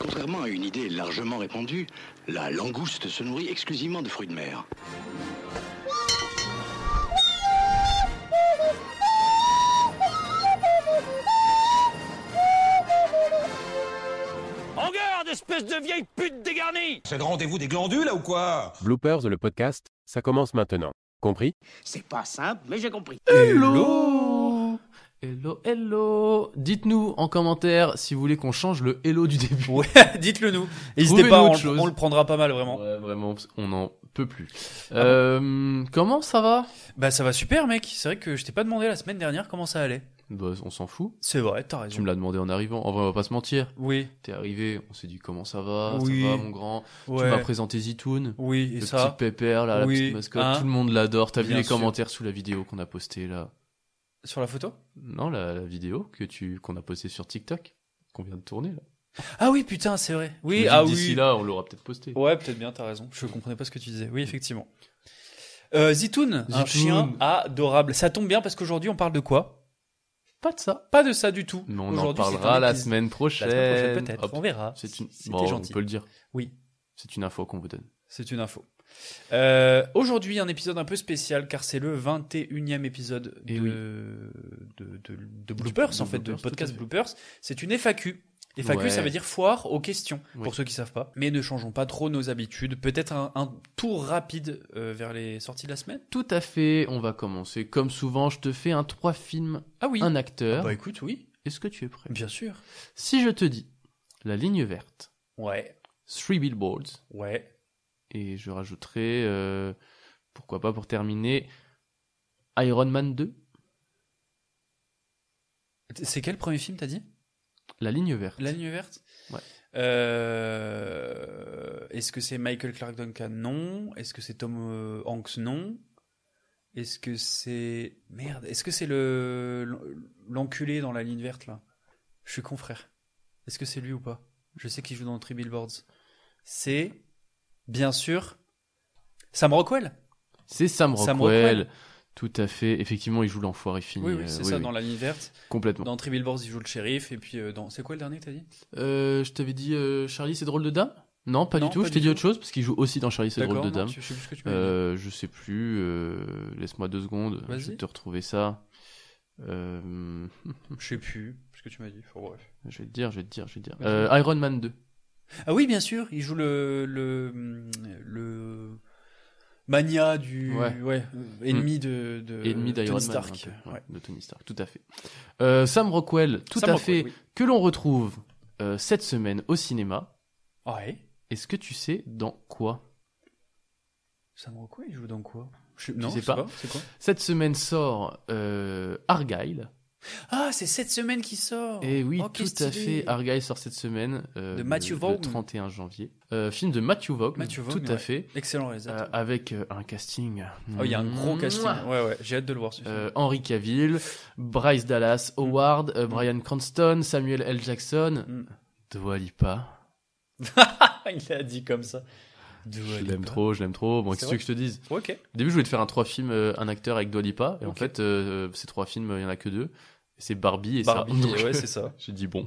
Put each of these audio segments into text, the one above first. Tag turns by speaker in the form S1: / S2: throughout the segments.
S1: Contrairement à une idée largement répandue, la langouste se nourrit exclusivement de fruits de mer.
S2: En garde, espèce de vieille pute dégarnie
S3: C'est le rendez-vous des glandules, là, ou quoi
S4: Bloopers, le podcast, ça commence maintenant. Compris
S2: C'est pas simple, mais j'ai compris.
S5: Hello Hello, hello Dites-nous en commentaire si vous voulez qu'on change le hello du début.
S6: Ouais, dites-le nous. N'hésitez
S5: Trouvez-nous
S6: pas, on,
S5: autre
S6: le-
S5: chose.
S6: on le prendra pas mal vraiment. Ah
S5: Ouais, vraiment, parce qu'on n'en peut plus. Euh, comment ça va
S6: Bah ça va super mec, c'est vrai que je t'ai pas demandé la semaine dernière comment ça allait.
S5: Bah, on s'en fout.
S6: C'est vrai, t'as raison.
S5: Tu me l'as demandé en arrivant. En vrai, on va pas se mentir.
S6: Oui,
S5: T'es arrivé, on s'est dit comment ça va,
S6: Oui.
S5: ça va mon grand. Tu
S6: ouais.
S5: m'as présenté Zitoun.
S6: Oui, et
S5: Le
S6: ça.
S5: petit pépère, là, la
S6: Oui,
S5: petite mascotte,
S6: hein.
S5: tout le monde l'adore. T'as vu
S6: Bien
S5: les
S6: sûr.
S5: commentaires sous la vidéo qu'on a postée là
S6: Sur la photo
S5: Non, la, la vidéo que tu qu'on a postée sur TikTok, qu'on vient de tourner là.
S6: Ah oui, putain, c'est vrai.
S5: Je me
S6: Oui,
S5: dis
S6: ah
S5: que D'ici
S6: oui.
S5: là, on l'aura peut-être postée. Mm.
S6: Ouais, peut-être bien, t'as raison. Je comprenais pas ce que tu disais. Oui, effectivement. Euh, Zitoun, un
S5: Zitoun.
S6: chien adorable. Ça tombe bien parce qu'aujourd'hui on parle de quoi
S5: Pas de ça.
S6: Pas de ça du tout.
S5: Mais on en
S6: Aujourd'hui, c'est
S5: parlera
S6: un
S5: la
S6: épisode-
S5: semaine prochaine.
S6: La semaine prochaine peut-être,
S5: Hop.
S6: on verra.
S5: C'est une...
S6: C'était
S5: bon,
S6: gentil.
S5: On peut le dire.
S6: Oui.
S5: C'est une info qu'on vous donne.
S6: C'est une info. Euh, Aujourd'hui, un épisode un peu spécial car c'est le 21e épisode
S5: Eh
S6: de,
S5: oui.
S6: de, de- de Bloopers,
S5: de
S6: en fait, de
S5: Bloopers,
S6: podcast
S5: tout à fait.
S6: Bloopers. C'est une FAQ. FAQ,
S5: Ouais.
S6: ça veut dire foire aux questions,
S5: Oui.
S6: pour ceux qui savent pas. Mais ne changeons pas trop nos habitudes. Peut-être un, un tour rapide euh, vers les sorties de la semaine
S5: Tout à fait. On va commencer. Comme souvent, je te fais un trois films,
S6: Ah oui.
S5: un
S6: Ah
S5: acteur.
S6: bah écoute, oui.
S5: Est-ce que tu es prêt
S6: Bien sûr.
S5: Si je te dis La ligne verte,
S6: Ouais.
S5: Three Billboards,
S6: Ouais.
S5: et je rajouterai, euh, pourquoi pas pour terminer, Iron Man 2,
S6: C'est quel premier film, t'as dit
S5: La ligne verte.
S6: La ligne verte
S5: Ouais.
S6: Euh, Est-ce que c'est Michael Clark Duncan Non. Est-ce que c'est Tom euh, Hanks Non. Est-ce que c'est. Merde, est-ce que c'est le l'enculé dans la ligne verte là Je suis con, frère. Est-ce que c'est lui ou pas Je sais qu'il joue dans Three Billboards. C'est. Bien sûr. Sam Rockwell
S5: C'est Sam Rockwell.
S6: Sam Rockwell.
S5: Tout à fait. Effectivement, il joue l'enfoiré fini.
S6: Oui, oui,
S5: euh,
S6: c'est ça, dans la ligne verte.
S5: Complètement.
S6: Dans Three Billboards, il joue le shérif. Et puis, euh, dans. C'est quoi le dernier que t'as dit
S5: Euh, je t'avais dit euh, Charlie, c'est drôle de dame Non, pas
S6: Non,
S5: du tout.
S6: pas
S5: je
S6: du
S5: t'ai dit
S6: tout.
S5: autre chose parce qu'il joue aussi dans Charlie, c'est drôle
S6: D'accord,
S5: de
S6: non,
S5: dame.
S6: tu- Je sais plus ce que tu m'as dit.
S5: Euh, je sais plus. euh, Laisse-moi deux secondes.
S6: Vas-y.
S5: Je vais te retrouver ça. Euh,
S6: Je sais plus ce que tu m'as dit. Enfin, bref.
S5: je vais te dire, je vais te dire, je vais te dire.
S6: Vas-y.
S5: Euh, Iron Man 2.
S6: Ah oui, bien sûr, il joue le le le mania du
S5: Ouais. Mm.
S6: ouais, euh, ennemi de, de
S5: Ennemi
S6: Tony
S5: d'Iron Man. un
S6: Stark.
S5: peu, ouais,
S6: Ouais.
S5: De Tony Stark, tout à fait. Euh, Sam Rockwell, tout
S6: Sam
S5: à
S6: Rockwell,
S5: fait. Que l'on retrouve euh, cette semaine au cinéma.
S6: oui. Ouais.
S5: Est-ce que tu sais dans quoi
S6: Sam Rockwell, il joue dans quoi Je non,
S5: sais
S6: je
S5: pas.
S6: C'est quoi
S5: Cette semaine sort euh, Argyle.
S6: Ah, c'est cette semaine qui sort.
S5: Et Eh oui,
S6: Oh,
S5: tout
S6: qu'est-ce
S5: à
S6: qu'il
S5: fait.
S6: est.
S5: Argyle sort cette semaine. euh,
S6: De Matthew
S5: le-
S6: Vaughn.
S5: Le 31 janvier. Euh, film de Matthew Vaughn.
S6: Matthew Vaughn,
S5: Tout à
S6: ouais.
S5: fait.
S6: Excellent réalisateur.
S5: euh, avec euh, un casting.
S6: oh, il y a un gros
S5: Mouah.
S6: casting. Ouais, ouais, j'ai hâte de le voir. ce film.
S5: Euh, Henry Cavill, Bryce Dallas Howard, euh, Brian Cranston, Samuel L. Jackson,
S6: Mm.
S5: Dua Lipa.
S6: il l'a dit comme ça. Dua
S5: Je l'aime
S6: Lipa.
S5: trop, je l'aime trop. Bon,
S6: C'est
S5: qu'est-ce que
S6: vrai
S5: je te dise
S6: Ok.
S5: Au début, je voulais te faire un trois films, euh, un acteur avec Dua Lipa, et en
S6: Ok.
S5: fait, euh, ces trois films, il y en a que deux. C'est Barbie et
S6: Barbie,
S5: ça. Donc,
S6: ouais, c'est ça.
S5: J'ai dit bon.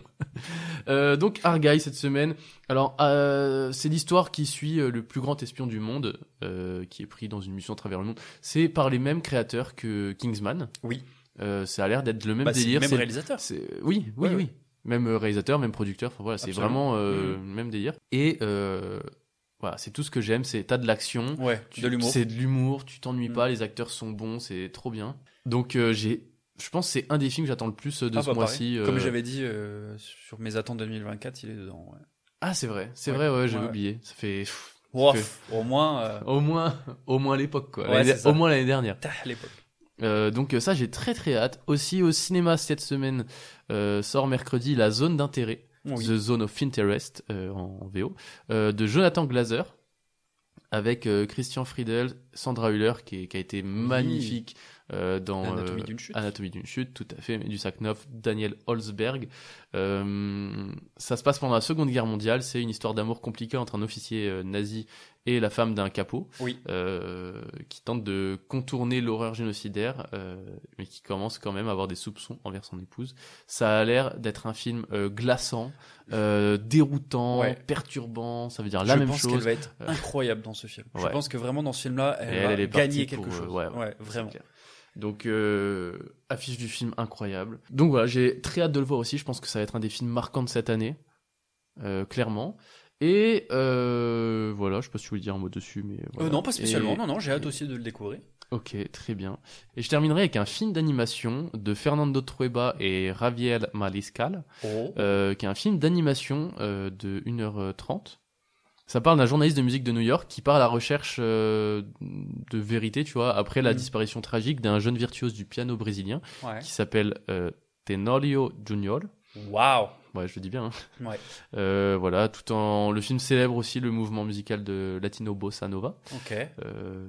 S5: Euh, donc Argyle cette semaine. Alors euh, c'est l'histoire qui suit euh, le plus grand espion du monde euh, qui est pris dans une mission à travers le monde. C'est par les mêmes créateurs que Kingsman.
S6: Oui.
S5: Euh, ça a l'air d'être le même
S6: Bah, c'est le
S5: délire.
S6: même
S5: c'est-
S6: réalisateur.
S5: c'est- Oui, oui,
S6: Ouais,
S5: oui.
S6: ouais.
S5: Même euh, réalisateur, même producteur. Enfin voilà, c'est
S6: Absolument. Mmh.
S5: vraiment euh, le même délire. Et euh, voilà, c'est tout ce que j'aime. C'est t'as de l'action.
S6: Ouais,
S5: Tu-
S6: de l'humour.
S5: C'est de l'humour, tu t'ennuies
S6: Mm.
S5: pas, les acteurs sont bons, c'est trop bien. Donc euh, j'ai, je pense que c'est un des films que j'attends le plus euh, de
S6: Ah,
S5: ce
S6: bah,
S5: mois-ci.
S6: pareil.
S5: euh,
S6: Comme j'avais dit euh, sur mes attentes 2024, il est dedans. Ouais.
S5: Ah c'est vrai, c'est
S6: Ouais.
S5: vrai, ouais, j'avais
S6: Ouais.
S5: oublié. Ça fait pff,
S6: Ouah,
S5: que-
S6: pff, au moins, euh,
S5: au moins, au moins à l'époque quoi.
S6: Ouais,
S5: L'année-
S6: c'est ça.
S5: au moins l'année dernière.
S6: tah, l'époque.
S5: Euh, donc euh, ça j'ai très très hâte. Aussi au cinéma cette semaine euh, sort mercredi La Zone d'intérêt,
S6: Oui.
S5: The Zone of Interest euh, en, en VO, euh, de Jonathan Glazer avec euh, Christian Friedel, Sandra Hüller qui, est- qui a été magnifique euh, dans
S6: Anatomie
S5: euh,
S6: d'une chute.
S5: Anatomie d'une chute, tout à fait, mais du Saknov, Daniel Holzberg. Euh, ça se passe pendant la Seconde Guerre mondiale. C'est une histoire d'amour compliquée entre un officier euh, nazi et la femme d'un capot,
S6: Oui.
S5: euh, qui tente de contourner l'horreur génocidaire, euh, mais qui commence quand même à avoir des soupçons envers son épouse. Ça a l'air d'être un film euh, glaçant, euh, déroutant,
S6: Ouais.
S5: perturbant. Ça veut dire la
S6: je
S5: même
S6: pense qu'elle
S5: chose.
S6: va être
S5: Euh,
S6: incroyable dans ce film. Je
S5: ouais.
S6: pense que vraiment dans ce film-là, elle,
S5: Et elle,
S6: va
S5: elle est partie
S6: gagner quelque
S5: pour, euh,
S6: chose.
S5: ouais, ouais,
S6: vraiment.
S5: C'est clair. Donc, euh, affiche du film incroyable. Donc voilà, j'ai très hâte de le voir aussi. Je pense que ça va être un des films marquants de cette année, euh, clairement. Et euh, voilà, je sais pas si vous voulez dire un mot dessus, mais voilà.
S6: Euh, non, pas spécialement.
S5: Et-
S6: Non, non, j'ai hâte
S5: et-
S6: aussi de le découvrir.
S5: Ok, très bien. Et je terminerai avec un film d'animation de Fernando Trueba et Javier Mariscal,
S6: Oh.
S5: euh, qui est un film d'animation euh, de 1h30. Ça parle d'un journaliste de musique de New York qui part à la recherche euh, de vérité, tu vois, après la
S6: Mm.
S5: disparition tragique d'un jeune virtuose du piano brésilien
S6: Ouais.
S5: qui s'appelle euh, Tenorio Junior.
S6: Waouh.
S5: Ouais, je le dis bien. hein.
S6: Ouais.
S5: Euh, voilà, tout en le film célèbre aussi le mouvement musical de Latino bossa nova.
S6: Ok.
S5: Euh,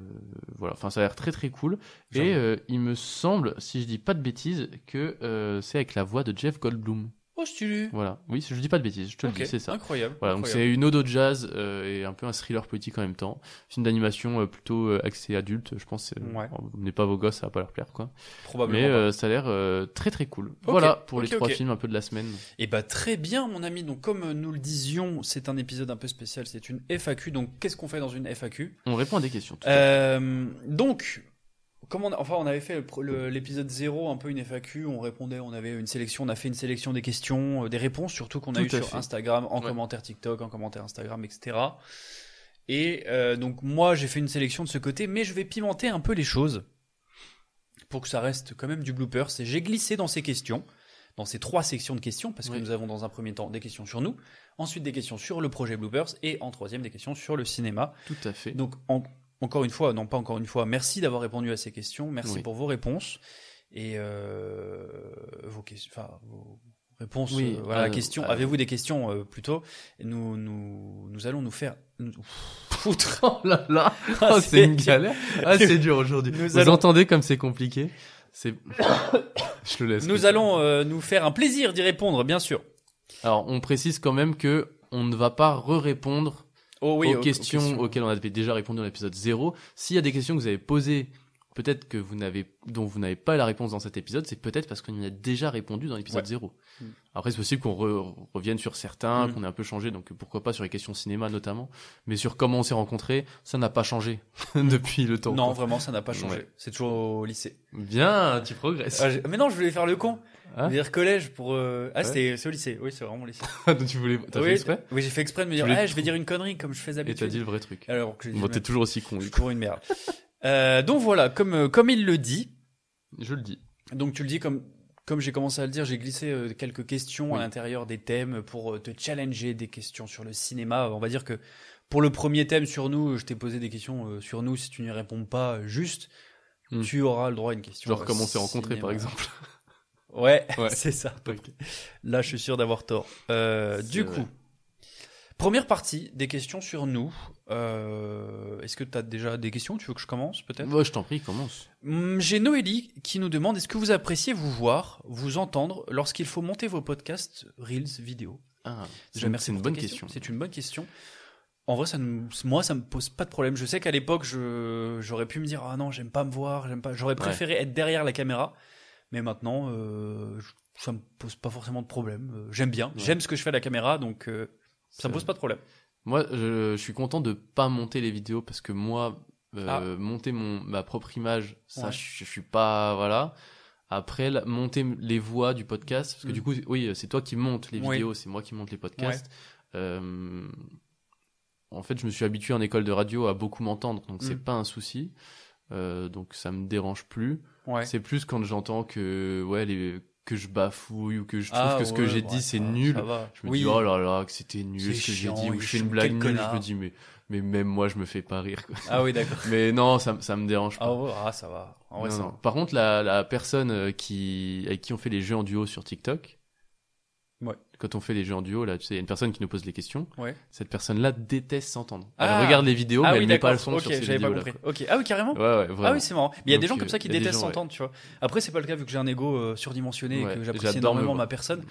S5: voilà, enfin ça a l'air très très cool.
S6: J'avoue.
S5: Et euh, il me semble, si je dis pas de bêtises, que euh, c'est avec la voix de Jeff Goldblum.
S6: Oh, stylé.
S5: Voilà, oui, je dis pas de bêtises, je te
S6: Ok,
S5: le dis, c'est ça.
S6: Incroyable.
S5: Voilà, donc
S6: incroyable.
S5: c'est une ode au jazz euh, et un peu un thriller politique en même temps. Film d'animation euh, plutôt euh, axé adulte, je pense. euh,
S6: Ouais.
S5: Vous menez pas vos gosses, ça va pas leur plaire quoi.
S6: probablement.
S5: Mais
S6: pas.
S5: euh, ça a l'air euh, très très cool. Voilà pour les
S6: ok,
S5: trois
S6: ok.
S5: films un peu de la semaine.
S6: Eh bah très bien mon ami, donc comme euh, nous le disions, c'est un épisode un peu spécial, c'est une FAQ, donc qu'est-ce qu'on fait dans une FAQ
S5: On répond à des questions. tout à fait.
S6: Euh, Donc, comme on, enfin on avait fait le pr- le- l'épisode 0, un peu une FAQ, on répondait, on avait une sélection, on a fait une sélection des questions, euh, des réponses surtout qu'on a
S5: Tout
S6: eu
S5: à
S6: sur
S5: fait.
S6: Instagram, en
S5: Ouais.
S6: commentaire TikTok, en commentaire Instagram, etc. Et euh, donc moi j'ai fait une sélection de ce côté, mais je vais pimenter un peu les choses pour que ça reste quand même du blooper. C'est j'ai glissé dans ces questions, dans ces trois sections de questions, parce que
S5: Oui.
S6: nous avons dans un premier temps des questions sur nous, ensuite des questions sur le projet bloopers et en troisième des questions sur le cinéma.
S5: Tout à fait.
S6: Donc en- encore une fois, non pas encore une fois, merci d'avoir répondu à ces questions, merci
S5: Oui.
S6: pour vos réponses et euh, vos questions, enfin vos réponses.
S5: Oui,
S6: euh, voilà,
S5: euh,
S6: questions.
S5: euh,
S6: Avez-vous des questions euh, plutôt Nous, nous, nous allons nous faire. nous-
S5: Foutre. Oh là là,
S6: Ah,
S5: Oh, c'est une
S6: dur.
S5: galère. Ah, c'est dur aujourd'hui.
S6: Nous
S5: Vous
S6: allons-
S5: entendez comme c'est compliqué C'est. Je le laisse.
S6: Nous allons euh, nous faire un plaisir d'y répondre, bien sûr.
S5: Alors, on précise quand même que on ne va pas re-répondre
S6: Oh
S5: aux, questions auxquelles on a déjà répondu dans l'épisode 0. S'il y a des questions que vous avez posées, peut-être que vous n'avez, dont vous n'avez pas la réponse dans cet épisode, c'est peut-être parce qu'on y a déjà répondu dans l'épisode
S6: Ouais.
S5: 0.
S6: Mm.
S5: Après, c'est possible qu'on re- revienne sur certains,
S6: Mm.
S5: qu'on ait un peu changé, donc pourquoi pas sur les questions cinéma notamment, mais sur comment on s'est rencontrés, ça n'a pas changé depuis le temps.
S6: Non,
S5: quoi.
S6: vraiment, ça n'a pas changé.
S5: Ouais.
S6: C'est toujours au lycée.
S5: Bien, tu progresses.
S6: Ah, j'ai- mais non, je voulais faire le con.
S5: Hein
S6: dire collège pour. euh, Ah,
S5: Ouais.
S6: c'était c'est au lycée. Oui, c'est vraiment au lycée.
S5: Donc tu voulais, t'as
S6: Ah, oui,
S5: fait exprès
S6: Oui, j'ai fait exprès de me dire,
S5: voulais-
S6: ah, je vais dire une connerie comme je fais
S5: Et t'as
S6: d'habitude.
S5: dit le vrai truc.
S6: Alors que j'ai dit,
S5: Bon, t'es
S6: mais-
S5: toujours aussi con.
S6: Ah, je
S5: oui.
S6: suis toujours une merde. Euh, donc voilà, comme, euh, comme il le dit,
S5: Je le dis.
S6: donc tu le dis comme. Comme j'ai commencé à le dire, j'ai glissé euh, quelques questions
S5: Oui.
S6: à l'intérieur des thèmes pour euh, te challenger des questions sur le cinéma. On va dire que pour le premier thème sur nous, je t'ai posé des questions euh, sur nous. Si tu n'y réponds pas euh, juste,
S5: Hmm.
S6: tu auras le droit à une question.
S5: Genre
S6: euh,
S5: comment on s'est rencontrés, par
S6: cinéma.
S5: exemple.
S6: Ouais,
S5: Ouais.
S6: c'est ça.
S5: Ok.
S6: Là, je suis sûr d'avoir tort. Euh,
S5: C'est
S6: du
S5: vrai.
S6: coup, première partie, des questions sur nous. Euh, Est-ce que tu as déjà des questions Tu veux que je commence peut-être
S5: Ouais, Bah, je t'en prie, commence.
S6: Hum, J'ai Noélie qui nous demande est-ce que vous appréciez vous voir, vous entendre lorsqu'il faut monter vos podcasts, reels, vidéo
S5: Ah,
S6: Déjà, merci
S5: c'est une
S6: pour ta
S5: bonne question.
S6: C'est une bonne question. En vrai, ça ne- moi, ça me pose pas de problème. Je sais qu'à l'époque, je- j'aurais pu me dire ah non, j'aime pas me voir, j'aime pas. J'aurais
S5: Ouais.
S6: préféré être derrière la caméra, mais maintenant, euh, je- ça me pose pas forcément de problème. Euh, J'aime bien,
S5: Ouais.
S6: j'aime ce que je fais à la caméra, donc euh, ça me pose pas de problème.
S5: Moi, je, je suis content de pas monter les vidéos parce que moi, euh,
S6: Ah.
S5: monter mon, ma propre image, ça,
S6: Ouais.
S5: je, je suis pas. Voilà. Après, la- monter m- les voix du podcast, parce que
S6: Mm.
S5: du coup, oui, euh, c'est toi qui montes les
S6: Oui.
S5: vidéos, c'est moi qui monte les podcasts. Euh, en fait, je me suis habitué en école de radio à beaucoup m'entendre, donc c'est
S6: Mm.
S5: pas un souci. Euh, donc ça me dérange plus.
S6: Ouais.
S5: C'est plus quand j'entends que ouais les, que je bafouille ou que je trouve
S6: Ah,
S5: que ce que
S6: ouais,
S5: j'ai
S6: ouais,
S5: dit c'est
S6: ça-
S5: nul.
S6: ça va.
S5: Je me
S6: Oui.
S5: dis oh là là que c'était
S6: C'est
S5: nul ce que j'ai
S6: chiant,
S5: dit ou
S6: il
S5: je fais
S6: est
S5: une
S6: chiant,
S5: blague
S6: quel
S5: nulle. Je
S6: connard.
S5: me dis mais mais même moi je me fais pas rire. Quoi.
S6: Ah oui, d'accord.
S5: mais non ça me- ça me dérange
S6: ah,
S5: pas.
S6: ouais, ah, ça va. En vrai,
S5: Non,
S6: ça
S5: non. Par contre la la personne euh, qui avec qui on fait les jeux en duo sur TikTok.
S6: Ouais.
S5: Quand on fait les jeux en duo là tu sais il y a une personne qui nous pose les questions.
S6: va. Ouais.
S5: Cette personne là déteste s'entendre. Elle
S6: Ah.
S5: regarde les vidéos
S6: ah
S5: mais
S6: oui,
S5: elle met pas le son
S6: d'accord. Ok,
S5: sur ces
S6: j'avais
S5: vidéos
S6: pas
S5: là.
S6: compris. Ok. Ah oui, carrément.
S5: Ouais ouais vraiment.
S6: Ah oui, c'est marrant. Mais il y a des
S5: Donc,
S6: gens comme
S5: euh,
S6: ça qui
S5: il y a des
S6: détestent
S5: gens, ouais.
S6: s'entendre, tu vois. Après, c'est pas le cas vu que j'ai un ego euh, surdimensionné et
S5: Ouais,
S6: que j'apprécie
S5: j'adore me
S6: énormément
S5: voir.
S6: ma personne,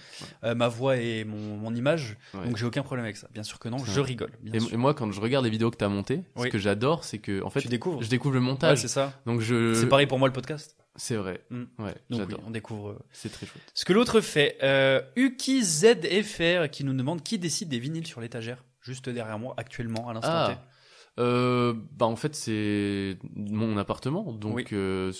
S6: euh, ma voix et mon, mon image.
S5: Ouais.
S6: Donc j'ai aucun problème avec ça. Bien sûr que non,
S5: C'est
S6: je
S5: vrai.
S6: rigole. Bien
S5: Et,
S6: sûr.
S5: et moi, quand je regarde les vidéos que t'as montées,
S6: Oui.
S5: ce que j'adore, c'est que en fait,
S6: Tu découvres.
S5: je découvre le
S6: Ouais,
S5: montage.
S6: c'est ça.
S5: donc je,
S6: C'est pareil pour moi le podcast.
S5: C'est vrai.
S6: Mm.
S5: Ouais,
S6: Donc oui,
S5: j'adore.
S6: on découvre euh,
S5: C'est très chouette.
S6: ce que l'autre fait. Euh, Uki ZFR qui nous demande qui décide des vinyles sur l'étagère, juste derrière moi actuellement à l'instant T.
S5: Ah, euh, bah en fait, c'est mon appartement, donc
S6: Oui.
S5: euh,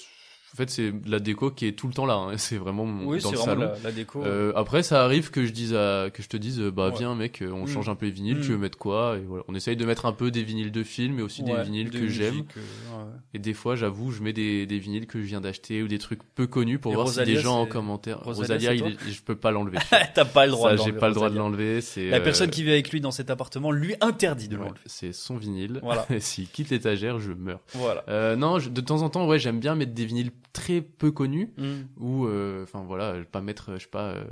S5: en fait, c'est la déco qui est tout le temps là. hein. C'est vraiment mon-
S6: Oui,
S5: dans
S6: c'est
S5: le
S6: vraiment
S5: salon.
S6: la, la déco.
S5: Euh, après, ça arrive que je dise à- que je te dise, euh, bah
S6: Ouais.
S5: viens mec, euh, on
S6: Mm.
S5: change un peu les vinyles.
S6: Mm.
S5: Tu veux mettre quoi Et voilà. On essaye de mettre un peu des vinyles de films, mais aussi
S6: Ouais,
S5: des vinyles
S6: de
S5: que j'aime.
S6: musique, euh, ouais.
S5: Et des fois, j'avoue, je mets des, des vinyles que je viens d'acheter ou des trucs peu connus pour
S6: Et
S5: voir si
S6: Rosalia,
S5: des gens en
S6: c'est-
S5: commentaire.
S6: Rosalia,
S5: Rosalia,
S6: c'est
S5: il
S6: toi
S5: est- je peux pas l'enlever.
S6: T'as pas le droit.
S5: Ça,
S6: de
S5: j'ai
S6: l'enlever,
S5: pas le droit de
S6: Rosalia.
S5: l'enlever. C'est
S6: La
S5: euh,
S6: personne qui vit avec lui dans cet appartement lui interdit de
S5: ouais,
S6: l'enlever.
S5: c'est son vinyle.
S6: Voilà.
S5: Et S'il quitte l'étagère, je meurs.
S6: Voilà.
S5: Euh, non, je- de temps en temps, ouais, j'aime bien mettre des vinyles très peu connus
S6: Hmm.
S5: ou, euh, enfin voilà, je vais pas mettre, je sais pas, euh,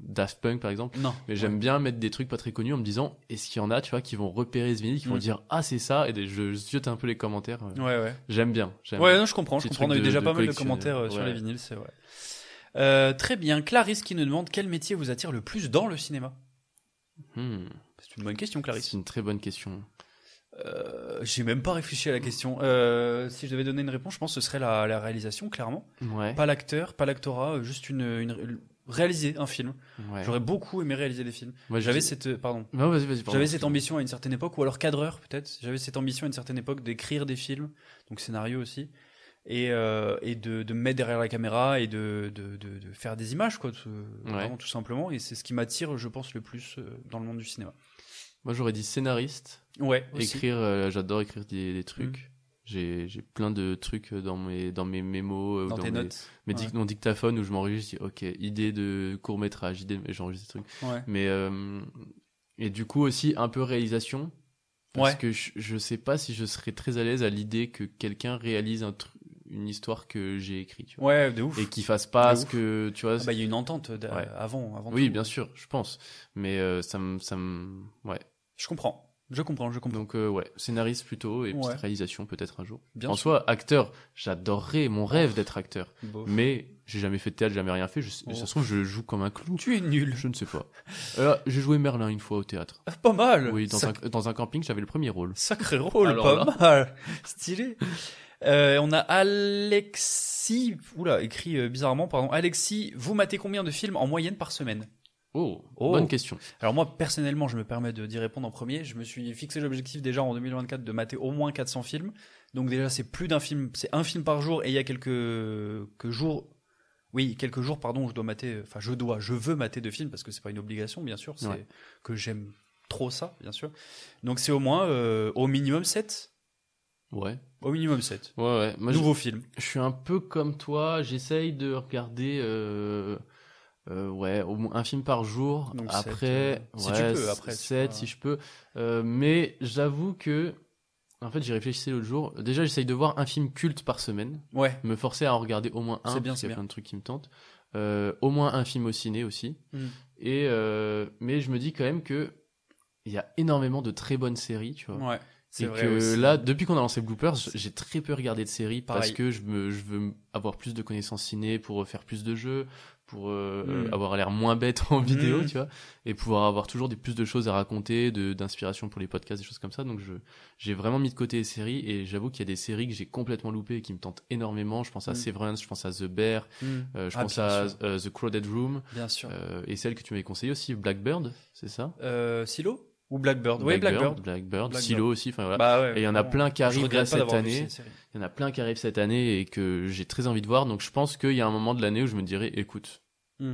S5: Daft Punk par exemple.
S6: Non.
S5: Mais j'aime bien mettre des trucs pas très connus en me disant, est-ce qu'il y en a, tu vois, qui vont repérer ce vinyle, qui vont
S6: Mm.
S5: dire, ah c'est ça, et des- je, je ziote un peu les commentaires. euh,
S6: Ouais, ouais.
S5: J'aime bien. j'aime
S6: Ouais,
S5: bien.
S6: non, je comprends. Je
S5: Petit
S6: comprends. On a
S5: truc
S6: eu
S5: de-
S6: déjà
S5: de
S6: pas mal de
S5: collectionneur.
S6: commentaires euh, sur
S5: Ouais.
S6: les vinyles, c'est vrai. Euh, très bien. Clarisse qui nous demande quel métier vous attire le plus dans le cinéma
S5: Hmm.
S6: C'est une bonne question,
S5: C'est
S6: Clarisse.
S5: une très bonne question.
S6: Euh, J'ai même pas réfléchi à la question. Euh, si je devais donner une réponse, je pense que ce serait la, la réalisation, clairement.
S5: Ouais.
S6: Pas l'acteur, pas l'actorat, euh, juste une, une- réaliser un film.
S5: ouais. Bah,
S6: J'aurais beaucoup aimé réaliser des films.
S5: Moi, je-
S6: J'avais cette, euh, pardon,
S5: Non, vas-y, vas-y. pardon.
S6: J'avais cette ambition à une certaine époque, ou alors cadreur peut-être. J'avais cette ambition à une certaine époque d'écrire des films, donc scénario aussi, et, euh, et de, de me mettre derrière la caméra et de, de, de, de faire des images, quoi, tout, euh, vraiment, tout simplement. Et c'est ce qui m'attire, je pense, le plus euh, dans le monde du cinéma.
S5: Moi, j'aurais dit scénariste.
S6: Ouais, aussi. Mm.
S5: Écrire, euh, j'adore écrire des, des trucs. J'ai j'ai plein de trucs dans mes, dans mes mémos, euh, ou
S6: dans, tes
S5: mes,
S6: notes.
S5: mes dic- mon dictaphone où je m'enregistre. Je dis, ok, idée de court métrage, idée, de- j'enregistre des trucs.
S6: Ouais.
S5: Mais euh, et du coup aussi un peu réalisation. Parce
S6: Ouais.
S5: que je, je sais pas si je serais très à l'aise à l'idée que quelqu'un réalise un tru- une histoire que j'ai écrite. tu vois.
S6: Ouais, de ouf.
S5: Et qu'il fasse pas
S6: De
S5: ce
S6: ouf.
S5: que tu vois.
S6: Ah bah, il y a une entente d'a-
S5: Ouais.
S6: avant, avant.
S5: Oui,
S6: tout.
S5: bien sûr, je pense. Mais euh, ça me, ça me, ouais.
S6: Je comprends. Je comprends, je comprends.
S5: Donc euh, ouais, scénariste plutôt et
S6: Ouais.
S5: petite réalisation peut-être un jour.
S6: Bien
S5: en
S6: sûr.
S5: soi, acteur, j'adorerais mon rêve d'être acteur,
S6: Beau.
S5: mais j'ai jamais fait de théâtre, jamais rien fait. Je,
S6: Oh.
S5: De toute façon, je joue comme un clou.
S6: Tu es nul.
S5: Je ne sais pas. Euh, j'ai joué Merlin une fois au théâtre.
S6: Ah, Pas mal.
S5: Oui, dans
S6: Ça
S5: un, dans un camping, j'avais le premier rôle.
S6: Sacré rôle,
S5: Alors
S6: pas mal. Stylé. Euh, on a Alexis, oula, écrit euh, bizarrement, pardon. Alexis, vous matez combien de films en moyenne par semaine
S5: Oh,
S6: Oh.
S5: bonne question.
S6: Alors moi, personnellement, je me permets de d'y répondre en premier. Je me suis fixé l'objectif déjà en 2024 de mater au moins 400 films. Donc déjà, c'est plus d'un film, c'est un film par jour. Et il y a quelques, quelques jours, oui, quelques jours, pardon, où je dois mater, enfin je dois, je veux mater deux films parce que c'est pas une obligation, bien sûr. C'est
S5: Ouais.
S6: que j'aime trop ça, bien sûr. Donc c'est au moins, euh, au minimum 7
S5: Ouais,
S6: au minimum 7.
S5: ouais, ouais. Moi, je-
S6: Nouveau film.
S5: je suis un peu comme toi, j'essaye de regarder euh, euh, ouais, au moins un film par jour.
S6: Donc sept,
S5: après,
S6: euh, si tu peux, après, tu
S5: 7
S6: vois.
S5: si je peux. Euh, mais j'avoue que, en fait, j'y réfléchissais l'autre jour. Déjà, j'essaye de voir un film culte par semaine,
S6: Ouais.
S5: me forcer à en regarder au moins un,
S6: C'est bien,
S5: parce
S6: c'est
S5: qu'il y
S6: bien.
S5: a plein de trucs qui me tentent. euh, au moins un film au ciné aussi.
S6: Mm.
S5: Et euh, mais je me dis quand même que il y a énormément de très bonnes séries, tu vois.
S6: Ouais, c'est
S5: Et
S6: vrai.
S5: que
S6: aussi.
S5: là, depuis qu'on a lancé Bloopers, j'ai très peu regardé de séries parce
S6: Pareil.
S5: que je, me, je veux avoir plus de connaissances ciné pour euh, faire plus de jeux, pour euh,
S6: Mm.
S5: avoir l'air moins bête en vidéo,
S6: Mm.
S5: tu vois, et pouvoir avoir toujours des plus de choses à raconter, de d'inspiration pour les podcasts, des choses comme ça. Donc je j'ai vraiment mis de côté les séries et j'avoue qu'il y a des séries que j'ai complètement loupées et qui me tentent énormément. Je pense à
S6: Mm.
S5: Severance, je pense à The Bear,
S6: Mm.
S5: euh, je
S6: Ah,
S5: pense
S6: bien
S5: à
S6: sûr.
S5: euh, The Crowded Room
S6: Bien sûr.
S5: euh, et celle que tu m'avais conseillée aussi, Blackbird, c'est ça
S6: Euh, Silo Ou Blackbird Oui,
S5: Blackbird,
S6: Blackbird.
S5: Blackbird,
S6: Blackbird.
S5: Silo aussi, enfin voilà.
S6: Bah ouais,
S5: Et il y en a
S6: vraiment.
S5: plein qui
S6: Je
S5: arrivent
S6: regrette
S5: là
S6: pas
S5: cette
S6: d'avoir vu
S5: année.
S6: cette série.
S5: Il y en a plein qui arrivent cette année et que j'ai très envie de voir. Donc je pense qu'il y a un moment de l'année où je me dirais, écoute,
S6: Mm.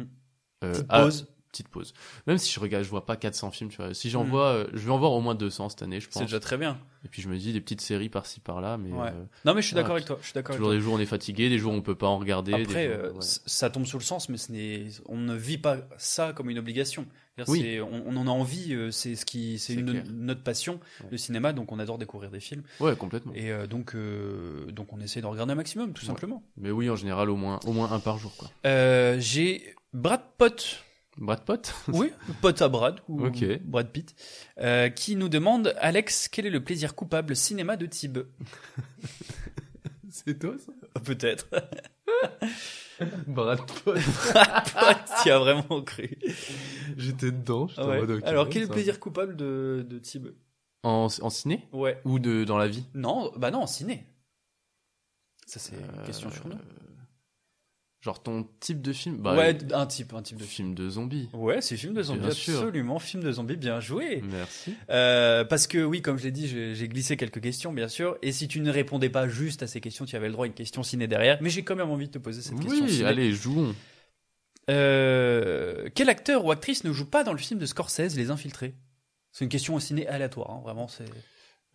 S5: euh,
S6: Petite
S5: ah,
S6: pause.
S5: petite pause. Même si je regarde, je vois pas 400 films, tu vois. Si j'en
S6: Mm.
S5: vois, euh, je vais en voir au moins 200 cette année, je pense.
S6: C'est déjà très bien.
S5: Et puis je me dis des petites séries par-ci par-là, mais
S6: Ouais.
S5: euh,
S6: Non, mais je suis
S5: Ah,
S6: d'accord avec toi. Je suis d'accord avec
S5: toujours
S6: toi.
S5: des jours on est fatigué, des jours on peut pas en regarder. des
S6: Après,
S5: jours-
S6: euh,
S5: ouais.
S6: c- ça tombe sous le sens, mais ce n'est, on ne vit pas ça comme une obligation. C'est-à-dire,
S5: Oui.
S6: c'est- on, on en a envie, euh, c'est ce qui, c'est
S5: C'est
S6: une-
S5: clair.
S6: notre passion,
S5: Ouais.
S6: le cinéma, donc on adore découvrir des films.
S5: ouais, complètement.
S6: Et euh, donc, euh, donc on essaie d'en regarder un maximum, tout
S5: Ouais.
S6: simplement.
S5: Mais oui, en général, au moins, au moins un par jour, quoi.
S6: Euh, j'ai Brad Pitt,
S5: Brad Pitt
S6: oui, Pitt à Brad ou
S5: Ok.
S6: Brad Pitt, euh, qui nous demande, Alex, quel est le plaisir coupable cinéma de Tib
S5: C'est toi, ça
S6: Peut-être.
S5: Brad Pitt.
S6: tu y as vraiment cru.
S5: J'étais dedans, j'étais en
S6: Ouais.
S5: mode, ok,
S6: Alors, quel est
S5: ça
S6: le
S5: va.
S6: plaisir coupable de, de Tib
S5: en, en ciné
S6: Ouais.
S5: Ou de, dans la vie
S6: Non, bah non, en ciné. Ça, c'est
S5: Euh,
S6: question sur nous.
S5: Genre ton type de film bah,
S6: ouais,
S5: euh,
S6: d- un type, un type de film.
S5: film de zombies.
S6: Ouais, c'est film de zombie,
S5: Bien sûr.
S6: absolument. Film de zombie, bien joué.
S5: Merci.
S6: Euh, parce que oui, comme je l'ai dit, j'ai j'ai glissé quelques questions, bien sûr. Et si tu ne répondais pas juste à ces questions, tu avais le droit à une question ciné derrière. Mais j'ai quand même envie de te poser cette question.
S5: Oui,
S6: ciné.
S5: allez, jouons.
S6: Euh, quel acteur ou actrice ne joue pas dans le film de Scorsese, Les Infiltrés C'est une question au ciné aléatoire, hein, vraiment. C'est.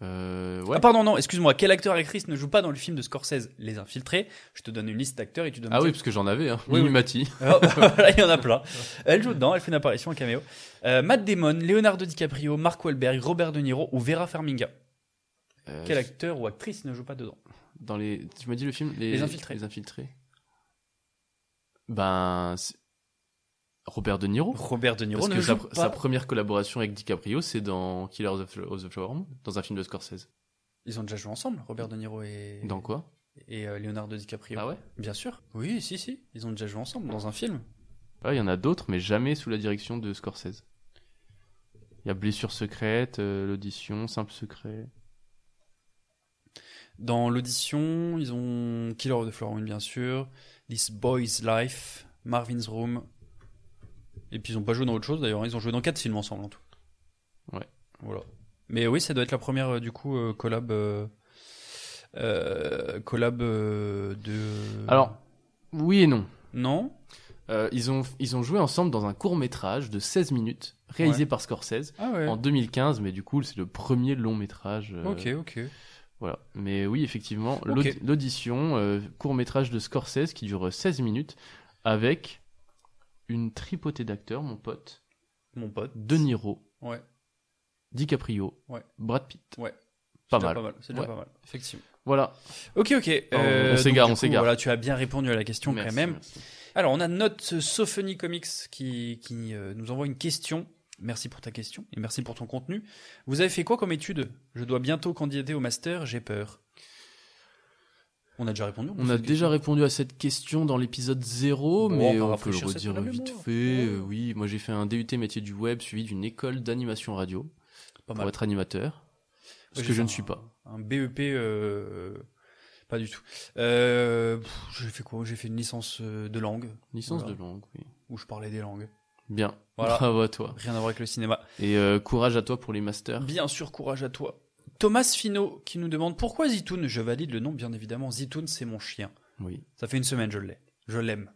S5: Euh, ouais.
S6: Ah pardon, non, excuse-moi. Quel acteur ou actrice ne joue pas dans le film de Scorsese, Les Infiltrés Je te donne une liste d'acteurs et tu dois me
S5: Ah
S6: dire
S5: oui, parce que j'en avais. Hein.
S6: Oui, oui.
S5: Mimi Mati.
S6: Oh, bah, voilà, il y en a plein. Elle joue dedans, elle fait une apparition en caméo. Euh, Matt Damon, Leonardo DiCaprio, Mark Wahlberg, Robert De Niro ou Vera Farminga.
S5: Euh,
S6: Quel acteur ou actrice ne joue pas dedans
S5: dans les... Tu m'as dit le film les...
S6: Les Infiltrés.
S5: Les Infiltrés. Ben. c'est- Robert De Niro
S6: Robert De Niro
S5: Parce
S6: ne
S5: que
S6: joue
S5: sa,
S6: pas.
S5: sa première collaboration avec DiCaprio, c'est dans Killers of, of the Flower Moon, dans un film de Scorsese.
S6: Ils ont déjà joué ensemble, Robert De Niro et,
S5: Dans quoi
S6: et euh, Leonardo DiCaprio.
S5: Ah ouais
S6: Bien sûr. Oui, si, si. Ils ont déjà joué ensemble dans un film.
S5: Ouais, Ah, il y en a d'autres, mais jamais sous la direction de Scorsese. Il y a Blessure secrète, euh, l'audition, Simple secret.
S6: Dans l'audition, ils ont Killer of the Flower Moon, bien sûr. This Boy's Life, Marvin's Room. Et puis ils ont pas joué dans autre chose d'ailleurs. Ils ont joué dans quatre films ensemble en tout.
S5: Ouais.
S6: Voilà. Mais oui, ça doit être la première euh, du coup euh, collab. euh, euh, collab euh, de.
S5: Alors, oui et non.
S6: Non
S5: Euh, ils, ont, ils ont joué ensemble dans un court métrage de 16 minutes, réalisé
S6: Ouais.
S5: par Scorsese
S6: Ah ouais.
S5: en 2015, mais du coup, c'est le premier long métrage. euh,
S6: Ok, ok.
S5: Voilà. Mais oui, effectivement, l'aud-
S6: Ok.
S5: l'audition, euh, court métrage de Scorsese qui dure 16 minutes, avec une tripotée d'acteurs, mon pote,
S6: Mon pote.
S5: De Niro,
S6: Ouais.
S5: DiCaprio,
S6: Ouais.
S5: Brad Pitt.
S6: Ouais.
S5: Pas
S6: C'est déjà
S5: mal.
S6: Pas mal. C'est déjà
S5: Ouais.
S6: pas mal. Effectivement.
S5: Voilà.
S6: Ok, ok. euh,
S5: on s'égare, on
S6: donc, du coup,
S5: s'égare.
S6: Voilà, tu as bien répondu à la question
S5: Merci,
S6: quand même.
S5: merci.
S6: Alors, on a notre Sophony Comics qui, qui euh, nous envoie une question. Merci pour ta question et merci pour ton contenu. Vous avez fait quoi comme étude Je dois bientôt candidater au master, j'ai peur. On a déjà répondu
S5: On a déjà répondu à cette question dans l'épisode 0,
S6: Bon, on
S5: mais
S6: va
S5: on peut le
S6: rafraîchir cette Oh.
S5: redire
S6: mémoire.
S5: vite fait.
S6: Ouais.
S5: Euh, Oui, moi j'ai fait un DUT métier du web suivi d'une école d'animation radio
S6: Pas
S5: pour
S6: mal.
S5: être animateur. Parce
S6: Moi,
S5: que
S6: j'ai
S5: je ne
S6: fait
S5: suis pas.
S6: Un BEP, euh, pas du tout. Euh, pff, j'ai fait quoi J'ai fait une licence euh, de langue
S5: Licence
S6: Voilà.
S5: de langue, oui.
S6: où je parlais des langues.
S5: Bien.
S6: Voilà.
S5: Bravo à toi.
S6: Rien à voir avec le cinéma.
S5: Et euh, courage à toi pour les masters.
S6: Bien sûr, courage à toi. Thomas Finot qui nous demande pourquoi Zitoun Je valide le nom, bien évidemment. Zitoun, c'est mon chien.
S5: Oui.
S6: Ça fait une semaine, je l'ai. Je l'aime.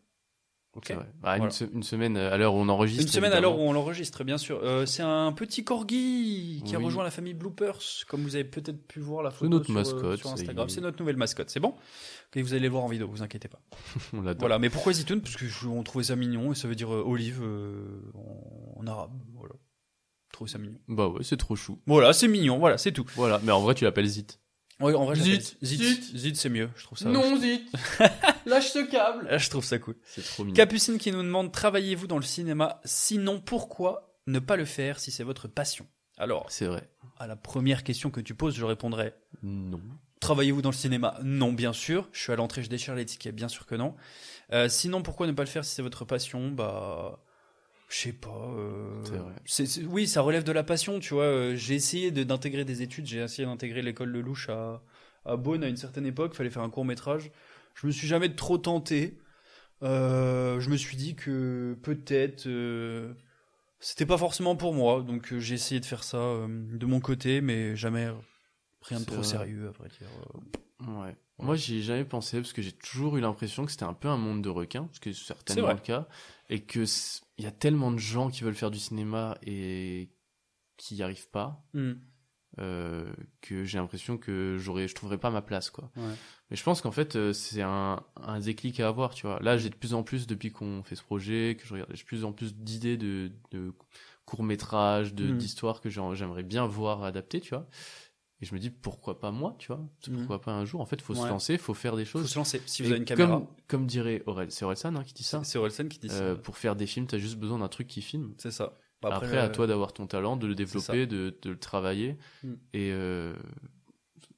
S6: Ok.
S5: c'est vrai. Ah,
S6: Voilà.
S5: une, se- une semaine à l'heure où on enregistre.
S6: Une semaine à
S5: évidemment.
S6: l'heure où on l'enregistre, bien sûr. Euh, c'est un petit corgi qui a
S5: Oui.
S6: rejoint la famille Bloopers, comme vous avez peut-être pu voir la photo
S5: notre
S6: sur, euh,
S5: mascotte,
S6: sur
S5: ça y
S6: Instagram.
S5: est.
S6: C'est notre nouvelle mascotte, c'est bon Et vous allez le voir en vidéo, vous inquiétez pas.
S5: on l'adore.
S6: Voilà, mais pourquoi Zitoun Parce que je- on trouvait ça mignon et ça veut dire euh, olive euh, en, en arabe. Voilà. Je trouvais ça mignon.
S5: Bah ouais, c'est trop chou.
S6: Voilà, c'est mignon, voilà, c'est tout.
S5: Voilà. Mais en vrai, tu l'appelles Zit.
S6: Ouais, en vrai, je
S5: Zit,
S6: l'appelle Zit.
S5: Zit.
S6: Zit, c'est mieux, je trouve ça.
S5: non, zit Lâche ce câble
S6: Ah, je trouve ça cool.
S5: C'est trop mignon.
S6: Mm. Capucine qui nous demande Travaillez-vous dans le cinéma Sinon, pourquoi ne pas le faire si c'est votre passion Alors,
S5: C'est vrai.
S6: à la première question que tu poses, je répondrai
S5: Non.
S6: Travaillez-vous dans le cinéma Non, bien sûr. Je suis à l'entrée, je déchire les tickets, bien sûr que non. Euh, sinon, pourquoi ne pas le faire si c'est votre passion Bah, je sais pas. euh,
S5: C'est vrai.
S6: c'est- c'est- oui, ça relève de la passion, tu vois. euh, j'ai essayé de- d'intégrer des études, j'ai essayé d'intégrer l'école de Louche à, à Beaune à une certaine époque, fallait faire un court métrage. Je me suis jamais trop tenté. Euh, je me suis dit que peut-être euh, c'était pas forcément pour moi, donc euh, j'ai essayé de faire ça euh, de mon côté, mais jamais rien de
S5: C'est
S6: trop
S5: vrai.
S6: sérieux, à vrai dire. Euh,
S5: Ouais. Moi, j'y ai jamais pensé parce que j'ai toujours eu l'impression que c'était un peu un monde de requins, ce qui est certainement
S6: vrai.
S5: le cas, et que c- il y a tellement de gens qui veulent faire du cinéma et qui n'y arrivent pas
S6: Hmm.
S5: euh, que j'ai l'impression que j'aurais, je trouverais pas ma place, quoi.
S6: Ouais.
S5: Mais je pense qu'en fait, euh, c'est un, un déclic à avoir, tu vois. Là, j'ai de plus en plus, depuis qu'on fait ce projet, que je regarde, j'ai de plus en plus d'idées de, de courts-métrages, de-
S6: Mhm.
S5: d'histoires que j'en- j'aimerais bien voir adaptées, tu vois. Et je me dis, pourquoi pas moi, tu vois Pourquoi pas un jour En fait, faut se
S6: Mm. Ouais.
S5: lancer, faut faire des
S6: Faut
S5: choses.
S6: se lancer. Si
S5: Et
S6: vous avez une caméra,
S5: Comme, comme dirait Aurel, c'est Orelsan hein, qui dit ça.
S6: c'est Orelsan qui dit
S5: Euh,
S6: ça.
S5: pour faire des films, t'as juste besoin d'un truc qui filme.
S6: C'est ça. Bah,
S5: Après,
S6: euh,
S5: à toi d'avoir ton talent, de le
S6: c'est ça.
S5: développer, de, de le travailler.
S6: Mm.
S5: Et euh,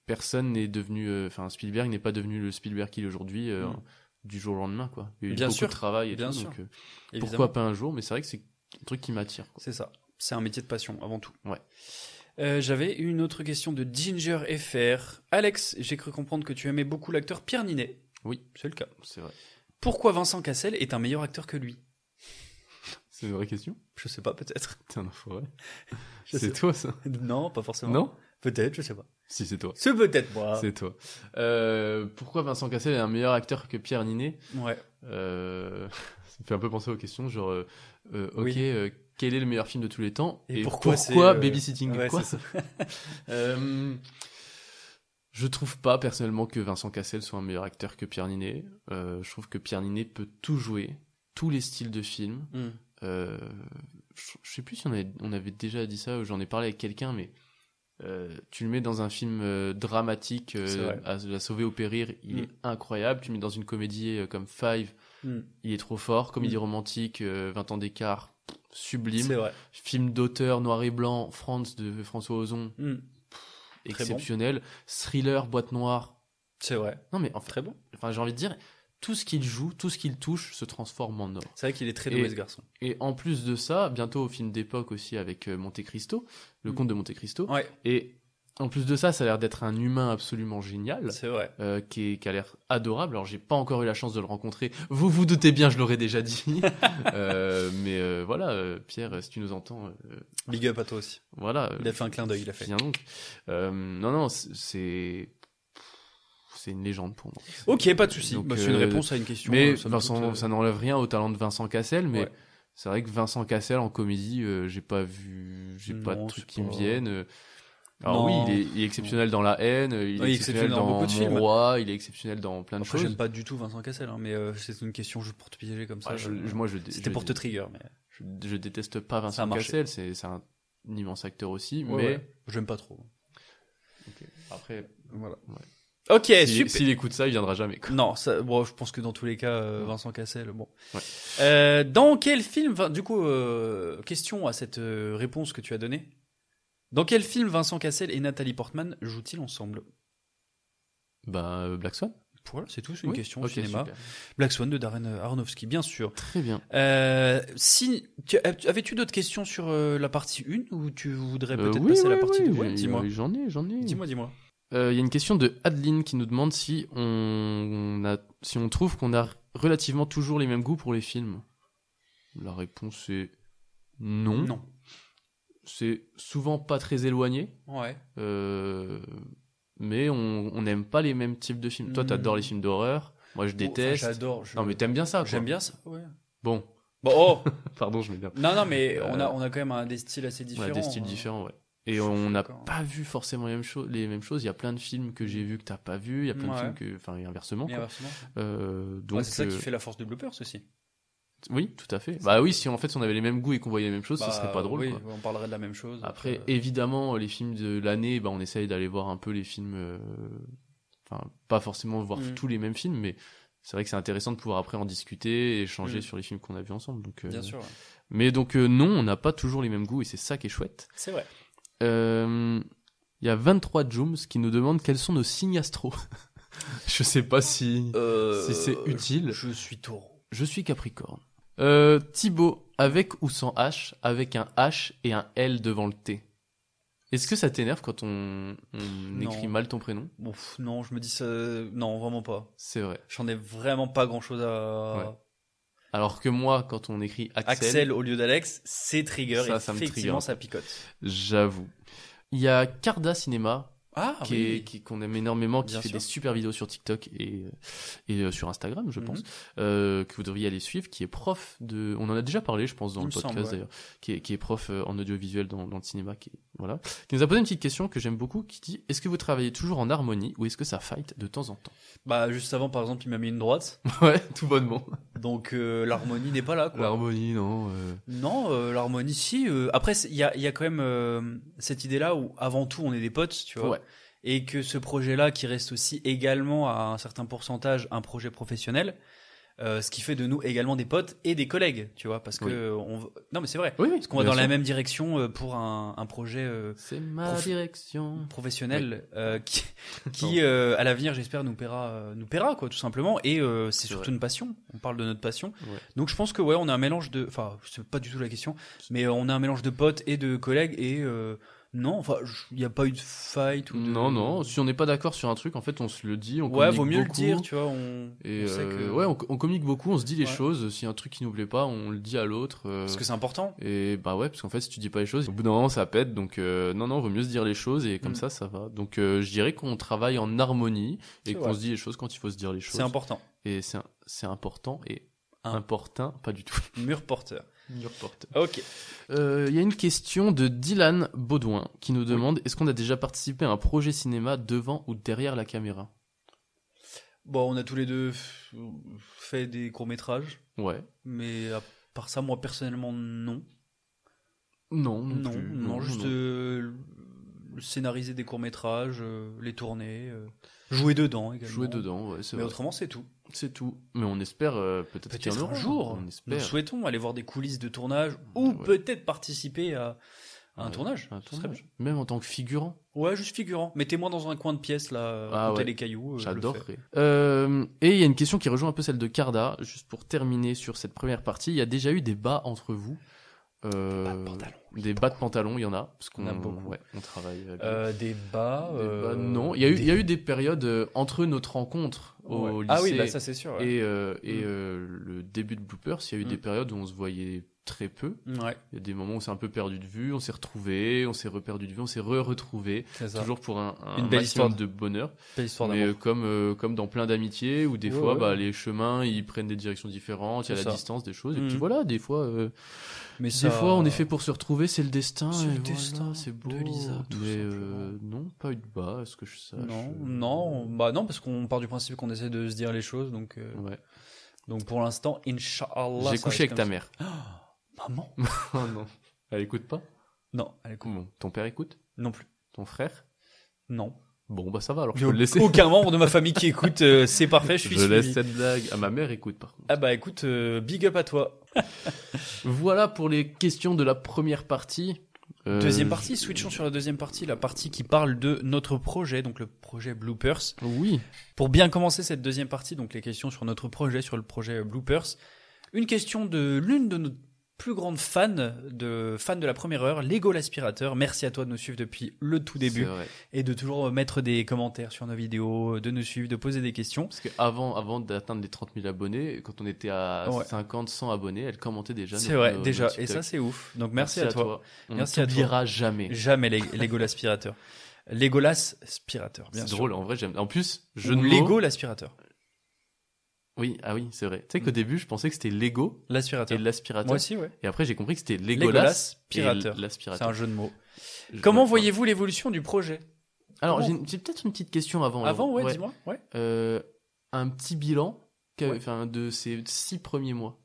S5: personne n'est devenu, euh, enfin Spielberg n'est pas devenu le Spielberg qu'il est aujourd'hui euh,
S6: Mm.
S5: du jour au lendemain, quoi. Il y a eu
S6: Bien
S5: beaucoup
S6: sûr,
S5: de travail et
S6: bien
S5: tout,
S6: sûr,
S5: donc, euh,
S6: évidemment.
S5: pourquoi pas un jour Mais c'est vrai que c'est un truc qui m'attire. quoi.
S6: C'est ça. C'est un métier de passion avant tout.
S5: Ouais.
S6: Euh, J'avais une autre question de Ginger FR. Alex, j'ai cru comprendre que tu aimais beaucoup l'acteur Pierre Ninet.
S5: Oui.
S6: c'est le cas.
S5: C'est vrai.
S6: Pourquoi Vincent Cassel est un meilleur acteur que lui
S5: C'est une vraie question.
S6: Je sais pas, peut-être.
S5: T'es un enfoiré.
S6: Je sais
S5: c'est toi ça
S6: Non, Ah. pas forcément.
S5: Non
S6: Peut-être, je sais pas.
S5: Si c'est toi.
S6: C'est peut-être moi.
S5: C'est toi. Euh, pourquoi Vincent Cassel est un meilleur acteur que Pierre Ninet
S6: Ouais.
S5: Euh, ça me fait un peu penser aux questions genre euh, euh, ok
S6: Oui.
S5: euh, quel est le meilleur film de tous les temps
S6: Et pourquoi c'est, euh,
S5: babysitting
S6: ouais,
S5: quoi
S6: c'est
S5: Euh, je trouve pas personnellement que Vincent Cassel soit un meilleur acteur que Pierre Ninet Euh, je trouve que Pierre Ninet peut tout jouer tous les styles de films
S6: Hmm.
S5: euh, je je sais plus si on avait, on avait déjà dit ça ou j'en ai parlé avec quelqu'un, mais euh, tu le mets dans un film euh, dramatique, euh,
S6: C'est vrai.
S5: à La Sauver ou Périr, il
S6: Mm.
S5: est incroyable. Tu le mets dans une comédie euh, comme Five,
S6: Mm.
S5: il est trop fort. Comédie
S6: Mm.
S5: romantique, euh, 20 ans d'écart,
S6: C'est
S5: sublime.
S6: vrai.
S5: Film d'auteur noir et blanc, France de François Ozon,
S6: Hmm. Très
S5: exceptionnel. Thriller, boîte noire.
S6: C'est vrai.
S5: Non mais en fait,
S6: Très bon.
S5: enfin, j'ai envie de dire, tout ce qu'il joue, tout ce qu'il touche se transforme en or.
S6: C'est vrai qu'il est très
S5: Et-
S6: doué, ce garçon.
S5: Et en plus de ça, bientôt au film d'époque aussi avec euh, Monte Cristo, le
S6: Mm.
S5: conte de Monte Cristo.
S6: Ouais,
S5: Et en plus de ça, ça a l'air d'être un humain absolument génial.
S6: c'est vrai.
S5: euh, qui, est- qui a l'air adorable. Alors j'ai pas encore eu la chance de le rencontrer. Vous vous doutez bien, je l'aurais déjà dit. Euh, mais euh, voilà, euh, Pierre, euh, si tu nous entends, euh,
S6: Big up à toi aussi.
S5: voilà. euh,
S6: Il a fait un clin d'œil, il a fait.
S5: Viens donc. Euh, non non, c- c'est c'est une légende pour moi.
S6: Ok, pas de souci.
S5: Donc,
S6: Bah, c'est
S5: euh,
S6: une réponse à une question.
S5: Mais
S6: euh, somme
S5: Vincent,
S6: toute, euh,
S5: ça n'enlève rien au talent de Vincent Cassel, mais
S6: Ouais.
S5: c'est vrai que Vincent Cassel en comédie, euh, j'ai pas vu, j'ai pas de
S6: Non,
S5: trucs
S6: c'est
S5: qui me
S6: pas-
S5: viennent. euh. Alors
S6: Non.
S5: oui, il est, il est exceptionnel dans La haine, euh, il est
S6: Oui,
S5: exceptionnel,
S6: exceptionnel dans
S5: dans,
S6: beaucoup de
S5: Mon
S6: films.
S5: Roi, il est exceptionnel dans plein de
S6: Après,
S5: choses.
S6: j'aime pas du tout Vincent Cassel, hein, mais euh, c'est une question juste pour te piéger comme ça.
S5: Ouais, je- je- moi, je, dé-
S6: Bah, C'était
S5: je
S6: pour
S5: dé-
S6: te trigger, mais
S5: je, je déteste pas
S6: Ça a
S5: Vincent
S6: marché.
S5: Cassel, c'est c'est un immense acteur aussi,
S6: Ouais,
S5: mais
S6: ouais, j'aime pas trop.
S5: Ok. après,
S6: Voilà.
S5: Ouais.
S6: Ok,
S5: s'il
S6: super.
S5: s'il écoute ça, il viendra jamais. quoi.
S6: Non, ça, bon, je pense que dans tous les cas, euh, Vincent Cassel, bon.
S5: Ouais.
S6: Euh, dans quel film, Vin- du coup, euh, question à cette euh, réponse que tu as donnée. Dans quel film Vincent Cassel et Nathalie Portman jouent-ils ensemble
S5: Bah euh, Black Swan.
S6: Voilà, c'est tout, c'est une
S5: Oui
S6: question au
S5: Ok,
S6: cinéma.
S5: super.
S6: Black Swan de Darren euh, Aronofsky, bien sûr.
S5: Très bien.
S6: Euh, si, tu- avais-tu d'autres questions sur euh, la partie 1 ou tu voudrais
S5: Euh,
S6: peut-être
S5: oui,
S6: passer à la
S5: oui,
S6: partie
S5: oui,
S6: 2 Ouais,
S5: j'ai-
S6: Dis-moi.
S5: J'en ai, j'en ai.
S6: Dis-moi, dis-moi.
S5: Euh, Il y a une question de Adeline qui nous demande si on, a, si on trouve qu'on a relativement toujours les mêmes goûts pour les films. La réponse est non.
S6: Non.
S5: C'est souvent pas très éloigné,
S6: Ouais.
S5: euh, mais on on n'aime pas les mêmes types de films. Toi, t'adores les films d'horreur, moi je déteste.
S6: Hmm. Enfin, J'adore. je-
S5: non, mais t'aimes bien ça. quoi.
S6: J'aime bien ça. Ouais.
S5: Bon,
S6: Bon, oh
S5: pardon, je m'énerve.
S6: Non, non, mais
S5: Euh,
S6: on, a, on a quand même un, des styles assez différents.
S5: Ouais, des styles
S6: hein.
S5: différents, ouais. Et
S6: Je suis
S5: on n'a
S6: d'accord. Hmm.
S5: pas vu forcément les mêmes, choses les mêmes choses. Il y a plein de films que j'ai vus que t'as pas vu. Il y a plein
S6: Ouais.
S5: de films que, enfin, et inversement.
S6: Et
S5: quoi.
S6: inversement.
S5: Euh,
S6: Ouais,
S5: donc,
S6: c'est ça
S5: euh,
S6: qui fait la force de Bloopers aussi.
S5: Oui, tout à fait. Bah oui, si en fait si on avait les mêmes goûts et qu'on voyait les mêmes choses,
S6: Bah,
S5: ce serait pas drôle.
S6: oui,
S5: quoi.
S6: on parlerait de la même chose.
S5: Après,
S6: Donc, euh,
S5: évidemment, les films de l'année, bah, on essaye d'aller voir un peu les films. euh, Enfin, pas forcément voir
S6: Mm.
S5: tous les mêmes films, mais c'est vrai que c'est intéressant de pouvoir après en discuter et échanger
S6: Mm.
S5: sur les films qu'on a vus ensemble. Donc, euh,
S6: bien sûr. ouais.
S5: Mais donc, euh, non, on n'a pas toujours les mêmes goûts et c'est ça qui est chouette.
S6: C'est vrai.
S5: Euh, Il y a 23 Jooms qui nous demandent quels sont nos signes astro. Je sais pas si. Si c'est
S6: Euh,
S5: utile.
S6: Je suis taureau.
S5: Je suis Capricorne. Euh, Thibaut, avec ou sans H, avec un H et un L devant le T. Est-ce que ça t'énerve quand on, on écrit mal ton prénom
S6: Ouf, non, je me dis ça. Non, vraiment pas.
S5: C'est vrai.
S6: J'en ai vraiment pas grand chose à.
S5: Ouais. Alors que moi, quand on écrit
S6: Axel.
S5: Axel,
S6: au lieu d'Alex, c'est trigger.
S5: Ça,
S6: et
S5: ça me
S6: effectivement,
S5: trigger.
S6: ça picote.
S5: j'avoue. Il y a Carda Cinéma,
S6: Ah,
S5: qui est- qui- qu'on aime énormément, qui
S6: Bien
S5: fait
S6: sûr. Mhm.
S5: des super vidéos sur TikTok et, et euh, sur Instagram, je pense, euh, que vous devriez aller suivre, qui est prof de, on en a déjà parlé, je pense, dans
S6: Il
S5: le
S6: me semble,
S5: podcast
S6: ouais.
S5: d'ailleurs, qui est, qui est prof euh, en audiovisuel dans, dans le cinéma, qui, est- voilà, qui nous a posé une petite question que j'aime beaucoup, qui dit, est-ce que vous travaillez toujours en harmonie ou est-ce que ça fight de temps en temps
S6: Bah, juste avant, par exemple, il m'a mis une droite.
S5: Ouais, tout bonnement.
S6: Donc, euh, l'harmonie n'est pas là, quoi.
S5: L'harmonie, non. euh,
S6: Non, euh, l'harmonie, si. euh, Après, c'est- il y a, il y a quand même euh, cette idée-là où, avant tout, on est des potes, tu vois.
S5: Ouais.
S6: Et que ce projet-là, qui reste aussi également à un certain pourcentage un projet professionnel, euh, ce qui fait de nous également des potes et des collègues, tu vois. Parce que.
S5: Oui.
S6: euh, On... v- Non, mais c'est vrai.
S5: Oui, oui.
S6: Parce qu'on va
S5: bien
S6: dans la
S5: sûr.
S6: même direction euh, pour un, un projet euh,
S5: C'est ma
S6: Prof-
S5: direction.
S6: professionnel euh, qui,
S5: Pardon.
S6: qui euh, à l'avenir, j'espère, nous paiera, euh, nous paiera quoi, tout simplement. Et euh, c'est
S5: C'est
S6: surtout
S5: vrai.
S6: une passion. On parle de notre passion.
S5: Ouais.
S6: Donc je pense que ouais, on a un mélange de, enfin, c'est pas du tout la question, mais euh, on a un mélange de potes et de collègues et euh, non, enfin, il n'y a pas eu de fight ou de...
S5: Non, non. Si on n'est pas d'accord sur un truc, en fait, on se le dit. On
S6: ouais,
S5: communique
S6: vaut mieux
S5: beaucoup.
S6: le dire, tu vois. On,
S5: Et
S6: on sait que-
S5: euh, ouais, on, on communique beaucoup, on se dit les
S6: Ouais.
S5: choses. Si y a un truc qui nous plaît pas, on le dit à l'autre. euh,
S6: parce que c'est important.
S5: Et bah ouais, parce qu'en fait, si tu dis pas les choses, au bout d'un moment, ça pète. Donc euh, non, non, vaut mieux se dire les choses et comme
S6: Mm.
S5: ça, ça va. Donc euh, je dirais qu'on travaille en harmonie
S6: C'est
S5: et qu'on
S6: vrai.
S5: se dit les choses quand il faut se dire les choses.
S6: C'est Hein. important.
S5: Et c'est un- c'est important et
S6: Un-
S5: important, pas du tout.
S6: Mur porteur.
S5: Mur porte.
S6: Ok.
S5: Euh, Il y a une question de Dylan Baudouin qui nous demande est-ce qu'on a déjà participé à un projet cinéma devant ou derrière la caméra
S6: Bon, on a tous les deux f- fait des courts métrages,
S5: Ouais.
S6: mais à part ça, moi personnellement, non.
S5: Non, non,
S6: Non,
S5: plus.
S6: non, juste
S5: non.
S6: euh, le- scénariser des courts-métrages, euh, les tourner, euh, jouer dedans également.
S5: jouer dedans, ouais, c'est
S6: Mais
S5: vrai.
S6: autrement, c'est tout.
S5: C'est tout. Mais on espère euh, peut-être qu'il y en
S6: Peut-être un
S5: aura.
S6: jour,
S5: On
S6: nous
S5: espère. Ah
S6: souhaitons aller voir des coulisses de tournage ou
S5: Ouais.
S6: peut-être participer à, à un
S5: Ouais,
S6: tournage.
S5: un
S6: Ce serait
S5: tournage. Même en tant que figurant,
S6: bien. Ouais, juste figurant. Mettez-moi dans un coin de pièce, là,
S5: Ah
S6: compter
S5: ouais.
S6: les cailloux. euh, je le fais.
S5: j'adorerais. Euh, et il y a une question qui rejoint un peu celle de Carda, juste pour terminer sur cette première partie. Il y a déjà eu des bas entre vous. Euh,
S6: Pas de pantalon.
S5: des bas de pantalon, il y en a. Parce qu'on
S6: en a beaucoup.
S5: ouais, on travaille. euh,
S6: Euh, des bas.
S5: des
S6: euh,
S5: bas- non, il y, a eu,
S6: des-
S5: il y a eu des périodes euh, entre notre rencontre
S6: Ouais.
S5: au lycée
S6: Ah oui, bah ça c'est sûr. ouais.
S5: et, euh, et,
S6: Mm.
S5: euh, le début de Bloopers, il y a eu
S6: Mm.
S5: des périodes où on se voyait très peu.
S6: Ouais,
S5: Il y a des moments où on s'est un peu perdu de vue, on s'est retrouvé, on s'est reperdu de vue, on s'est re-retrouvé,
S6: c'est ça.
S5: toujours pour un, un
S6: Une belle
S5: maximum
S6: histoire.
S5: de bonheur.
S6: Belle histoire
S5: Mais
S6: d'amour.
S5: euh, comme, euh, comme dans plein d'amitiés, où des
S6: Ouais,
S5: fois
S6: ouais.
S5: bah, les chemins ils prennent des directions différentes, il y a
S6: C'est
S5: la
S6: ça.
S5: distance, des choses. Et
S6: Mhm.
S5: puis voilà, des fois, euh,
S6: Mais
S5: des fois on est fait pour se retrouver, c'est le destin.
S6: C'est
S5: et
S6: le
S5: voilà,
S6: destin
S5: c'est
S6: de
S5: beau.
S6: Lisa, tout
S5: Mais
S6: simplement.
S5: euh, non, pas eu de bas, est-ce que je sache
S6: Non,
S5: euh,
S6: non, bah non, parce qu'on part du principe qu'on essaie de se dire les choses, donc, euh,
S5: Ouais.
S6: donc pour l'instant, Inch'Allah.
S5: J'ai
S6: ça
S5: couché
S6: reste
S5: avec ta
S6: comme
S5: mère.
S6: ça. Maman
S5: oh non. Elle écoute pas
S6: Non, elle est con.
S5: Bon, Ton père écoute
S6: Non plus.
S5: Ton frère
S6: Non.
S5: Bon, bah ça va alors, je
S6: J'ai
S5: peux le laisser.
S6: aucun membre de ma famille qui écoute, euh, c'est parfait, je suis
S5: Je laisse
S6: suivi.
S5: cette blague. Ah, ma mère écoute par contre.
S6: Ah bah écoute, euh, big up à toi.
S5: Voilà pour les questions de la première partie. Euh,
S6: Deuxième
S5: je-
S6: partie, switchons sur la deuxième partie, la partie qui parle de notre projet, donc le projet Bloopers.
S5: Oui.
S6: Pour bien commencer cette deuxième partie, donc les questions sur notre projet, sur le projet Bloopers, une question de l'une de nos plus grandes fans, de, fans de la première heure, Lego l'aspirateur. Merci à toi de nous suivre depuis le tout
S5: C'est
S6: début
S5: vrai.
S6: et de toujours mettre des commentaires sur nos vidéos, de nous suivre, de poser des questions.
S5: Parce qu'avant avant, d'atteindre les 30 000 abonnés, quand on était à
S6: Ouais.
S5: 50, 100 abonnés, elle commentait déjà.
S6: C'est
S5: nos-
S6: vrai,
S5: nos-
S6: déjà.
S5: nos
S6: Et
S5: TikTok.
S6: ça, c'est ouf. Donc merci, à, toi.
S5: On
S6: Merci à
S5: ne
S6: toi.
S5: t'oubliera jamais.
S6: Jamais Leg- Lego l'aspirateur. Lego l'aspirateur, bien
S5: C'est
S6: sûr.
S5: drôle, en vrai, j'aime. En plus, je
S6: Ou
S5: ne
S6: Lego l'aspirateur.
S5: Oui, ah oui, c'est vrai. Tu sais qu'au
S6: Mm.
S5: début, je pensais que c'était Lego et
S6: L'aspirateur. Moi
S5: l'aspirateur.
S6: aussi, ouais.
S5: Et après, j'ai compris que c'était Legolas
S6: Legolas,
S5: et
S6: pirateur. C'est un
S5: l'aspirateur.
S6: jeu de mots.
S5: Je-
S6: Comment
S5: enfin,
S6: voyez-vous l'évolution du projet
S5: Alors,
S6: comment-
S5: j'ai une- j'ai peut-être une petite question avant.
S6: Avant, ouais,
S5: ouais.
S6: dis-moi. Ouais.
S5: Euh, un petit bilan qu'a-
S6: Ouais.
S5: enfin, de ces six premiers mois.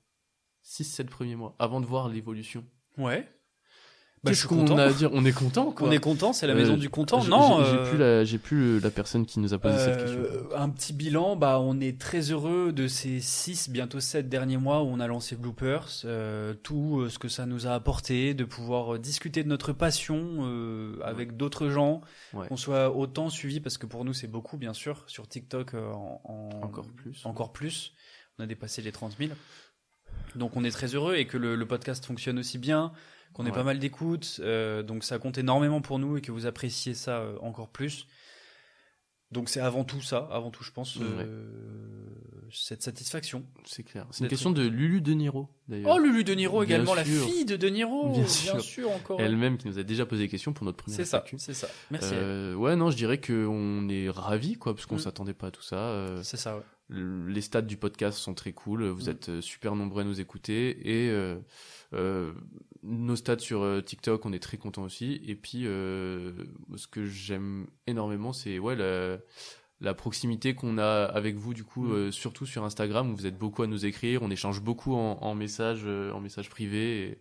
S5: 6-7 premiers mois, avant de voir l'évolution.
S6: Ouais. Bah, je
S5: Qu'est-ce
S6: suis
S5: qu'on
S6: content.
S5: a à dire On est content, quoi.
S6: On est content, c'est la maison
S5: Euh,
S6: du content.
S5: J'ai-
S6: Non,
S5: j'ai- J'ai
S6: euh,
S5: plus, la, j'ai plus la personne qui nous a posé cette question.
S6: Euh, un petit bilan, bah, on est très heureux de ces 6, bientôt 7 derniers mois où on a lancé Bloopers, euh, tout euh, ce que ça nous a apporté, de pouvoir euh, discuter de notre passion euh, avec d'autres gens,
S5: Ouais.
S6: qu'on soit autant suivi, parce que pour nous c'est beaucoup bien sûr, sur TikTok euh, en, en-
S5: Encore plus.
S6: encore plus. On a dépassé les 30 000. Donc on est très heureux et que le, le podcast fonctionne aussi bien, qu'on ait
S5: Ouais.
S6: pas mal d'écoutes, euh, donc ça compte énormément pour nous et que vous appréciez ça euh, encore plus. Donc c'est avant tout ça, avant tout je pense, euh, cette satisfaction.
S5: C'est clair. C'est une
S6: D'être-
S5: question de Lulu De Niro, d'ailleurs.
S6: Oh Lulu De Niro
S5: Bien
S6: également, la
S5: sûr.
S6: fille de De Niro,
S5: Bien
S6: bien,
S5: sûr.
S6: sûr. encore.
S5: Elle-même qui nous a déjà posé des questions pour notre première
S6: C'est ça,
S5: FAQ.
S6: c'est ça. Merci.
S5: Euh, ouais, non, je dirais qu'on est ravis, quoi, parce qu'on
S6: Mm.
S5: s'attendait pas à tout ça. Euh,
S6: C'est ça. ouais.
S5: le- les stats du podcast sont très cool. Vous
S6: Mm.
S5: êtes euh, super nombreux à nous écouter. Et euh, euh, nos stats sur euh, TikTok, on est très contents aussi. Et puis, euh, ce que j'aime énormément, c'est ouais, la, la proximité qu'on a avec vous, du coup,
S6: Mm.
S5: euh, surtout sur Instagram, où vous êtes beaucoup à nous écrire. On échange beaucoup en, en messages euh, en messages privés. et,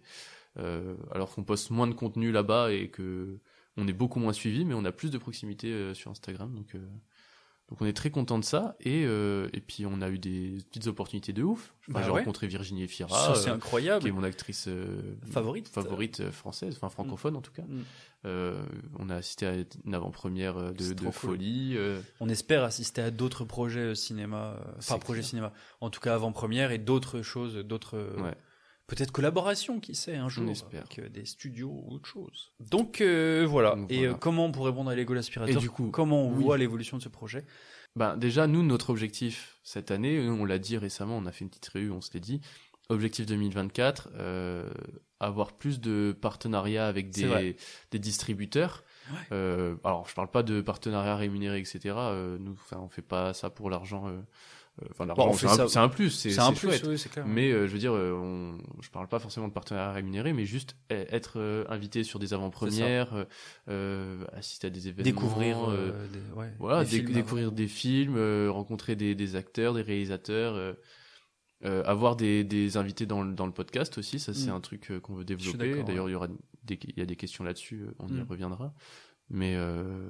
S5: euh, alors qu'on poste moins de contenu là-bas et que on est beaucoup moins suivi, mais on a plus de proximité euh, sur Instagram. Donc, euh, donc on est très content de ça. Et, euh, et puis on a eu des petites opportunités de ouf. Enfin,
S6: Bah
S5: J'ai
S6: ouais.
S5: rencontré Virginie Efira,
S6: ça c'est
S5: euh, qui est
S6: incroyable.
S5: mon actrice euh,
S6: Ah Favorite.
S5: favorite euh, française, enfin francophone en tout cas.
S6: Mm.
S5: Euh, on a assisté à une avant-première euh, de,
S6: C'est
S5: de
S6: trop cool.
S5: folie. euh,
S6: On espère assister à d'autres projets euh, cinéma, euh,
S5: C'est
S6: enfin projets
S5: clair.
S6: cinéma, en tout cas avant-première et d'autres choses, d'autres euh,
S5: Ouais.
S6: peut-être collaborations, qui sait, un jour
S5: espère.
S6: avec euh, des studios ou autre chose. Donc euh, voilà.
S5: Donc,
S6: et
S5: voilà.
S6: euh, comment pour répondre à l'ego l'aspirateur
S5: Et du coup,
S6: comment on
S5: oui.
S6: voit l'évolution de ce projet
S5: Ben, déjà, nous, notre objectif cette année, euh, on l'a dit récemment, on a fait une petite réu, on se l'est dit. Objectif 2024, euh, avoir plus de partenariats avec
S6: C'est vrai.
S5: des, des distributeurs.
S6: Ouais.
S5: Euh, alors, je parle pas de partenariats rémunérés, etc. Euh, nous, enfin, on fait pas ça pour l'argent. euh, euh, Enfin, l'argent,
S6: on fait
S5: c'est un-
S6: ça-
S5: c'est un, plus, c'est
S6: C'est un
S5: c'est
S6: plus,
S5: chouette.
S6: oui, c'est clair.
S5: Mais euh, je veux dire, euh, on, je parle pas forcément de partenariat rémunéré, mais juste euh, être euh, invité sur des avant-premières, euh, euh, assister à des événements,
S6: découvrir
S5: euh,
S6: euh, des- ouais,
S5: voilà,
S6: des
S5: déc-
S6: films
S5: découvrir
S6: avant.
S5: des films, euh, rencontrer des, des acteurs, des réalisateurs, euh, euh, avoir des, des invités dans le, dans le podcast aussi, ça c'est
S6: Mm.
S5: un truc euh, qu'on veut
S6: suis
S5: développer.
S6: d'accord,
S5: D'ailleurs, il y aura des, il y a des questions là-dessus, euh, on y
S6: Mm.
S5: reviendra. Mais euh,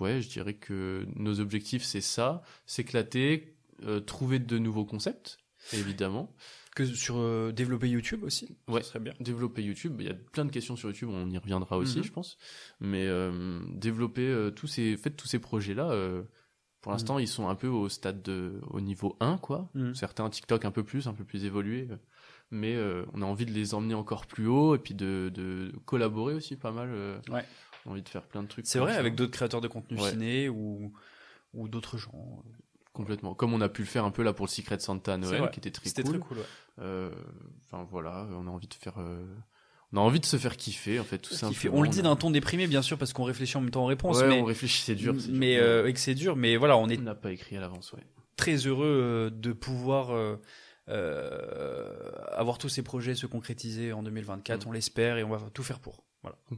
S5: ouais, je dirais que nos objectifs c'est ça, s'éclater, euh, trouver de nouveaux concepts, évidemment,
S6: que sur euh, développer YouTube aussi.
S5: Ouais.
S6: ça serait bien.
S5: développer YouTube. Il y a plein de questions sur YouTube, on y reviendra aussi,
S6: Mhm.
S5: je pense. Mais euh, développer euh, tous ces, faites tous ces projets là. pour
S6: Mhm.
S5: l'instant, ils sont un peu au stade de, au niveau 1, quoi.
S6: Mhm.
S5: Certains TikTok un peu plus, un peu plus évolués. euh, Mais euh, on a envie de les emmener encore plus haut et puis de, de collaborer aussi pas mal. euh,
S6: Ouais.
S5: On a envie de faire plein de trucs.
S6: C'est
S5: comme
S6: vrai
S5: ça,
S6: avec d'autres créateurs de contenu
S5: Ouais.
S6: ciné ou ou d'autres gens.
S5: Complètement. Comme on a pu le faire un peu là pour le Secret Santa à
S6: C'est
S5: Noël,
S6: vrai.
S5: qui était très
S6: C'était
S5: cool.
S6: très cool. ouais.
S5: Euh, Enfin voilà, on a envie de faire. euh, On a envie de se faire kiffer en fait, tout
S6: Qui fait-
S5: simplement.
S6: on le dit
S5: a-
S6: d'un ton déprimé bien sûr parce qu'on réfléchit en même temps en réponse.
S5: Ouais,
S6: mais...
S5: on réfléchit, c'est dur. c'est dur.
S6: mais euh, et que c'est dur. Mais voilà, on est
S5: on n'a pas écrit à l'avance, ouais.
S6: très heureux euh, de pouvoir euh, euh, avoir tous ces projets se concrétiser en 2024.
S5: Mm.
S6: On l'espère et on va tout faire pour. Voilà.
S5: Mm.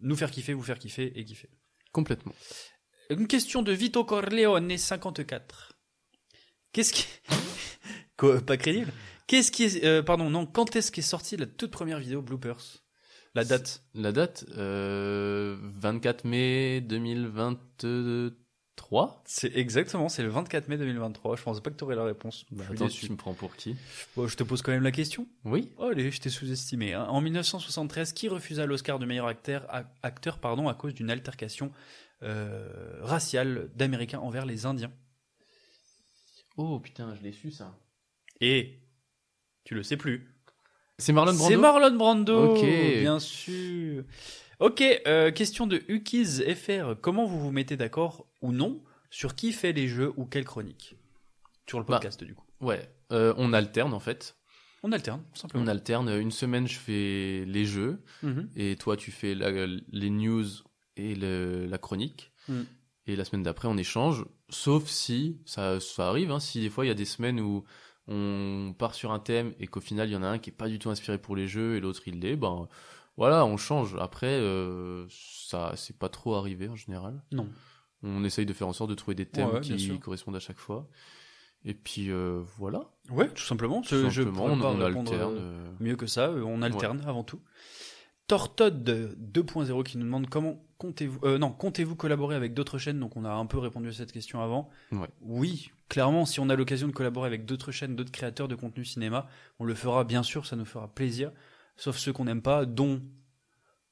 S6: Nous faire kiffer, vous faire kiffer et kiffer.
S5: Complètement.
S6: Une question de Vito Corleone 54. Qu'est-ce qui Quoi, pas crédible Qu'est-ce qui est euh, pardon non quand est-ce qu'est sortie la toute première vidéo bloopers La date
S5: La date, euh, 24 mai 2023.
S6: C'est exactement, c'est le 24 mai 2023. Je pensais pas que tu aurais la réponse.
S5: Bah,
S6: je, suis
S5: attends,
S6: déçu.
S5: tu me prends pour qui
S6: Bon, je te pose quand même la question.
S5: Oui.
S6: Oh, allez, je t'ai sous-estimé. hein. En 1973, qui refusa l'Oscar de meilleur acteur, ac- acteur pardon, à cause d'une altercation euh, raciale d'Américains envers les Indiens
S5: Oh putain, je l'ai su ça.
S6: Et tu le sais plus.
S5: C'est Marlon Brando.
S6: C'est Marlon Brando,
S5: Ok.
S6: bien sûr. Ok, euh, question de Ukiz FR. Comment vous vous mettez d'accord ou non sur qui fait les jeux ou quelle chronique Sur le
S5: Bah.
S6: podcast, du coup.
S5: Ouais. Euh, on alterne en fait.
S6: On alterne, tout
S5: On
S6: simplement.
S5: alterne. Une semaine, je fais les jeux.
S6: Mhm.
S5: et toi tu fais la- les news et le- la chronique
S6: Mm.
S5: et la semaine d'après on échange sauf si ça, ça arrive hein, si des fois il y a des semaines où on part sur un thème et qu'au final il y en a un qui est pas du tout inspiré pour les jeux et l'autre il l'est ben voilà on change après euh, ça c'est pas trop arrivé en général
S6: Non.
S5: on essaye de faire en sorte de trouver des thèmes
S6: Ouais, ouais, bien
S5: qui
S6: sûr.
S5: correspondent à chaque fois et puis euh, voilà
S6: Ouais, tout simplement.
S5: Tout
S6: Je- je
S5: simplement,
S6: pourrais
S5: on,
S6: pas
S5: on
S6: répondre,
S5: alterne.
S6: euh,
S5: euh,
S6: Mieux que ça, euh, on alterne avant tout. Tortod 2.0 qui nous demande comment comptez-vous euh, non comptez-vous collaborer avec d'autres chaînes donc on a un peu répondu à cette question avant
S5: Ouais.
S6: oui clairement si on a l'occasion de collaborer avec d'autres chaînes d'autres créateurs de contenu cinéma on le fera bien sûr ça nous fera plaisir sauf ceux qu'on n'aime pas dont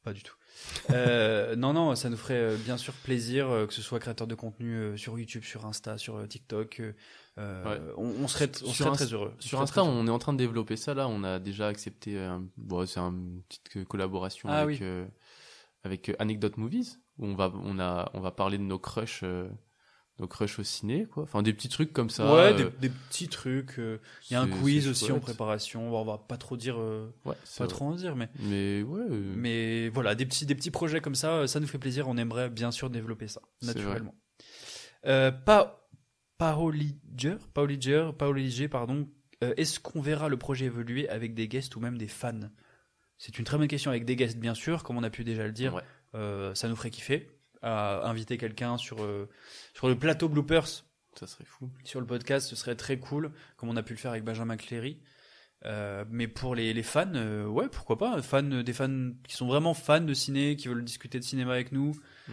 S6: pas du tout Euh, non non ça nous ferait euh, bien sûr plaisir euh, que ce soit créateur de contenu euh, sur YouTube sur Insta sur euh, TikTok euh, euh, on, on serait on
S5: Sur
S6: serait
S5: Inst-
S6: très heureux
S5: Sur
S6: On serait
S5: Insta,
S6: très heureux.
S5: on est en train de développer ça. Là, on a déjà accepté. euh, un- bon, c'est une petite euh, collaboration
S6: Ah
S5: avec,
S6: oui.
S5: euh, avec euh, Anecdote Movies où on va, on a, on va parler de nos crushs, euh, nos crushs au ciné, quoi. Enfin, des petits trucs comme ça.
S6: ouais,
S5: euh,
S6: des, des petits trucs. euh, Il y a un
S5: c'est-
S6: quiz
S5: c'est
S6: aussi en
S5: chouette.
S6: préparation. Bon, on va pas trop dire, euh,
S5: Ouais,
S6: pas
S5: c'est vrai.
S6: trop en dire, mais
S5: Mais ouais. euh,
S6: mais voilà, des petits des petits projets comme ça, euh, ça nous fait plaisir. On aimerait bien sûr développer ça
S5: C'est vrai.
S6: naturellement. Euh, pas Paoliger, Paoliger, Paoliger, pardon. euh, Est-ce qu'on verra le projet évoluer avec des guests ou même des fans C'est une très bonne question. Avec des guests, bien sûr, comme on a pu déjà le dire,
S5: Ouais.
S6: euh, ça nous ferait kiffer à inviter quelqu'un sur euh, sur le plateau bloopers
S5: Ça serait fou.
S6: sur le podcast, ce serait très cool, comme on a pu le faire avec Benjamin Cléry. Euh, mais pour les, les fans, euh, ouais, pourquoi pas fans, euh, Des fans qui sont vraiment fans de ciné, qui veulent discuter de cinéma avec nous.
S5: Mm.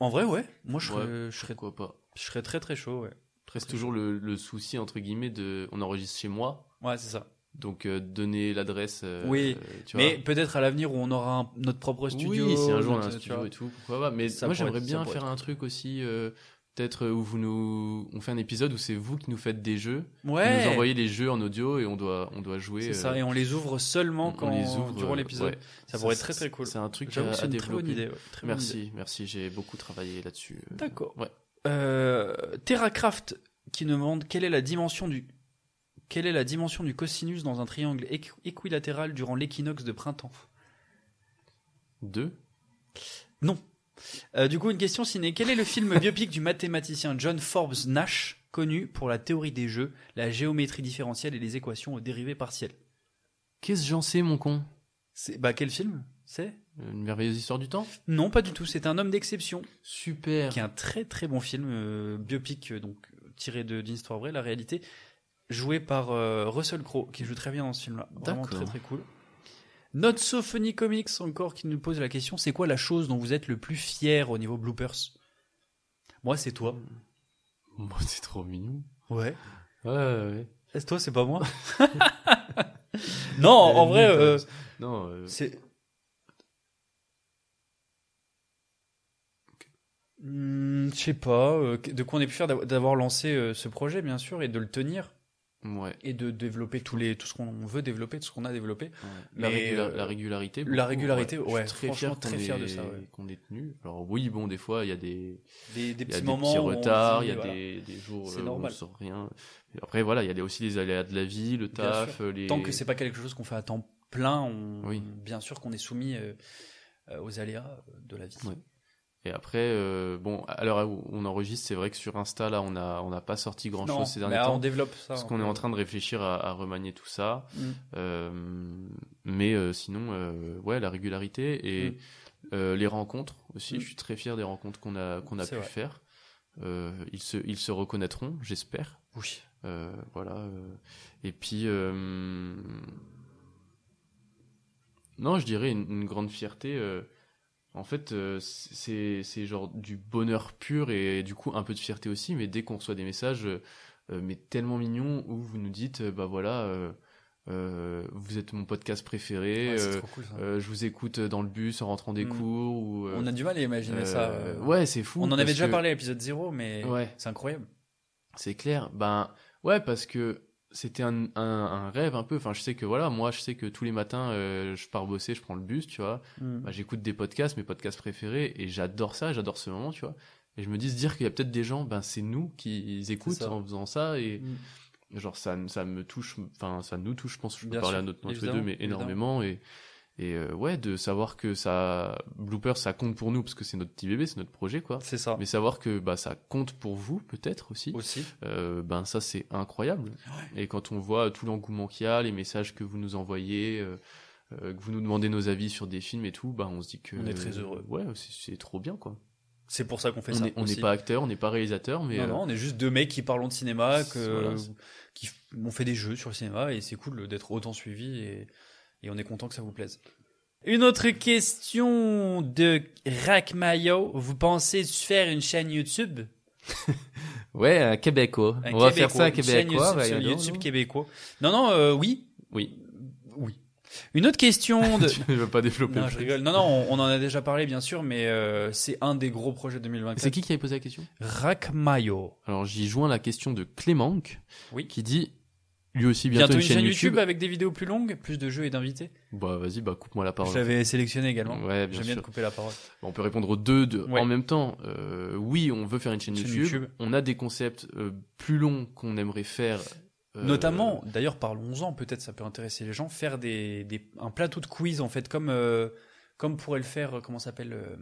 S6: En vrai, ouais, moi je, serais,
S5: Ouais,
S6: je, serais,
S5: Pourquoi pas
S6: je serais très très chaud, ouais.
S5: Après, c'est toujours le, le souci entre guillemets de, on enregistre chez moi,
S6: Ouais, c'est ça.
S5: donc euh, donner l'adresse. euh,
S6: Oui,
S5: euh, tu vois.
S6: Mais peut-être à l'avenir où on aura un- notre propre studio.
S5: Oui, si un jour on a un
S6: notre- tu
S5: studio
S6: vois.
S5: et tout, pourquoi pas. Mais
S6: Ça
S5: moi
S6: pourrait
S5: j'aimerais
S6: être- ça
S5: bien
S6: pourrait
S5: faire
S6: être
S5: un truc aussi, euh, peut-être euh, où vous nous, on fait un épisode où c'est vous qui nous faites des jeux,
S6: Ouais,
S5: vous nous envoyez les jeux en audio et on doit, on doit jouer.
S6: c'est
S5: euh,
S6: ça. Et on les ouvre seulement
S5: on-
S6: quand
S5: on les ouvre
S6: durant
S5: euh,
S6: l'épisode.
S5: ouais.
S6: Ça pourrait être très, très
S5: c'est-
S6: cool.
S5: C'est un truc
S6: J'avoue
S5: à,
S6: que
S5: à
S6: c'est une très
S5: développer.
S6: bonne idée. ouais, très bonne idée.
S5: Merci, merci, j'ai beaucoup travaillé là-dessus. euh,
S6: D'accord.
S5: Ouais.
S6: Euh, TerraCraft qui nous demande quelle est la dimension du quelle est la dimension du cosinus dans un triangle équ- équilatéral durant l'équinoxe de printemps
S5: Deux.
S6: Non. Euh, du coup, une question ciné. Quel est le film biopic du mathématicien John Forbes Nash, connu pour la théorie des jeux, la géométrie différentielle et les équations aux dérivées partielles
S5: Qu'est-ce que j'en sais, mon con
S6: C'est bah quel film C'est
S5: Une merveilleuse histoire du temps
S6: Non, pas du tout. C'est un homme d'exception
S5: Super.
S6: qui est un très très bon film euh, biopic euh, donc tiré de d'une histoire vraie la réalité joué par euh, Russell Crowe qui joue très bien dans ce film là vraiment
S5: D'accord.
S6: très très cool notre Sophonie Comics encore qui nous pose la question c'est quoi la chose dont vous êtes le plus fier au niveau bloopers moi c'est toi
S5: Bon, Oh, c'est trop mignon.
S6: ouais
S5: Ouais, ouais, ouais.
S6: c'est toi c'est pas moi non en vrai euh,
S5: Non, euh,
S6: c'est Hmm, je sais pas euh, de quoi on est plus fier d'av- d'avoir lancé euh, ce projet bien sûr et de le tenir
S5: ouais.
S6: et de développer tous les, tout ce qu'on veut développer, tout ce qu'on a développé.
S5: Ouais. La,
S6: Mais,
S5: régula-
S6: euh,
S5: la régularité.
S6: la régularité, ouais,
S5: je suis très
S6: franchement,
S5: fier,
S6: très
S5: qu'on
S6: fier de
S5: ait-
S6: ça, ouais.
S5: Qu'on ait tenu. Alors oui, bon, des fois, il y a des,
S6: Des, des
S5: il y a
S6: petits
S5: des
S6: moments.
S5: petits
S6: où on se
S5: retards,
S6: dit,
S5: il y a
S6: voilà.
S5: des, des jours euh, où
S6: C'est
S5: on ne
S6: normal.
S5: sort rien. Et après, voilà, il y a des- aussi les aléas de la vie, le
S6: Bien
S5: taf,
S6: sûr.
S5: les.
S6: Tant que c'est pas quelque chose qu'on fait à temps plein, on,
S5: Oui.
S6: bien sûr qu'on est soumis euh, euh, aux aléas de la vie.
S5: Ouais. Et après, euh, bon, à l'heure où on enregistre, c'est vrai que sur Insta, là, on n'a on n'a pas sorti grand
S6: Non,
S5: chose ces derniers
S6: mais ah, on
S5: temps.
S6: développe ça.
S5: Parce
S6: on
S5: qu'on est en
S6: développe.
S5: train de réfléchir à, à remanier tout ça.
S6: Mm.
S5: Euh, mais euh, sinon, euh, ouais, la régularité et
S6: Mm.
S5: euh, les rencontres aussi.
S6: Mm.
S5: Je suis très fier des rencontres qu'on a, qu'on a
S6: C'est
S5: pu
S6: vrai.
S5: faire. Euh, ils, se, ils se reconnaîtront, j'espère.
S6: Oui.
S5: Euh, voilà. euh. Et puis, euh, non, je dirais une, une grande fierté. euh, en fait, euh, c'est c'est genre du bonheur pur et du coup un peu de fierté aussi. Mais dès qu'on reçoit des messages, euh, euh, mais tellement mignons, où vous nous dites, euh, bah voilà, euh, euh, vous êtes mon podcast préféré.
S6: Ouais, c'est
S5: euh,
S6: trop cool, ça.
S5: euh, je vous écoute dans le bus en rentrant des
S6: Mm.
S5: cours. Ou, euh,
S6: on a du mal à imaginer
S5: euh,
S6: ça. euh,
S5: ouais, c'est fou.
S6: on en
S5: parce
S6: avait déjà
S5: que-
S6: parlé à l'épisode 0, mais
S5: Ouais.
S6: c'est incroyable.
S5: C'est clair. Ben ouais, parce que c'était un, un, un rêve un peu. Enfin, je sais que voilà, moi, je sais que tous les matins, euh, je pars bosser, je prends le bus, tu vois. Bah, J'écoute des podcasts, mes podcasts préférés, et j'adore ça, j'adore ce moment, tu vois. Et je me dis se dire qu'il y a peut-être des gens, ben c'est nous qui ils écoutent
S6: ça.
S5: en faisant ça et
S6: Mm.
S5: genre ça, ça me touche, enfin ça nous touche. Je pense que je peux
S6: Bien
S5: parler
S6: sûr,
S5: à notre nom tous les
S6: évidemment,
S5: deux, mais
S6: évidemment.
S5: énormément et et euh, ouais de savoir que ça blooper ça compte pour nous parce que c'est notre petit bébé, c'est notre projet quoi.
S6: C'est ça.
S5: Mais savoir que bah ça compte pour vous peut-être aussi
S6: Aussi.
S5: euh, ben ça c'est incroyable. Et quand on voit tout l'engouement qu'il y a, les messages que vous nous envoyez, euh, euh, que vous nous demandez nos avis sur des films et tout, ben on se dit que
S6: On est très heureux.
S5: Ouais, c'est- c'est trop bien quoi.
S6: C'est pour ça qu'on fait
S5: on
S6: ça.
S5: est- on n'est
S6: aussi.
S5: pas acteur, on n'est pas réalisateur, mais
S6: non,
S5: euh,
S6: non, on est juste deux mecs qui parlons de cinéma, que,
S5: Voilà.
S6: qui f- ont fait des jeux sur le cinéma, et c'est cool d'être autant suivi, et, et on est content que ça vous plaise.
S7: Une autre question de Rakmayo. Vous pensez faire une chaîne YouTube
S8: Ouais, un Québécois.
S6: Un
S8: on va
S6: Québécois,
S8: faire ça à
S6: une chaîne
S8: Québécois.
S5: bah,
S6: YouTube sur
S8: voyons donc,
S6: YouTube
S8: non
S6: québécois. Non, non, euh, oui.
S8: Oui.
S6: Oui. Une autre question de...
S5: je veux pas développer.
S6: Non,
S5: plus.
S6: je rigole. Non, non, on, on en a déjà parlé, bien sûr, mais euh, c'est un des gros projets de 2024.
S5: C'est qui qui avait posé la question
S6: Rakmayo.
S5: Alors j'y joins la question de Clémanque,
S6: Oui.
S5: qui dit lui aussi bientôt,
S6: Bientôt, une chaîne YouTube.
S5: YouTube.
S6: avec des vidéos plus longues, plus de jeux et d'invités.
S5: Bah vas-y, bah coupe-moi la parole.
S6: Je l'avais sélectionné également.
S5: Ouais, bien
S6: J'aime bien
S5: sûr.
S6: te couper la parole.
S5: Bah, On peut répondre aux deux, de-
S6: Ouais.
S5: en même temps. Euh, oui, on veut faire une chaîne,
S6: Chaîne
S5: YouTube.
S6: YouTube.
S5: On a des concepts euh, plus longs qu'on aimerait faire. euh,
S6: Notamment, d'ailleurs, parlons-en, peut-être ça peut intéresser les gens, faire des, des- un plateau de quiz, en fait, comme, euh, comme pourrait le faire, euh, comment ça s'appelle euh,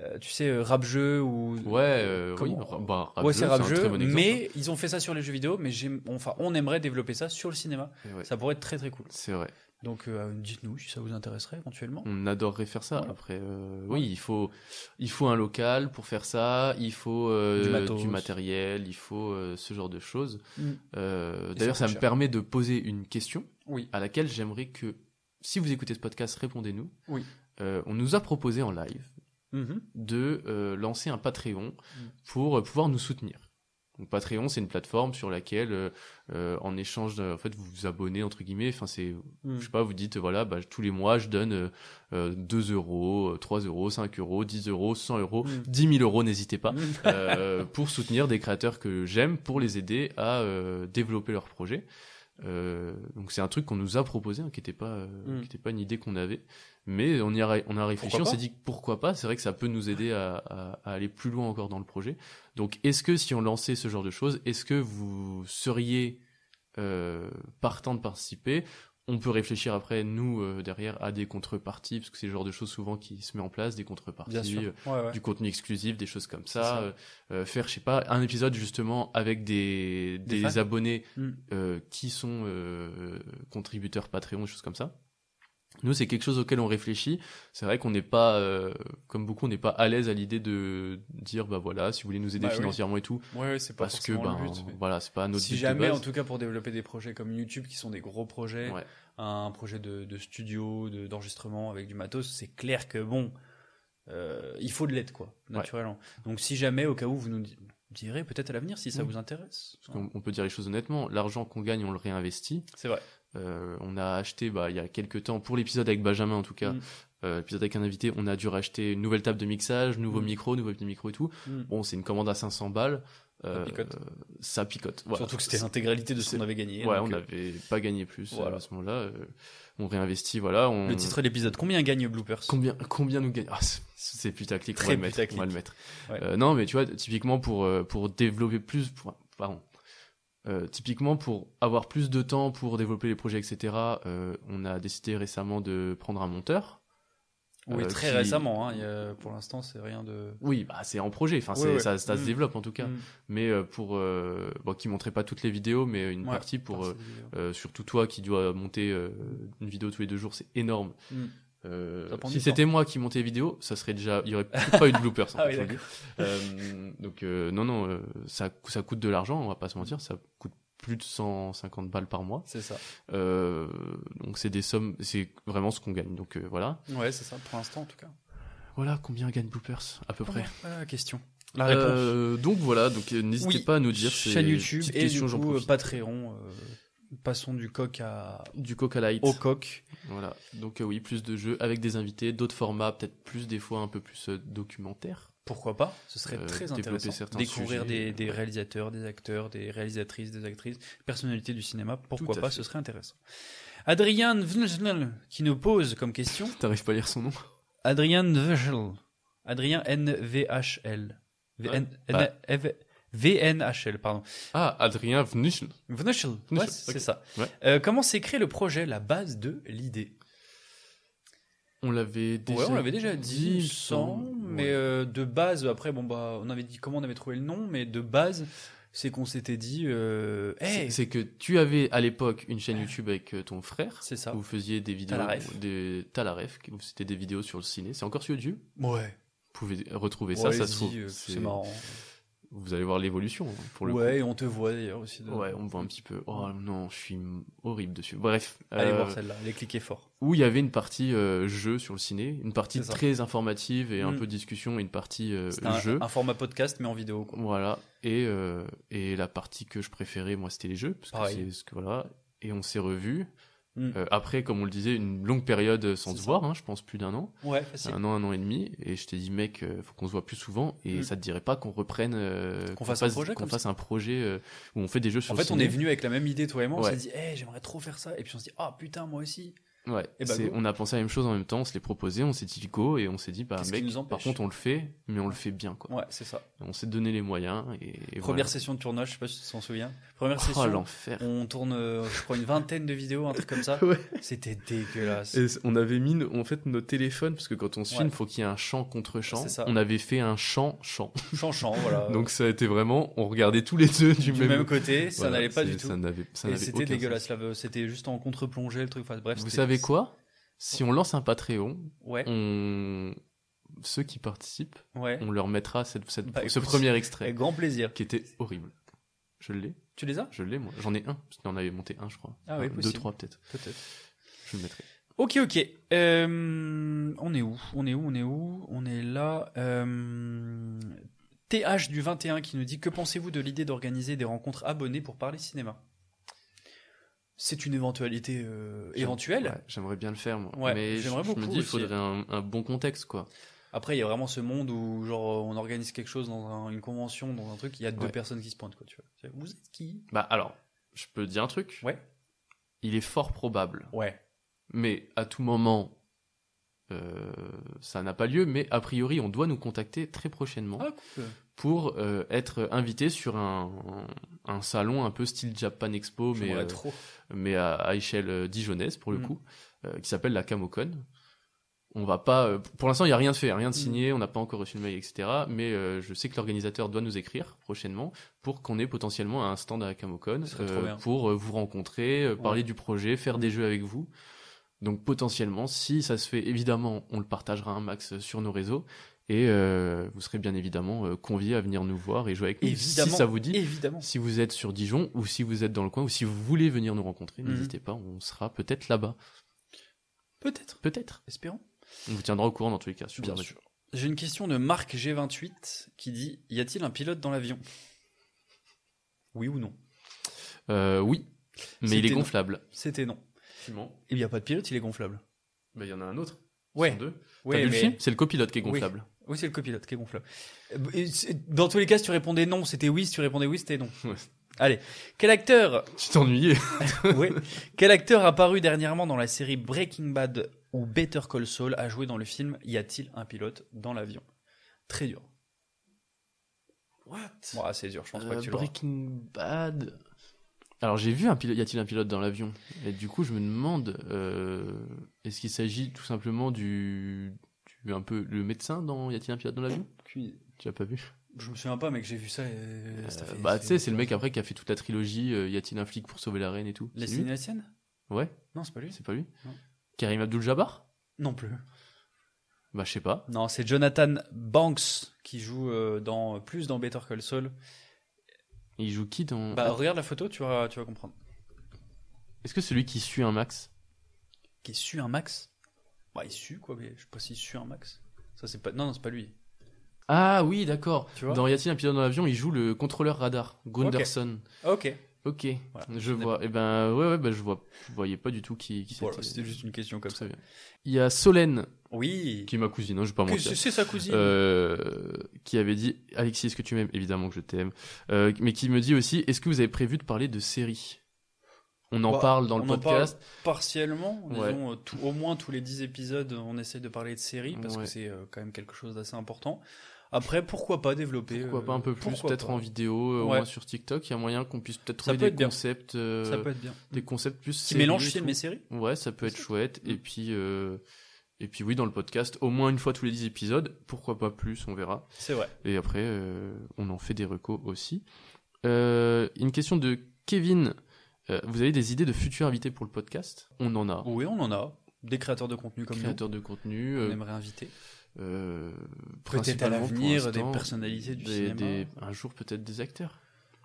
S6: euh, tu sais, euh, rap-jeu ou...
S5: Ouais, euh,
S6: comment-
S5: oui, ra- bah, rap
S6: ouais,
S5: jeu,
S6: c'est
S5: c'est un
S6: rap-jeu,
S5: très bon exemple,
S6: mais ils ont fait ça sur les jeux vidéo, mais j'aime- enfin, on aimerait développer ça sur le cinéma.
S5: Et ouais.
S6: Ça pourrait être très très cool.
S5: C'est vrai.
S6: Donc, euh, dites-nous si ça vous intéresserait éventuellement.
S5: On adorerait faire ça.
S6: Ouais.
S5: Après, euh, oui, il faut, il faut un local pour faire ça. Il faut euh,
S6: Du matos.
S5: matériel. Il faut euh, ce genre de choses.
S6: Mm.
S5: Euh,
S6: Et
S5: D'ailleurs, ça,
S6: ça coûte
S5: me
S6: cher.
S5: permet de poser une question
S6: Oui.
S5: à laquelle j'aimerais que, si vous écoutez ce podcast, répondez-nous.
S6: Oui.
S5: Euh, on nous a proposé en live Mm-hmm.
S6: Mhm.
S5: de euh, lancer un Patreon
S6: Mm.
S5: pour euh, pouvoir nous soutenir. Donc Patreon, c'est une plateforme sur laquelle, euh, euh, en échange, de- en fait, vous vous abonnez entre guillemets. Enfin, c'est,
S6: Mm.
S5: je sais pas, vous dites voilà, bah, tous les mois, je donne euh, euh, 2 euros, euh, 3 euros, 5 euros, 10 euros, 100 euros,
S6: Mm.
S5: 10 000 euros, n'hésitez pas, euh, pour soutenir des créateurs que j'aime, pour les aider à euh, développer leur projet. Euh, donc c'est un truc qu'on nous a proposé, hein, qui n'était pas, euh,
S6: Mm.
S5: qui était pas une idée qu'on avait, mais on y a, on a réfléchi,
S6: Pourquoi
S5: on
S6: pas
S5: s'est dit pourquoi pas. C'est vrai que ça peut nous aider à, à- à aller plus loin encore dans le projet. Donc est-ce que si on lançait ce genre de choses, est-ce que vous seriez euh, partant de participer On peut réfléchir après nous euh, derrière à des contreparties, parce que c'est le genre de choses souvent qui se met en place, des contreparties.
S6: Bien sûr. Ouais, ouais.
S5: du contenu exclusif, des choses comme ça,
S6: C'est ça.
S5: Euh, euh, faire je sais pas un épisode justement avec des
S6: Des
S5: des,
S6: fans.
S5: abonnés
S6: Mm.
S5: euh, qui sont euh, contributeurs Patreon, des choses comme ça. Nous, c'est quelque chose auquel on réfléchit. C'est vrai qu'on n'est pas, euh, comme beaucoup, on n'est pas à l'aise à l'idée de dire, bah voilà, si vous voulez nous aider
S6: Bah oui.
S5: financièrement et tout,
S6: Ouais, ouais, c'est pas
S5: parce que
S6: forcément le
S5: ben,
S6: but, mais-
S5: voilà, c'est pas notre
S6: si
S5: but de
S6: jamais,
S5: base.
S6: en tout cas, pour développer des projets comme YouTube, qui sont des gros projets,
S5: Ouais.
S6: un projet de, de studio, de- d'enregistrement avec du matos, c'est clair que bon, euh, il faut de l'aide, quoi, naturellement. Donc, si jamais, au cas où, vous nous di- direz peut-être à l'avenir si ça
S5: Oui.
S6: vous intéresse.
S5: Mm. Parce qu'on on peut dire les choses honnêtement, l'argent qu'on gagne, on le réinvestit.
S6: C'est vrai.
S5: Euh, on a acheté bah, il y a quelques temps, pour l'épisode avec Benjamin en tout cas,
S6: Mm.
S5: euh, l'épisode avec un invité, on a dû racheter une nouvelle table de mixage, nouveau
S6: Mm.
S5: micro, nouveau petit micro et tout.
S6: Mm.
S5: Bon, c'est une commande à 500 balles. Euh,
S6: picote.
S5: ça picote. Voilà.
S6: Surtout que c'était l'intégralité de ce
S5: C'est-
S6: qu'on avait gagné.
S5: Ouais,
S6: donc,
S5: on
S6: euh,
S5: n'avait pas gagné plus euh,
S6: voilà.
S5: à ce moment-là. euh, on réinvestit, voilà. On...
S6: Le titre de l'épisode, combien gagne Bloopers
S5: Combien, combien nous gagnons Ah, c'est- C'est putaclic, on
S6: Très
S5: va, le mettre, on va
S6: putaclic.
S5: le mettre.
S6: Ouais.
S5: Euh, non, mais tu vois, typiquement pour, euh, pour développer plus. pour- pardon. Euh, typiquement pour avoir plus de temps pour développer les projets, etc., euh, on a décidé récemment de prendre un monteur.
S6: Oui,
S5: euh,
S6: très
S5: qui-
S6: récemment. hein, il y a- pour l'instant, c'est rien de.
S5: Oui, bah, c'est en projet, enfin,
S6: Ouais,
S5: c'est-
S6: ouais.
S5: ça, ça se
S6: Mm.
S5: développe en tout cas.
S6: Mm.
S5: Mais euh, pour. euh, bon, qui montrait pas toutes les vidéos, mais une
S6: Ouais,
S5: partie pour.
S6: partie
S5: euh,
S6: des vidéos.
S5: euh, surtout toi qui dois monter euh, une vidéo tous les deux jours, c'est énorme.
S6: Mm.
S5: Euh,
S6: Ça prend du
S5: si
S6: temps.
S5: c'était moi qui montais les vidéos, ça serait déjà, il y aurait peut-être pas eu de bloopers.
S6: Ah oui,
S5: je vous le
S6: d'accord.
S5: dis. Euh, donc euh, non non, euh, ça cou- ça coûte de l'argent, on va pas se mentir, ça coûte plus de 150 balles par mois.
S6: C'est ça.
S5: Euh, donc c'est des sommes, c'est vraiment ce qu'on gagne. Donc euh, voilà,
S6: Ouais, c'est ça, pour l'instant, en tout cas.
S5: voilà combien gagne bloopers à peu près.
S6: Euh, question. La réponse.
S5: Euh, donc voilà, donc euh, n'hésitez
S6: Oui,
S5: pas à nous dire ces
S6: chaîne YouTube
S5: petites
S6: et du
S5: questions, j'en
S6: coup, euh,
S5: profite.
S6: Patreon. euh, passons du coq à
S5: du coca light.
S6: au coq.
S5: Voilà, donc euh, oui, plus de jeux avec des invités, d'autres formats, peut-être plus des fois un peu plus euh, documentaires.
S6: Pourquoi pas Ce serait
S5: Euh,
S6: très
S5: développer
S6: intéressant.
S5: certains
S6: Découvrir
S5: sujets.
S6: des, des réalisateurs, des acteurs, des réalisatrices, des actrices, personnalités du cinéma. Pourquoi
S5: Tout à
S6: pas
S5: fait.
S6: Ce serait intéressant. Adrien Vnjnl, qui nous pose comme question.
S5: T'arrives pas à lire son nom
S6: Adrien Vhl. Adrien N-V-H-L. V-
S5: Ouais.
S6: N-
S5: Bah.
S6: N- V- VNHL, pardon.
S5: Ah, Adrien Vnuchl.
S6: Vnuchl, ouais,
S5: Vnuchl,
S6: c'est
S5: ok.
S6: ça.
S5: Ouais.
S6: Euh, comment s'est créé le projet, la base de l'idée
S5: On l'avait déjà
S6: Ouais, on l'avait déjà dit,
S5: il
S6: il
S5: me
S6: me semble,
S5: semble,
S6: mais
S5: ouais.
S6: euh, de base, après, bon, bah, on avait dit comment on avait trouvé le nom, mais de base, c'est qu'on s'était dit, euh,
S5: C'est-
S6: hey,
S5: C'est que tu avais à l'époque une chaîne YouTube avec euh, ton frère.
S6: c'est ça.
S5: Vous faisiez des vidéos.
S6: T'as la ref.
S5: Des... T'as la ref, qui- C'était des vidéos sur le ciné. C'est encore sur YouTube
S6: Ouais.
S5: pouvez retrouver ça,
S6: Ouais,
S5: ça se
S6: si,
S5: trouve.
S6: euh, c'est marrant.
S5: Vous allez voir l'évolution, hein, pour le
S6: ouais,
S5: coup.
S6: et on te voit d'ailleurs aussi. dedans.
S5: Ouais, on voit un petit peu. Oh non, je suis horrible dessus. Bref. euh,
S6: Allez voir celle-là, allez cliquer fort.
S5: Où il y avait une partie euh, jeu sur le ciné, une partie
S6: C'est ça.
S5: très informative et un
S6: Mm.
S5: peu discussion, et une partie euh,
S6: C'était un,
S5: jeu.
S6: un format podcast, mais en vidéo. quoi.
S5: Voilà. Et, euh, et la partie que je préférais, moi, c'était les jeux. Parce que
S6: Pareil.
S5: c'est ce que voilà. Et on s'est revus.
S6: Mm.
S5: Euh, après, comme on le disait, une longue période sans se voir, hein, je pense plus d'un an.
S6: Ouais, facile.
S5: Un an, un an et demi. Et je t'ai dit, mec, euh, faut qu'on se voit plus souvent. Et
S6: Mm.
S5: ça te dirait pas qu'on reprenne. euh,
S6: Qu'on fasse un projet
S5: qu'on
S6: comme
S5: fasse
S6: ça.
S5: un projet euh, où on fait des jeux sur
S6: En
S5: le
S6: fait, on
S5: ciné.
S6: est venu avec la même idée, toi et moi. On
S5: Ouais.
S6: s'est dit, Eh, j'aimerais trop faire ça. Et puis on s'est dit, ah putain, moi aussi.
S5: Ouais,
S6: Et bah,
S5: c'est-
S6: go.
S5: on a pensé à la même chose en même temps, on se l'est proposé, on s'est dit go et on s'est dit bah
S6: Qu'est-ce qui
S5: mec,
S6: nous empêche
S5: par contre on le fait, mais on le fait bien quoi.
S6: Ouais, c'est ça.
S5: On s'est donné les moyens et, et voilà.
S6: Première session de tournage, je sais pas si tu t'en souviens. Première
S5: Oh,
S6: session,
S5: l'enfer.
S6: on tourne, euh, je crois, une vingtaine de vidéos, un truc comme ça.
S5: Ouais.
S6: C'était dégueulasse.
S5: Et c- on avait mis nos- en fait nos téléphones parce que quand on se
S6: Ouais.
S5: filme, faut qu'il y ait un champ contre champ.
S6: C'est ça.
S5: On avait fait un champ champ.
S6: Chanchant, voilà.
S5: Donc ça a été vraiment, on regardait tous les deux du,
S6: du même, côté, ça
S5: Voilà,
S6: n'allait pas
S5: c'est-
S6: du tout.
S5: Ça n'avait, ça
S6: et
S5: n'avait
S6: c'était
S5: aucun sens.
S6: dégueulasse. là, C'était juste en contre-plongée, le truc. Enfin, bref,
S5: Vous
S6: c'était-
S5: savez quoi Si on lance un Patreon,
S6: Ouais.
S5: on- ceux qui participent,
S6: Ouais.
S5: on leur mettra cette, cette-
S6: Bah,
S5: ce
S6: écoute,
S5: premier extrait.
S6: avec grand plaisir.
S5: Qui était horrible. Je l'ai.
S6: Tu les as
S5: Je l'ai, moi. J'en ai un. Parce qu'on en avait monté un, je crois.
S6: Ah oui,
S5: Un, deux,
S6: possible.
S5: trois, peut-être.
S6: Peut-être.
S5: Je le mettrai.
S6: Ok, ok. Euh, on est où On est où On est où On est là. Euh, TH du 21 qui nous dit Que pensez-vous de l'idée d'organiser des rencontres abonnées pour parler cinéma C'est une éventualité euh, éventuelle.
S5: Ouais, j'aimerais bien le faire, moi.
S6: Ouais,
S5: Mais je,
S6: j'aimerais
S5: je me
S6: beaucoup
S5: dis, il
S6: aussi.
S5: faudrait un, un bon contexte, quoi.
S6: Après, il y a vraiment ce monde où, genre, on organise quelque chose dans un- une convention, dans un truc, il y a deux
S5: Ouais.
S6: personnes qui se pointent, quoi, tu vois. C'est- Vous êtes qui
S5: Bah, alors, je peux te dire un truc.
S6: Ouais.
S5: Il est fort probable.
S6: Ouais.
S5: Mais à tout moment, euh, ça n'a pas lieu. Mais a priori, on doit nous contacter très prochainement.
S6: Ah, cool.
S5: pour euh, être invité sur un, un salon un peu style Japan Expo, mais,
S6: J'aimerais
S5: euh,
S6: trop.
S5: mais à, à échelle euh, dijonnaise pour le
S6: Mm.
S5: coup, euh, qui s'appelle la Camocon. On va pas, euh, pour l'instant, il y a rien de fait, rien
S6: Mm.
S5: de signé, on n'a pas encore reçu le mail, etc. Mais euh, je sais que l'organisateur doit nous écrire prochainement pour qu'on ait potentiellement un stand à la Camocon
S6: Ce serait trop bien.
S5: pour euh, vous rencontrer, euh, parler
S6: Ouais.
S5: du projet, faire des jeux avec vous. Donc potentiellement, si ça se fait, évidemment, on le partagera un max euh, sur nos réseaux. Et euh, vous serez bien évidemment euh, conviés à venir nous voir et jouer avec nous.
S6: Évidemment,
S5: si ça vous dit,
S6: évidemment.
S5: si vous êtes sur Dijon ou si vous êtes dans le coin ou si vous voulez venir nous rencontrer,
S6: Mhm.
S5: n'hésitez pas, on sera peut-être là-bas.
S6: Peut-être.
S5: Peut-être.
S6: Espérons.
S5: On vous tiendra au courant dans tous les cas. sur
S6: Bien
S5: le-
S6: sûr. J'ai une question de Marc G28 qui dit Y a-t-il un pilote dans l'avion Oui ou non
S5: Euh, oui, mais il
S6: C'était
S5: est
S6: non.
S5: gonflable.
S6: C'était non.
S5: Tu mens.
S6: Il n'y a pas de pilote, il est gonflable.
S5: Bah, Il y en a un autre.
S6: Ouais.
S5: Ils sont deux.
S6: Ouais,
S5: T'as vu le
S6: mais-
S5: film C'est le copilote qui est gonflable.
S6: Oui, Oui, c'est le copilote qui est gonflable. Euh, et c'est- Dans tous les cas, si tu répondais non, c'était oui. Si tu répondais oui, c'était non. Allez, quel acteur
S5: Tu t'ennuyais.
S6: oui. Quel acteur apparu dernièrement dans la série Breaking Bad ou Better Call Saul a joué dans le film Y a-t-il un pilote dans l'avion Très dur.
S5: What
S6: Ouais, c'est dur, je pense pas
S5: Euh,
S6: que tu l'auras.
S5: Breaking Bad. Alors j'ai vu un pilote. Y a-t-il un pilote dans l'avion Et du coup, je me demande, euh, est-ce qu'il s'agit tout simplement du, du un peu le médecin dans Y a-t-il un pilote dans l'avion
S6: Aucune-
S5: Tu l'as pas vu
S6: Je me souviens pas, mais que j'ai vu ça. et- ça
S5: Euh,
S6: fait-
S5: bah,
S6: ça
S5: tu sais,
S6: fait-
S5: c'est le mec après qui a fait toute la trilogie euh, Y a-t-il un flic pour sauver la reine et tout
S6: Les
S5: C'est lui
S6: Signatiennes
S5: Ouais.
S6: Non, c'est pas lui.
S5: C'est pas lui
S6: Non.
S5: Karim Abdul-Jabbar
S6: Non plus.
S5: Bah, je sais pas.
S6: Non, c'est Jonathan Banks qui joue euh, dans plus dans Better Call Saul.
S5: Mhm. Il joue qui dans.
S6: Bah, regarde la photo, tu vas, tu vas comprendre.
S5: Est-ce que celui qui suit un max
S6: Qui est su un max Bah, il sue quoi, mais je sais pas s'il sue un max. Ça, c'est pas. Non, non, c'est pas lui.
S5: Ah oui, d'accord.
S6: Bah, Tu vois
S5: Dans Y a-t-il un pilote dans l'avion Il joue le contrôleur radar, Gunderson.
S6: Ok.
S5: Ok, je vois. Et ben, ouais, ouais, bah, je vois. Je voyais pas du tout qui, qui
S6: Voilà, c'était juste une question comme
S5: ça. Il y a Solène.
S6: Oui.
S5: Qui est ma cousine, hein, je vais pas
S6: Que
S5: mentir.
S6: c'est- c'est sa cousine.
S5: Euh, qui avait dit Alexis, est-ce que tu m'aimes Évidemment que je t'aime. Euh, mais qui me dit aussi est-ce que vous avez prévu de parler de séries On en
S6: Bah,
S5: parle dans le
S6: on en
S5: podcast.
S6: parle partiellement,
S5: Ouais.
S6: disons, euh, tout- au moins tous les 10 épisodes, on essaie de parler de séries parce
S5: Ouais.
S6: que c'est euh, quand même quelque chose d'assez important. Après, pourquoi pas développer
S5: Pourquoi
S6: euh,
S5: pas un peu plus,
S6: pourquoi
S5: peut-être
S6: pas.
S5: en vidéo, euh, au
S6: Ouais.
S5: moins sur TikTok. Il y a moyen qu'on puisse peut-être
S6: Ça
S5: trouver
S6: peut être
S5: des
S6: bien.
S5: concepts. euh,
S6: Ça peut être bien.
S5: Des concepts plus.
S6: Qui mélangent
S5: séries,
S6: films
S5: tout.
S6: et séries.
S5: Ouais, ça peut être chouette.
S6: Mm.
S5: Et puis. euh, Et puis oui, dans le podcast, au moins une fois tous les 10 épisodes, pourquoi pas plus, on verra.
S6: C'est vrai.
S5: Et après, euh, on en fait des recos aussi. Euh, une question de Kevin. Euh, vous avez des idées de futurs invités pour le podcast On en a.
S6: Oui, on en a. Des créateurs de contenu comme
S5: Créateurs de contenu.
S6: nous.
S5: euh,
S6: On aimerait inviter.
S5: euh,
S6: Peut-être à
S5: principalement, pour
S6: l'avenir, des
S5: l'instant,
S6: personnalités du
S5: des-
S6: cinéma.
S5: des- un jour peut-être des acteurs.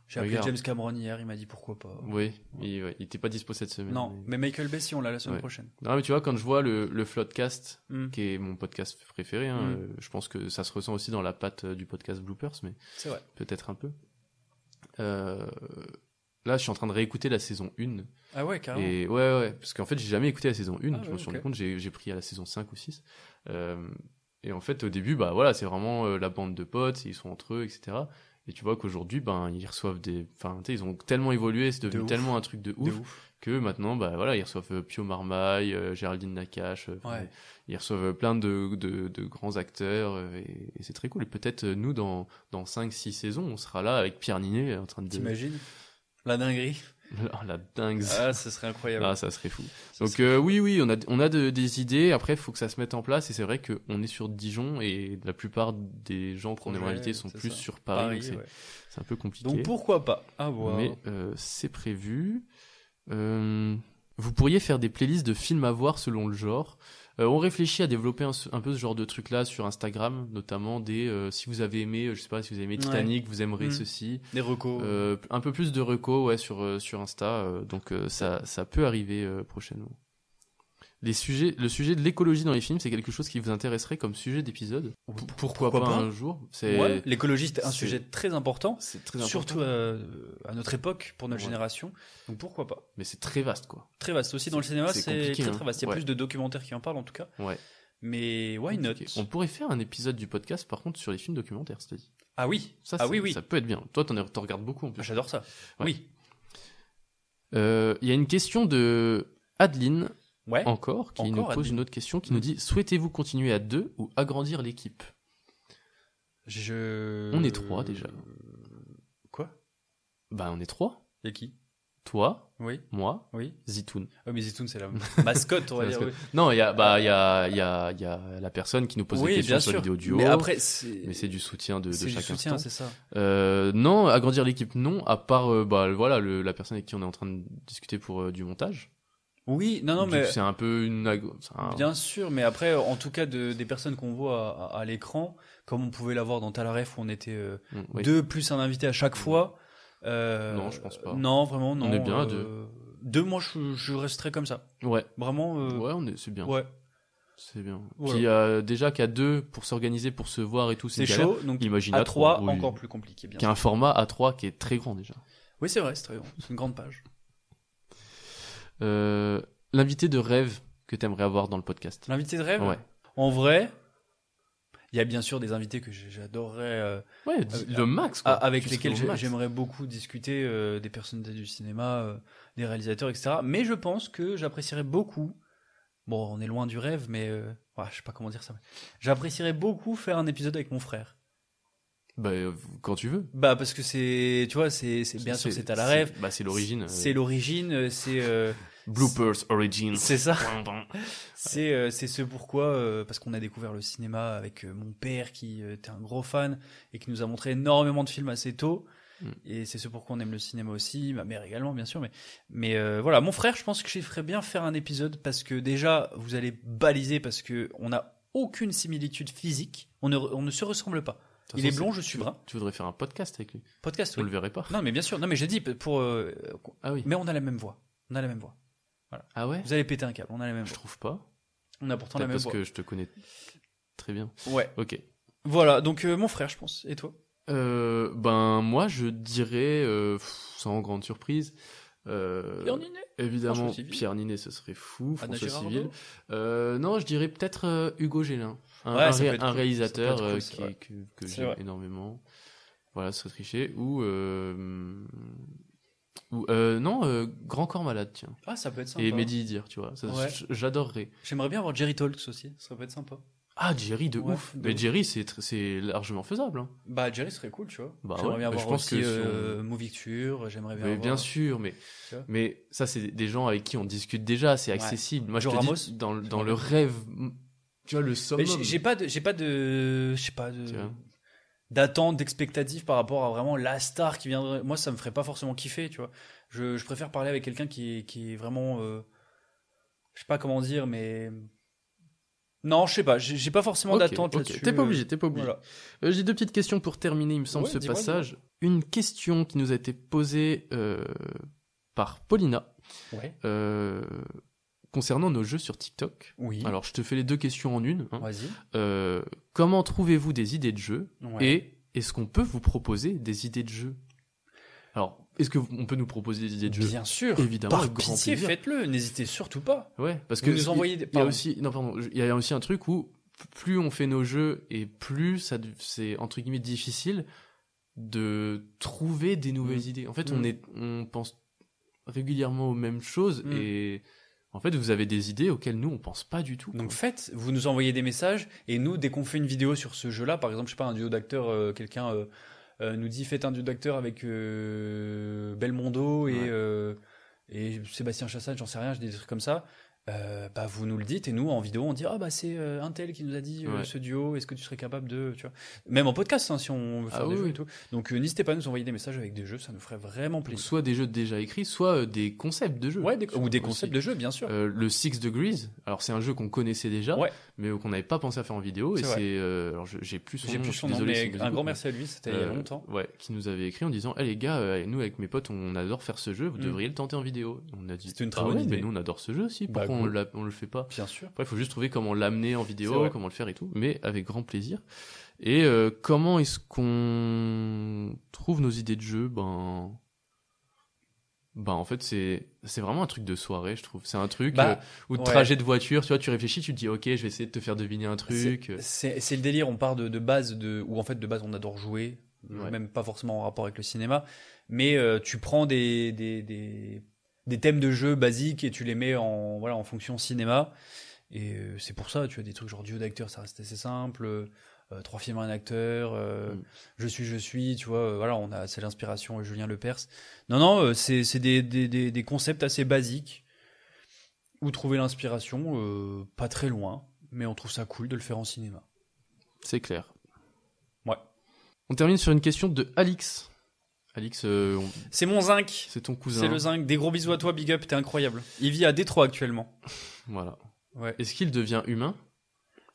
S6: J'ai appelé
S5: Regarde.
S6: James Cameron hier, il m'a dit pourquoi pas.
S5: Oui, il ouais, il était pas dispo cette semaine.
S6: Non, mais Michael Bay, si on l'a la semaine
S5: Ouais.
S6: prochaine.
S5: Non, mais tu vois, quand je vois le, le Floodcast,
S6: Mm.
S5: qui est mon podcast préféré, hein,
S6: Mm.
S5: euh, je pense que ça se ressent aussi dans la patte euh, du podcast Bloopers, mais
S6: C'est vrai.
S5: peut-être un peu. Euh, là, je suis en train de réécouter la saison 1.
S6: Ah ouais, carrément.
S5: Et ouais, ouais, parce qu'en fait, j'ai jamais écouté la saison 1.
S6: Ah
S5: je
S6: ouais,
S5: me suis rendu
S6: ok.
S5: compte, j'ai j'ai pris à la saison 5 ou 6. Euh, et en fait, au début, bah voilà, c'est vraiment euh, la bande de potes, ils sont entre eux, etc. Et tu vois qu'aujourd'hui, ben, ils reçoivent des. Enfin, tu sais, ils ont tellement évolué, c'est devenu
S6: ouf.
S5: tellement un truc de
S6: De
S5: ouf, que maintenant, bah voilà, ils reçoivent euh, Pio Marmaille, euh, Géraldine Nakache, euh, enfin,
S6: Ouais.
S5: ils reçoivent euh, plein de, de, de grands acteurs, euh, et, et c'est très cool. Et peut-être, euh, nous, dans, dans 5-6 saisons, on sera là avec Pierre Ninet en train de.
S6: T'imagines La dinguerie.
S5: Oh, la dingue.
S6: Ah, ce serait incroyable.
S5: Ah, ça serait fou. Donc euh, oui, oui, on a, on a de- des idées. Après, il faut que ça se mette en place. Et c'est vrai qu'on est sur Dijon et la plupart des gens qu'on aimerait
S6: Projet,
S5: inviter sont
S6: c'est
S5: plus
S6: ça.
S5: sur Paris.
S6: Paris,
S5: donc c'est
S6: ouais.
S5: c'est un peu compliqué.
S6: Donc pourquoi pas À voir.
S5: Mais euh, c'est prévu. Euh, vous pourriez faire des playlists de films à voir selon le genre. Euh, on réfléchit à développer un, un peu ce genre de truc là sur Instagram, notamment des euh, si vous avez aimé, euh, je sais pas, si vous avez aimé
S6: Ouais.
S5: Titanic, vous aimerez
S6: Mm.
S5: ceci.
S6: Des recos.
S5: Euh, un peu plus de recos ouais sur euh, sur Insta, euh, donc euh, ça ça peut arriver euh, prochainement. Les sujets, le sujet de l'écologie dans les films, c'est quelque chose qui vous intéresserait comme sujet d'épisode. P- Pourquoi, pas, un jour C'est-
S6: Ouais, L'écologie, c'est un
S5: c'est-
S6: sujet très important.
S5: C'est très important.
S6: Surtout euh, à notre époque, pour notre
S5: Ouais.
S6: génération. Donc pourquoi pas
S5: Mais c'est très vaste quoi.
S6: Très vaste. Aussi dans le
S5: C'est-
S6: cinéma,
S5: c'est
S6: c'est
S5: compliqué,
S6: très,
S5: hein.
S6: très vaste. Il y a
S5: Ouais.
S6: plus de documentaires qui en parlent en tout cas.
S5: Ouais.
S6: Mais why not
S5: Ok. On pourrait faire un épisode du podcast, par contre, sur les films documentaires, cest dit.
S6: Ah oui.
S5: Ça,
S6: Ah
S5: c'est-
S6: oui, oui.
S5: Ça peut être bien. Toi, t'en es- t'en regardes beaucoup en plus.
S6: J'adore ça.
S5: Ouais.
S6: Oui.
S5: Euh, Il y a une question de Adeline,
S6: Ouais.
S5: encore, qui
S6: Encore
S5: nous pose
S6: Adeline.
S5: une autre question, qui nous dit Souhaitez-vous continuer à deux ou agrandir l'équipe
S6: Je...
S5: On est trois déjà.
S6: Euh, Quoi
S5: Bah, on est trois.
S6: Et qui
S5: Toi,
S6: Oui.
S5: moi,
S6: Oui.
S5: Zitoun.
S6: Oh, mais Zitoun, c'est la mascotte, on va
S5: C'est
S6: dire.
S5: parce
S6: oui.
S5: que- Non, il y a, bah, il y a, il y a, il y a la personne qui nous pose
S6: Oui,
S5: des
S6: bien
S5: questions sur
S6: sûr.
S5: vidéo duo.
S6: Mais après, c'est-
S5: mais c'est du soutien de, de
S6: c'est du
S5: chaque
S6: soutien,
S5: instant.
S6: c'est ça.
S5: Euh, non, agrandir l'équipe, non. À part, euh, bah, voilà, le- la personne avec qui on est en train de discuter pour euh, du montage.
S6: Oui, Ah non, non,
S5: Du
S6: mais-
S5: coup, C'est un peu une. ag- c'est un-
S6: Bien sûr, mais après, en tout cas, de- des personnes qu'on voit à, à- à l'écran, comme on pouvait l'avoir dans Talaref où on était euh,
S5: Mm, oui.
S6: deux plus un invité à chaque fois. euh,
S5: Non, je pense pas.
S6: Non, vraiment, non.
S5: On est bien à
S6: euh,
S5: deux.
S6: Deux, moi, je, je resterai comme ça.
S5: Ouais.
S6: Vraiment. euh,
S5: Ouais, on est- c'est bien.
S6: Ouais.
S5: C'est bien.
S6: Voilà.
S5: Puis euh, déjà qu'à deux, pour s'organiser, pour se voir et tout, c'est
S6: C'est
S5: galère.
S6: chaud, donc
S5: Imagine
S6: à
S5: à trois,
S6: trois,
S5: oui.
S6: encore plus compliqué, bien
S5: Qui a un format à trois qui est très grand déjà.
S6: Oui, c'est vrai, c'est très grand. C'est une grande page.
S5: Euh, L'invité de rêve que t'aimerais avoir dans le podcast.
S6: L'invité de rêve
S5: Ouais.
S6: En vrai, il y a bien sûr des invités que j'ai- j'adorerais. euh,
S5: Ouais,
S6: euh,
S5: le max, quoi.
S6: a- Avec
S5: Tu
S6: lesquels
S5: serais au
S6: j'ai-
S5: max.
S6: j'aimerais beaucoup discuter euh, des personnalités du cinéma, euh, des réalisateurs, etc. Mais je pense que j'apprécierais beaucoup. Bon, on est loin du rêve, mais euh, ouais, je sais pas comment dire ça. mais J'apprécierais beaucoup faire un épisode avec mon frère.
S5: Bah, euh, quand tu veux.
S6: Bah parce que c'est, tu vois, c'est c'est- bien sûr
S5: C'est-
S6: c'est à la
S5: c'est-
S6: rêve.
S5: bah, c'est l'origine, euh.
S6: C'est l'origine, euh, c'est. euh,
S5: Bloopers Origins.
S6: C'est ça.
S5: Bam, bam.
S6: C'est euh, c'est ce pourquoi euh, parce qu'on a découvert le cinéma avec euh, mon père qui euh, était un gros fan et qui nous a montré énormément de films assez tôt.
S5: Mm.
S6: Et c'est ce pourquoi on aime le cinéma aussi, ma mère également bien sûr, mais mais euh, voilà, mon frère, je pense que je ferais bien faire un épisode parce que déjà vous allez baliser parce que on n'a aucune similitude physique, on ne re- on ne se ressemble pas.
S5: De toute
S6: Il est
S5: façon,
S6: blond,
S5: c'est-
S6: je suis
S5: tu-
S6: brun.
S5: Tu voudrais faire un podcast avec lui
S6: Podcast,
S5: On
S6: oui.
S5: le verrait pas.
S6: Non mais bien sûr, non mais j'ai dit pour euh, qu'on-
S5: Ah oui.
S6: mais on a la même voix, on a la même voix. Voilà.
S5: Ah ouais
S6: Vous allez péter un câble, on a la même voix. Je
S5: trouve pas.
S6: On a pourtant la
S5: Peut-être
S6: même
S5: parce
S6: voix.
S5: que je te connais très bien.
S6: Ouais.
S5: Ok.
S6: Voilà, donc euh, mon frère, je pense. Et toi
S5: Euh, ben moi je dirais euh, pff, sans grande surprise. euh,
S6: Pierre Ninet
S5: Évidemment,
S6: François Civil.
S5: Pierre Ninet, ce serait fou.
S6: Anna
S5: François
S6: Girardot.
S5: Civil. Euh, non, je dirais peut-être euh, Hugo Gélin, un,
S6: Ouais,
S5: un
S6: ça
S5: ré-
S6: peut être
S5: un
S6: cool.
S5: réalisateur
S6: Ça peut être cool,
S5: euh,
S6: c'est
S5: qui-
S6: vrai.
S5: que, que
S6: C'est
S5: j'aime
S6: vrai.
S5: énormément. Voilà, ce serait triché. Ou, euh, ou euh, non, euh, Grand Corps Malade, tiens.
S6: Ah, ça peut être sympa.
S5: Et Mehdi Dir, tu vois. Ça,
S6: Ouais.
S5: j- J'adorerais.
S6: J'aimerais bien avoir Jerry Talks aussi, ça peut être sympa.
S5: Ah, Jerry, de
S6: Ouais,
S5: ouf.
S6: de
S5: Mais
S6: ouf.
S5: Jerry, c'est tr- c'est largement faisable. hein.
S6: Bah, Jerry serait cool, tu vois.
S5: Bah
S6: j'aimerais
S5: ouais,
S6: bien
S5: bah,
S6: avoir
S5: je pense
S6: aussi,
S5: que son-
S6: euh, Movicture, j'aimerais bien
S5: Mais
S6: avoir-
S5: bien sûr, mais,
S6: Tu vois
S5: mais ça, c'est des gens avec qui on discute déjà, c'est
S6: Ouais.
S5: accessible. Moi,
S6: Joe
S5: je te
S6: Ramos
S5: dis, dans, le- dans le rêve, m- tu vois, le
S6: Mais
S5: summum.
S6: j'ai- J'ai pas de... J'ai pas de... Je sais pas de...
S5: Tu vois.
S6: D'attente, d'expectative par rapport à vraiment la star qui viendrait. Moi, ça me ferait pas forcément kiffer, tu vois. Je, je préfère parler avec quelqu'un qui, est- qui est vraiment... euh, Je sais pas comment dire, mais... Non, je sais pas, j'ai j'ai pas forcément
S5: Ok,
S6: d'attente
S5: ok.
S6: là-dessus.
S5: T'es pas
S6: euh,
S5: obligé, t'es pas obligé.
S6: voilà.
S5: Euh, J'ai deux petites questions pour terminer, il me semble,
S6: Ouais,
S5: ce
S6: dis-moi,
S5: passage. Une question qui nous a été posée euh, par Paulina
S6: Ouais.
S5: euh, concernant nos jeux sur TikTok.
S6: Oui.
S5: Alors, je te fais les deux questions en une. hein.
S6: Vas-y.
S5: Euh, comment trouvez-vous des idées de jeux
S6: Ouais.
S5: et est-ce qu'on peut vous proposer des idées de jeux Alors, est-ce qu'on peut nous proposer des idées de jeux
S6: Bien sûr.
S5: Évidemment,
S6: Par
S5: avec grand
S6: pitié,
S5: plaisir.
S6: faites-le. N'hésitez surtout pas.
S5: Ouais, parce
S6: Vous
S5: que
S6: nous
S5: il-
S6: envoyez
S5: il
S6: des-
S5: y a
S6: pardon.
S5: aussi non pardon, je- il y a aussi un truc où plus on fait nos jeux et plus ça dev- c'est entre guillemets difficile de trouver des nouvelles idées. En fait, on
S6: Mm.
S5: est on pense régulièrement aux mêmes choses
S6: Mm.
S5: et en fait, vous avez des idées auxquelles nous on pense pas du tout.
S6: Donc faites, vous nous envoyez des messages et nous, dès qu'on fait une vidéo sur ce jeu-là, par exemple, je sais pas, un duo d'acteurs, euh, quelqu'un euh, euh, nous dit faites un duo d'acteurs avec euh, Belmondo et,
S5: Ouais.
S6: euh, et Sébastien Chassagne, j'en sais rien, j'ai des trucs comme ça. Euh, bah vous nous le dites et nous en vidéo on dit ah bah c'est euh, un tel qui nous a dit euh,
S5: Ouais.
S6: ce duo est-ce que tu serais capable de tu vois même en podcast hein, si on veut faire
S5: Ah
S6: des
S5: oui,
S6: jeux
S5: oui.
S6: et tout donc euh, n'hésitez pas à nous envoyer des messages avec des jeux ça nous ferait vraiment
S5: Donc,
S6: plaisir
S5: soit des jeux déjà écrits, soit euh, des concepts de jeux.
S6: ouais, des-
S5: Sur-
S6: ou des
S5: aussi.
S6: concepts de jeux bien sûr
S5: Euh, le Six Degrees, alors c'est un jeu qu'on connaissait déjà,
S6: Ouais.
S5: mais qu'on n'avait pas pensé à faire en vidéo. Et
S6: C'est vrai.
S5: c'est, euh, alors je- j'ai plus son
S6: j'ai
S5: nom,
S6: plus
S5: je suis
S6: son nom
S5: désolé si
S6: mais
S5: vous
S6: un
S5: écoutez,
S6: grand
S5: mais-
S6: merci à lui c'était il y a
S5: Euh,
S6: longtemps
S5: Ouais, qui nous avait écrit en disant Eh les gars, euh, nous avec mes potes, on adore faire ce jeu, vous
S6: Mm.
S5: devriez le tenter en vidéo. On a dit
S6: C'était une très
S5: Ah
S6: bonne
S5: ouais, mais
S6: idée.
S5: nous on adore ce jeu aussi,
S6: Bah,
S5: pourquoi on,
S6: cool.
S5: l'a- on le fait pas
S6: bien sûr
S5: Après, il faut juste trouver comment l'amener en
S6: C'est
S5: vidéo,
S6: vrai.
S5: comment le faire et tout, mais avec grand plaisir. Et euh, comment est-ce qu'on trouve nos idées de jeu Ben. Ben, en fait, c'est c'est vraiment un truc de soirée, je trouve. C'est un truc
S6: Bah,
S5: euh, ou de
S6: ouais.
S5: trajet de voiture, tu vois, tu réfléchis, tu te dis Ok, je vais essayer de te faire deviner un truc. euh.
S6: C'est- C'est c'est le délire, on part de, de base, de, où en fait de base on adore jouer, euh,
S5: Ouais.
S6: même pas forcément en rapport avec le cinéma, mais euh, tu prends des, des, des, des thèmes de jeu basiques et tu les mets en, voilà, en fonction cinéma. Et euh, c'est pour ça, tu as des trucs genre duo d'acteurs, ça reste assez simple. euh, trois films, un acteur, euh,
S5: Mm.
S6: je suis, je suis, tu vois, euh, voilà, on a, c'est l'inspiration euh, Julien Lepers. Non, non, euh, c'est c'est des, des, des, des concepts assez basiques où trouver l'inspiration, euh, pas très loin, mais on trouve ça cool de le faire en cinéma.
S5: C'est clair.
S6: Ouais.
S5: On termine sur une question de Alix. Alix, euh, on-
S6: C'est mon zinc.
S5: c'est ton cousin.
S6: C'est le zinc. Des gros bisous à toi, Big Up, t'es incroyable. Il vit à Détroit actuellement.
S5: Voilà.
S6: Ouais.
S5: Est-ce qu'il devient humain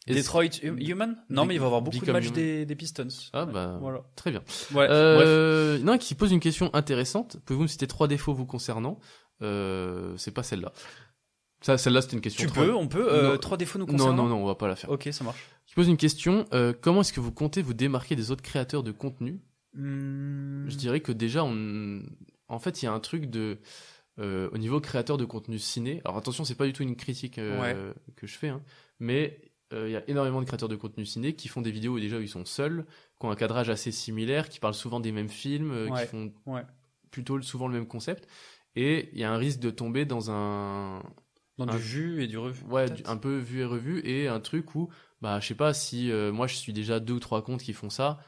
S5: Est-ce-
S6: Detroit Hum- Human
S5: Mm.
S6: Non,
S5: Be-
S6: mais il va avoir beaucoup de
S5: Become
S6: matchs
S5: Human.
S6: des, des Pistons.
S5: Ah bah
S6: Voilà.
S5: très bien.
S6: Ouais,
S5: Euh, Non, qui pose une question intéressante. Pouvez-vous me citer trois défauts vous concernant Euh, C'est pas celle-là. Ça, celle-là, c'était une
S6: bref.
S5: question.
S6: Tu
S5: très-
S6: peux, on peut. euh,
S5: Non.
S6: trois défauts nous
S5: Non,
S6: concernant.
S5: non, non, on va pas la faire.
S6: Ok, ça marche.
S5: Qui pose une question. euh, comment est-ce que vous comptez vous démarquer des autres créateurs de contenu
S6: Hmm.
S5: Je dirais que déjà, on... en fait, il y a un truc de. euh, au niveau créateur de contenu ciné, alors attention, c'est pas du tout une critique euh, que je fais, hein, mais euh, il y a énormément de créateurs de contenu ciné qui font des vidéos où déjà ils sont seuls, qui ont un cadrage assez similaire, qui parlent souvent des mêmes films, euh,
S6: Ouais,
S5: qui font
S6: ouais.
S5: plutôt souvent le même concept, et il y a un risque de tomber dans un,
S6: Dans
S5: un-
S6: du jus et du refus.
S5: Ouais, du-
S6: peut-être.
S5: un peu vu et revu et un truc où bah je sais pas si euh, moi je suis déjà deux ou trois comptes qui font ça.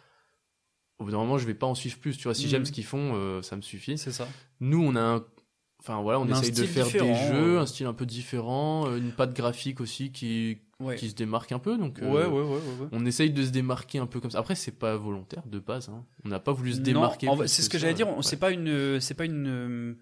S5: Au bout d'un moment, je vais pas en suivre plus, tu vois, si
S6: Mhm.
S5: j'aime ce qu'ils font, euh, ça me suffit.
S6: C'est ça.
S5: Nous, on a un enfin voilà, on,
S6: On a un
S5: essaye de
S6: style
S5: faire des
S6: différent,
S5: jeux,
S6: euh.
S5: un style un peu différent, euh, une patte graphique aussi qui
S6: Ouais.
S5: qui se démarque un peu donc euh,
S6: ouais, ouais, ouais, ouais, ouais.
S5: on essaye de se démarquer un peu comme ça. Après, c'est pas volontaire de base hein. On n'a pas voulu se
S6: Non,
S5: démarquer.
S6: en vrai,
S5: plus
S6: C'est ce que,
S5: ça,
S6: j'allais dire.
S5: euh,
S6: on-
S5: ouais.
S6: C'est pas une, euh, c'est pas une, euh,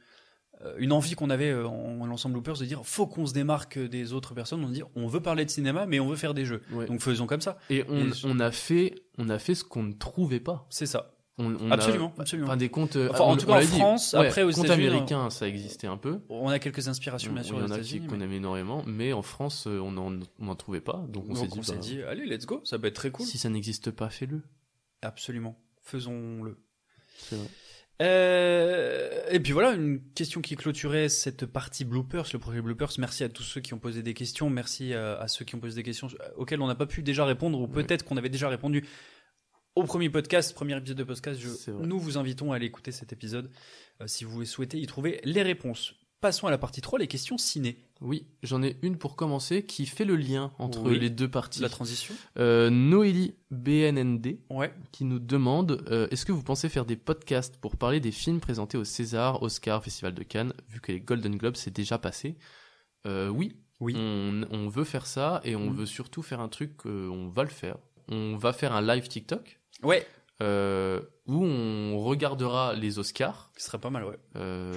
S6: une envie qu'on avait euh, en l'ensemble Loopers de dire faut qu'on se démarque des autres personnes. On se dit on veut parler de cinéma, mais on veut faire des jeux.
S5: Ouais.
S6: Donc faisons comme ça.
S5: Et on,
S6: et-
S5: on a fait on a fait ce qu'on ne trouvait pas.
S6: C'est ça.
S5: On- on a-
S6: Absolument, absolument.
S5: Enfin, des comptes. euh,
S6: Enfin, en tout cas,
S5: on
S6: en
S5: l'a dit.
S6: France,
S5: Ouais,
S6: après, aux
S5: comptes
S6: États-Unis,
S5: américains, ça existait un peu.
S6: On a quelques inspirations, bien sûr,
S5: il y
S6: aux
S5: en a qui
S6: États-Unis. mais-
S5: qu'on aimait énormément, mais en France, euh, on n'en trouvait pas. Donc on s'est
S6: Donc,
S5: dit,
S6: on s'est
S5: bah,
S6: dit, allez, let's go, ça peut être très cool.
S5: si ça n'existe pas, fais-le.
S6: Absolument, faisons-le.
S5: C'est vrai.
S6: Euh, et puis voilà, une question qui clôturait cette partie bloopers, le projet bloopers. Merci à tous ceux qui ont posé des questions, merci à, à ceux qui ont posé des questions euh, auxquelles on n'a pas pu déjà répondre, ou peut-être qu'on avait déjà répondu au premier podcast, premier épisode de podcast. Je-
S5: C'est vrai.
S6: nous vous invitons à aller écouter cet épisode euh, si vous souhaitez y trouver les réponses. Passons à la partie 3, les questions ciné.
S5: Oui, j'en ai une pour commencer qui fait le lien entre
S6: Oui.
S5: les deux parties.
S6: La transition
S5: Euh, Noélie BNND
S6: Ouais.
S5: qui nous demande euh, Est-ce que vous pensez faire des podcasts pour parler des films présentés au César, Oscar, Festival de Cannes, vu que les Golden Globes c'est déjà passé Euh, Oui,
S6: Oui.
S5: On, on veut faire ça et on
S6: Mm.
S5: veut surtout faire un truc, euh, on va le faire. On va faire un live TikTok.
S6: Ouais,
S5: euh, où on regardera les Oscars.
S6: Ce serait pas mal, ouais.
S5: Euh,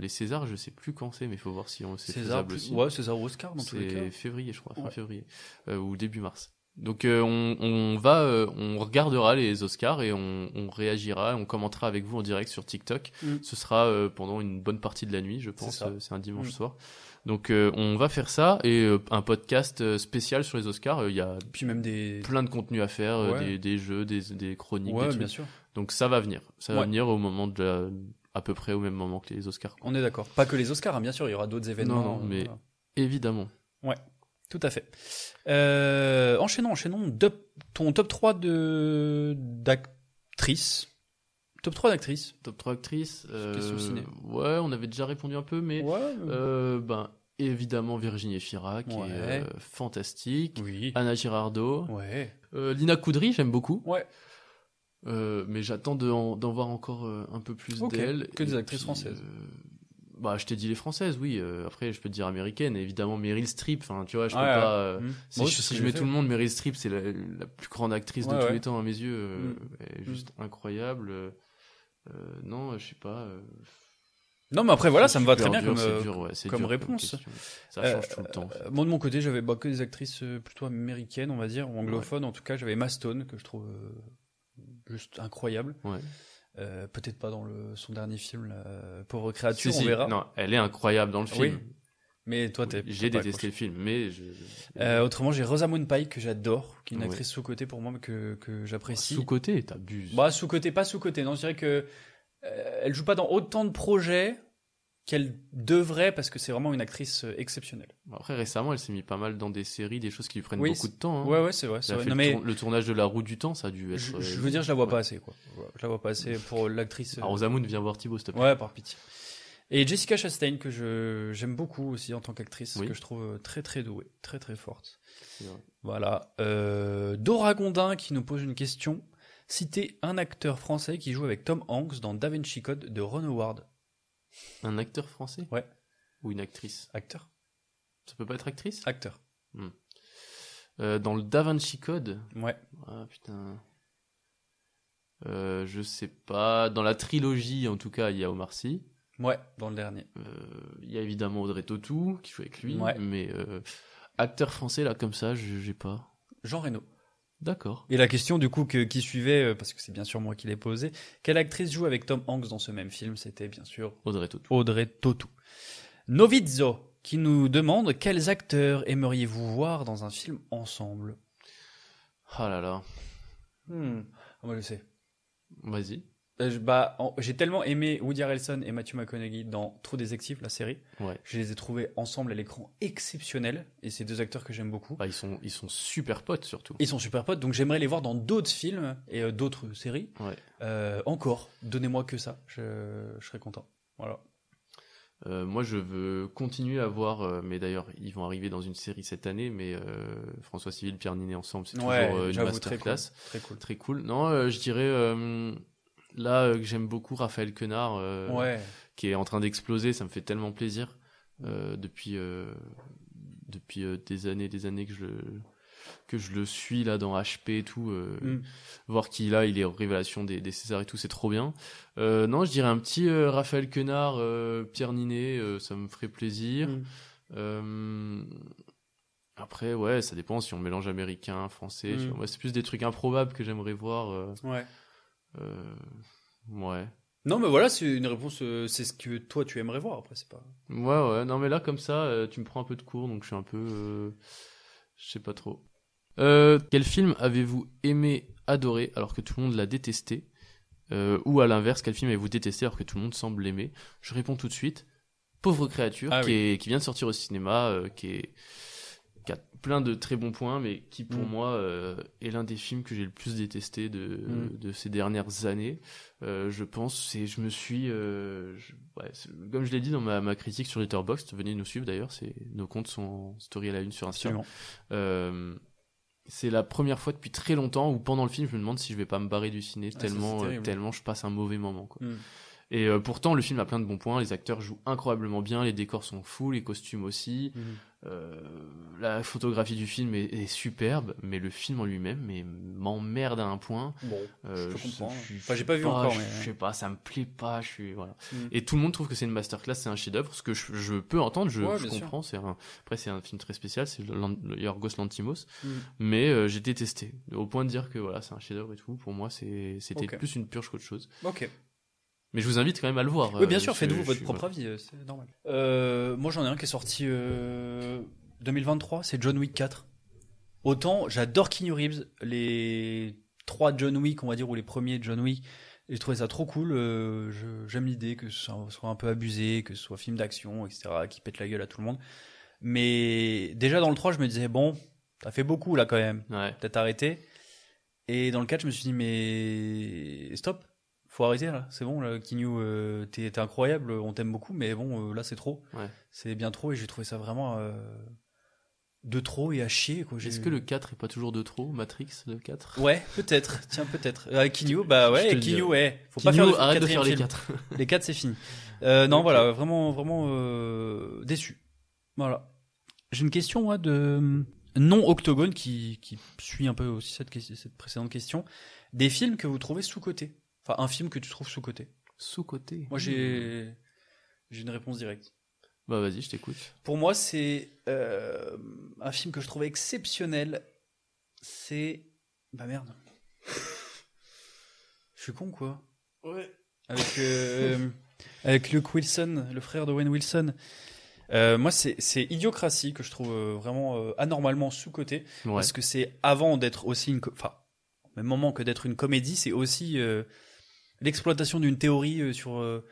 S5: les Césars, je sais plus quand c'est, mais il faut voir si on c'est
S6: César,
S5: faisable
S6: plus-
S5: aussi.
S6: ouais, César ou Oscar, dans tous les cas.
S5: C'est février, je crois, fin
S6: Ouais.
S5: février euh, ou début mars. Donc euh, on, on va, euh, on regardera les Oscars et on, on réagira, on commentera avec vous en direct sur TikTok.
S6: Mm.
S5: Ce sera euh, pendant une bonne partie de la nuit, je pense.
S6: ça.
S5: Euh, C'est un dimanche
S6: Mm.
S5: soir. Donc euh, on va faire ça et euh, un podcast euh, spécial sur les Oscars. Euh, Il y a
S6: Puis même des.
S5: plein de contenu à faire, euh,
S6: Ouais.
S5: des, des jeux, des, des chroniques,
S6: Ouais,
S5: des trucs.
S6: bien sûr.
S5: Donc ça va venir. Ça va
S6: Ouais.
S5: venir au moment de la- à peu près au même moment que les Oscars.
S6: On est d'accord. Pas que les Oscars, hein, bien sûr, il y aura d'autres événements.
S5: non,
S6: euh,
S5: mais
S6: voilà.
S5: évidemment.
S6: Ouais, tout à fait. Euh, enchaînons, enchaînons. Dop- ton top 3 de d'actrices. Top 3 d'actrices.
S5: Top 3 actrices.
S6: Question
S5: euh,
S6: ciné.
S5: Ouais, on avait déjà répondu un peu, mais
S6: Ouais.
S5: euh, ben évidemment Virginie Fira qui
S6: Ouais.
S5: est euh, fantastique.
S6: Oui. Ah,
S5: Anna Girardot.
S6: Ouais.
S5: Euh, Lina Coudry, j'aime beaucoup.
S6: Ouais.
S5: Euh, mais j'attends de en- d'en voir encore euh, un peu plus
S6: Ok,
S5: d'elle.
S6: que des
S5: Et
S6: actrices françaises.
S5: euh, bah, je t'ai dit les françaises, oui. euh, après, je peux te dire américaines. Évidemment, Meryl Streep. Enfin, tu vois, je
S6: Ouais,
S5: peux
S6: ouais.
S5: pas. euh,
S6: Mm.
S5: Si,
S6: Moi
S5: je,
S6: aussi,
S5: si
S6: je
S5: je mets
S6: l'ai
S5: tout le
S6: fait.
S5: monde, Meryl Streep, c'est la, la plus grande actrice de
S6: Ouais,
S5: tous
S6: ouais.
S5: les temps à mes yeux. euh,
S6: Mm.
S5: Elle est juste incroyable. euh, euh, non, je sais pas. euh,
S6: Non, mais après, voilà,
S5: c'est
S6: ça me va très
S5: super
S6: bien
S5: dur,
S6: comme,
S5: c'est
S6: euh,
S5: dur, ouais, c'est
S6: comme
S5: dur
S6: réponse.
S5: question. Ça change tout le temps. en fait.
S6: Euh, moi, de mon côté, j'avais bah, que des actrices euh, plutôt américaines, on va dire, ou anglophones. En tout cas, j'avais Emma Stone, que je trouve euh, juste incroyable.
S5: Ouais.
S6: Euh, Peut-être pas dans le, son dernier film, là, euh, Pauvre
S5: Si,
S6: créature, bah, on
S5: si,
S6: verra.
S5: Non, elle est incroyable dans le film.
S6: Oui. Mais toi, t'es.
S5: J'ai
S6: pas
S5: détesté le film, mais je- Bah,
S6: Euh, autrement, j'ai Rosamund Pike que j'adore, qui est une
S5: Ouais.
S6: actrice sous-cotée pour moi mais que, que j'apprécie.
S5: sous-côté, t'abuses.
S6: bah, sous-cotée, pas sous-cotée. Non, je dirais que euh, elle joue pas dans autant de projets qu'elle devrait parce que c'est vraiment une actrice euh, exceptionnelle.
S5: Après, récemment, elle s'est mis pas mal dans des séries, des choses qui lui prennent
S6: Oui,
S5: beaucoup de temps. hein.
S6: Ouais, ouais, c'est vrai. c'est
S5: Elle a
S6: vrai.
S5: fait
S6: Non,
S5: le,
S6: mais
S5: tour- le tournage de La Roue du Temps, ça a dû être.
S6: je,
S5: euh,
S6: je veux dire, je la vois
S5: ouais.
S6: pas assez, quoi. Je la vois pas assez pour l'actrice. euh,
S5: Ah, Rosamund, viens voir Thibaut, s'il te plaît.
S6: Ouais, par pitié. Et Jessica Chastain, que je j'aime beaucoup aussi en tant qu'actrice,
S5: Oui.
S6: que je trouve euh, très très douée, très très forte.
S5: C'est vrai.
S6: Voilà. Euh, Dora Gondin qui nous pose une question. Citez un acteur français qui joue avec Tom Hanks dans Da Vinci Code de Ron Howard.
S5: Un acteur français
S6: Ouais.
S5: Ou une actrice
S6: Acteur
S5: Ça peut pas être actrice
S6: Acteur.
S5: Euh, Dans le Da Vinci Code
S6: Ouais.
S5: Ah putain. Euh, je sais pas. Dans la trilogie, en tout cas, il y a Omar Sy.
S6: Ouais, dans le dernier.
S5: Euh, Il y a évidemment Audrey Tautou qui joue avec lui.
S6: Ouais.
S5: Mais euh, acteur français, là, comme ça, je- j'ai pas.
S6: Jean Reno.
S5: D'accord.
S6: Et la question du coup que- qui suivait, euh, parce que c'est bien sûr moi qui l'ai posée, quelle actrice joue avec Tom Hanks dans ce même film C'était bien sûr
S5: Audrey Tautou.
S6: Audrey Tautou. Novizzo, qui nous demande quels acteurs aimeriez-vous voir dans un film ensemble
S5: Ah là là.
S6: Ah, Moi, je sais.
S5: Vas-y.
S6: Euh, je- bah, en- j'ai tellement aimé Woody Harrelson et Matthew McConaughey dans Trou Détective, la série.
S5: Ouais.
S6: Je les ai trouvés ensemble à l'écran exceptionnels. Et c'est deux acteurs que j'aime beaucoup.
S5: Bah, ils, sont, ils sont super potes surtout.
S6: Ils sont super potes, donc j'aimerais les voir dans d'autres films et euh, d'autres séries.
S5: Ouais.
S6: Euh, encore, donnez-moi que ça, je, je serais content. Voilà.
S5: Euh, moi, je veux continuer à voir, euh, mais d'ailleurs, ils vont arriver dans une série cette année, mais euh, François Civil, Pierre Ninet ensemble, c'est toujours euh, une
S6: j'avoue, très cool,
S5: masterclass.
S6: très cool.
S5: Très cool. Non, euh, je dirais euh, là euh, que j'aime beaucoup Raphaël Quenard, euh,
S6: Ouais.
S5: qui est en train d'exploser, ça me fait tellement plaisir euh, depuis, euh, depuis euh, des années, des années que je, que je le suis là dans HP et tout. euh,
S6: Mm.
S5: voir qu'il a, il est révélation des, des Césars et tout, c'est trop bien. Euh, non, je dirais un petit euh, Raphaël Quenard, euh, Pierre Ninet, euh, ça me ferait plaisir.
S6: Mm.
S5: Euh, après, ouais, ça dépend si on mélange américain, français.
S6: Mm.
S5: tu vois. Moi, c'est plus des trucs improbables que j'aimerais voir. euh,
S6: Ouais.
S5: euh, ouais.
S6: Non, mais voilà, c'est une réponse, euh, c'est ce que toi tu aimerais voir. Après, c'est pas.
S5: Ouais, ouais. Non, mais là, comme ça, euh, tu me prends un peu de cours, donc je suis un peu. euh, je sais pas trop. Euh, quel film avez-vous aimé, adoré, alors que tout le monde l'a détesté Euh, Ou à l'inverse, quel film avez-vous détesté alors que tout le monde semble l'aimer Je réponds tout de suite. Pauvre créature,
S6: Ah
S5: qui,
S6: oui.
S5: est- qui vient de sortir au cinéma, euh, qui, est, qui a plein de très bons points, mais qui pour
S6: Mm.
S5: moi euh, est l'un des films que j'ai le plus détesté de,
S6: Mm.
S5: de ces dernières années. Euh, je pense, et je me suis, euh, je- ouais, c'est- comme je l'ai dit dans ma, ma critique sur Letterboxd, venez nous suivre d'ailleurs, c'est nos comptes sont en story à la une sur Instagram. Euh, c'est la première fois depuis très longtemps où pendant le film, je me demande si je vais pas me barrer du ciné
S6: Ah, ça, c'est
S5: tellement, euh,
S6: terrible.
S5: tellement je passe un mauvais moment. Quoi.
S6: Mm.
S5: Et euh, pourtant, le film a plein de bons points. Les acteurs jouent incroyablement bien, les décors sont fous, les costumes aussi.
S7: Mhm.
S5: Euh, la photographie du film est, est superbe, mais le film en lui-même mais m'emmerde à un point.
S7: Bon, je peux comprendre.
S5: suis-
S7: Enfin, j'ai
S5: Euh, sais
S7: pas vu encore,
S5: je-
S7: mais,
S5: Je sais pas, ça me plaît pas. Je suis voilà.
S7: Mhm.
S5: Et tout le monde trouve que c'est une masterclass, c'est un chef-d'œuvre. Ce que je, je peux entendre, je,
S7: Ouais,
S5: je
S7: bien sûr.
S5: comprends. C'est un- après c'est un film très spécial, c'est le- le Yorgos Lantimos,
S7: Mhm.
S5: mais euh, j'ai détesté au point de dire que voilà c'est un chef-d'œuvre et tout. Pour moi, c'est c'était
S7: Ok.
S5: plus une purge qu'autre chose.
S7: Ok.
S5: Mais je vous invite quand même à le voir.
S7: Oui, bien
S5: Euh,
S7: sûr,
S5: je-
S7: faites-vous
S5: je
S7: votre
S5: suis-
S7: propre
S5: voilà.
S7: avis, euh, c'est normal.
S6: Euh, moi j'en ai un qui est sorti euh, 2023, c'est John Wick 4. Autant j'adore Keanu Reeves, les trois John Wick, on va dire, ou les premiers John Wick, j'ai trouvé ça trop cool. euh, je- J'aime l'idée que ce soit- soit un peu abusé, que ce soit film d'action, etc., qui pète la gueule à tout le monde. Mais déjà dans le 3, je me disais, bon, t'as fait beaucoup là quand même, peut-être arrêté. Et dans le 4, je me suis dit, mais stop, faut arrêter là, c'est bon, là, Kinyu, euh, t'es t'es incroyable, on t'aime beaucoup, mais bon, euh, là c'est trop.
S5: Ouais.
S6: C'est bien trop et j'ai trouvé ça vraiment euh, de trop et à chier. quoi. J'ai-
S5: Est-ce
S7: Mm.
S5: que le 4 est pas toujours de trop Matrix, le 4
S6: Ouais, peut-être, tiens, peut-être. Avec Kinyu,
S5: Je
S6: bah
S5: te
S6: ouais,
S5: le
S6: Kinyu,
S5: dirai.
S6: ouais. Faut pas
S5: Keanu,
S6: faire le
S5: arrête de
S6: quatrième
S5: faire les
S6: film.
S5: quatre.
S6: Les 4, c'est fini. Euh, non,
S5: Ok.
S6: voilà, vraiment, vraiment euh, déçu. Voilà. J'ai une question, moi, de non-octogone qui, qui suit un peu aussi cette, ques- cette précédente question. Des films que vous trouvez sous-cotés. Enfin, un film que tu trouves sous-coté.
S5: Sous-coté
S6: Moi, j'ai j'ai une réponse directe.
S5: Bah vas-y, je t'écoute.
S6: Pour moi, c'est euh, un film que je trouvais exceptionnel. C'est. Bah merde. je suis con, quoi.
S5: Ouais.
S6: Avec, euh, avec Luke Wilson, le frère de Wayne Wilson. Euh, moi, c'est c'est Idiocratie que je trouve euh, vraiment euh, anormalement sous-coté.
S5: Ouais.
S6: Parce que c'est avant d'être aussi une. co- Enfin, au même moment que d'être une comédie, c'est aussi euh, l'exploitation d'une théorie euh, sur. euh,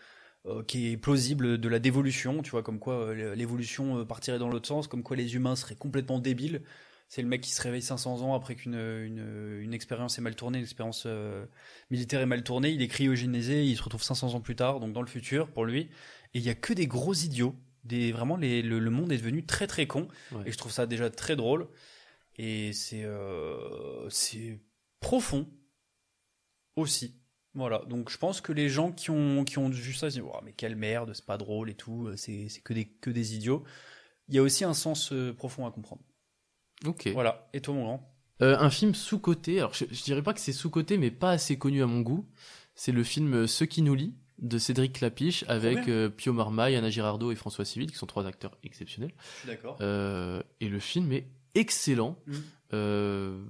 S6: euh, qui est plausible de la dévolution, tu vois, comme quoi euh, l'évolution euh, partirait dans l'autre sens, comme quoi les humains seraient complètement débiles. C'est le mec qui se réveille 500 ans après qu'une une, une expérience est mal tournée, une expérience euh, militaire est mal tournée, il est cryogénisé, il se retrouve 500 ans plus tard, donc dans le futur pour lui. Et il y a que des gros idiots, des vraiment les- le, le monde est devenu très très con.
S5: Ouais.
S6: Et je trouve ça déjà très drôle. Et c'est euh, c'est profond aussi. Voilà, donc je pense que les gens qui ont, qui ont vu ça, ils se disent, Ouah, mais quelle merde, c'est pas drôle et tout, euh, c'est c'est que des, que des idiots. Il y a aussi un sens euh, profond à comprendre.
S5: Ok.
S6: Voilà, et toi mon grand
S5: Euh, un film sous-coté, alors je, je dirais pas que c'est sous-coté, mais pas assez connu à mon goût. C'est le film euh, Ce qui nous lie de Cédric Clapiche avec
S6: bien.
S5: euh, Pio Marmaille, Anna Girardot et François Civil, qui sont trois acteurs exceptionnels.
S6: Je suis d'accord.
S5: Euh, et le film est excellent.
S6: Mhm.
S5: Euh,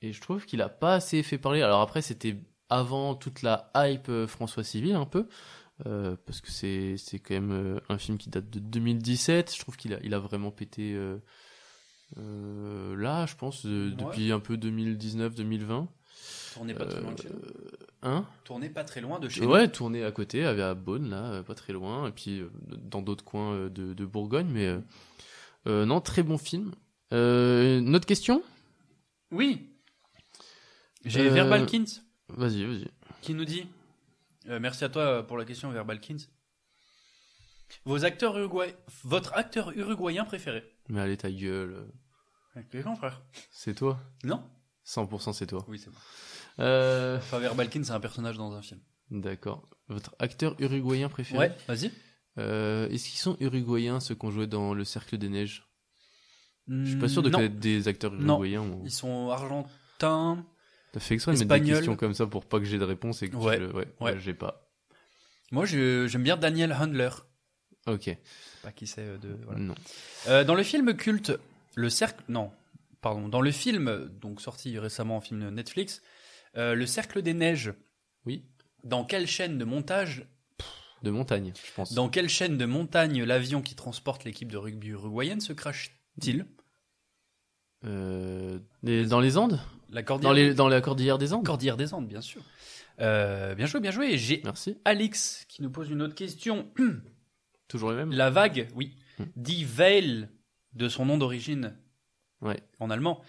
S5: et je trouve qu'il a pas assez fait parler. Alors après, c'était avant toute la hype euh, François Civil un peu. euh, parce que c'est c'est quand même euh, un film qui date de 2017. Je trouve qu'il a, il a vraiment pété euh, euh, là, je pense, de-
S6: Ouais.
S5: depuis un peu 2019-2020.
S6: Tourné pas très loin de chez nous.
S5: Hein
S6: Tourné pas très loin de chez
S5: Ouais,
S6: nous.
S5: tourné à côté, à à Beaune, là, euh, pas très loin, et puis euh, dans d'autres coins euh, de, de Bourgogne, mais euh, euh, non, très bon film. Euh, une autre question
S6: Oui, j'ai
S5: Euh,
S6: Verbalkins
S5: Vas-y, vas-y.
S6: qui nous dit euh, Merci à toi euh, pour la question Verbalkins. Vos acteurs uruguay... Votre acteur uruguayen préféré
S5: Mais allez, ta gueule, euh,
S6: Avec les gens, frère
S5: c'est toi
S6: Non
S5: 100% c'est toi.
S6: Oui, c'est moi.
S5: Euh,
S6: Enfin, Verbalkins, c'est un personnage dans un film.
S5: D'accord. Votre acteur uruguayen préféré
S6: Ouais, vas-y.
S5: Euh, Est-ce qu'ils sont uruguayens, ceux qu'on jouait dans Le Cercle des Neiges Je suis pas
S6: Hmm,
S5: sûr de
S6: non.
S5: connaître des acteurs
S6: Non,
S5: uruguayens. ou-
S6: ils sont argentins.
S5: T'as fait exprès de mettre des
S6: Espagnol.
S5: questions comme ça pour pas que j'ai de réponse et que tu
S6: Ouais,
S5: le- ouais,
S6: ouais.
S5: ouais, j'ai pas.
S6: Moi, je- j'aime bien Daniel Handler.
S5: Ok.
S6: Pas qui c'est euh, de. voilà.
S5: Non.
S6: Euh, dans le film culte, le cercle. Non, pardon. Dans le film, donc sorti récemment en film Netflix, euh, le cercle des neiges.
S5: Oui.
S6: Dans quelle chaîne de montage
S5: De montagne, je pense.
S6: Dans quelle chaîne de montagne l'avion qui transporte l'équipe de rugby uruguayenne se crache-t-il
S5: Euh, les- dans les Andes
S6: La cordillère.
S5: dans, les, dans la cordillère des Andes
S6: Cordillère des Andes, bien sûr. Euh, bien joué, bien joué. Et J'ai
S5: Merci.
S6: Alix qui nous pose une autre question.
S5: Toujours les mêmes
S6: La vague, oui,
S5: Hmm.
S6: dit Veil de son nom d'origine
S5: Ouais.
S6: en allemand.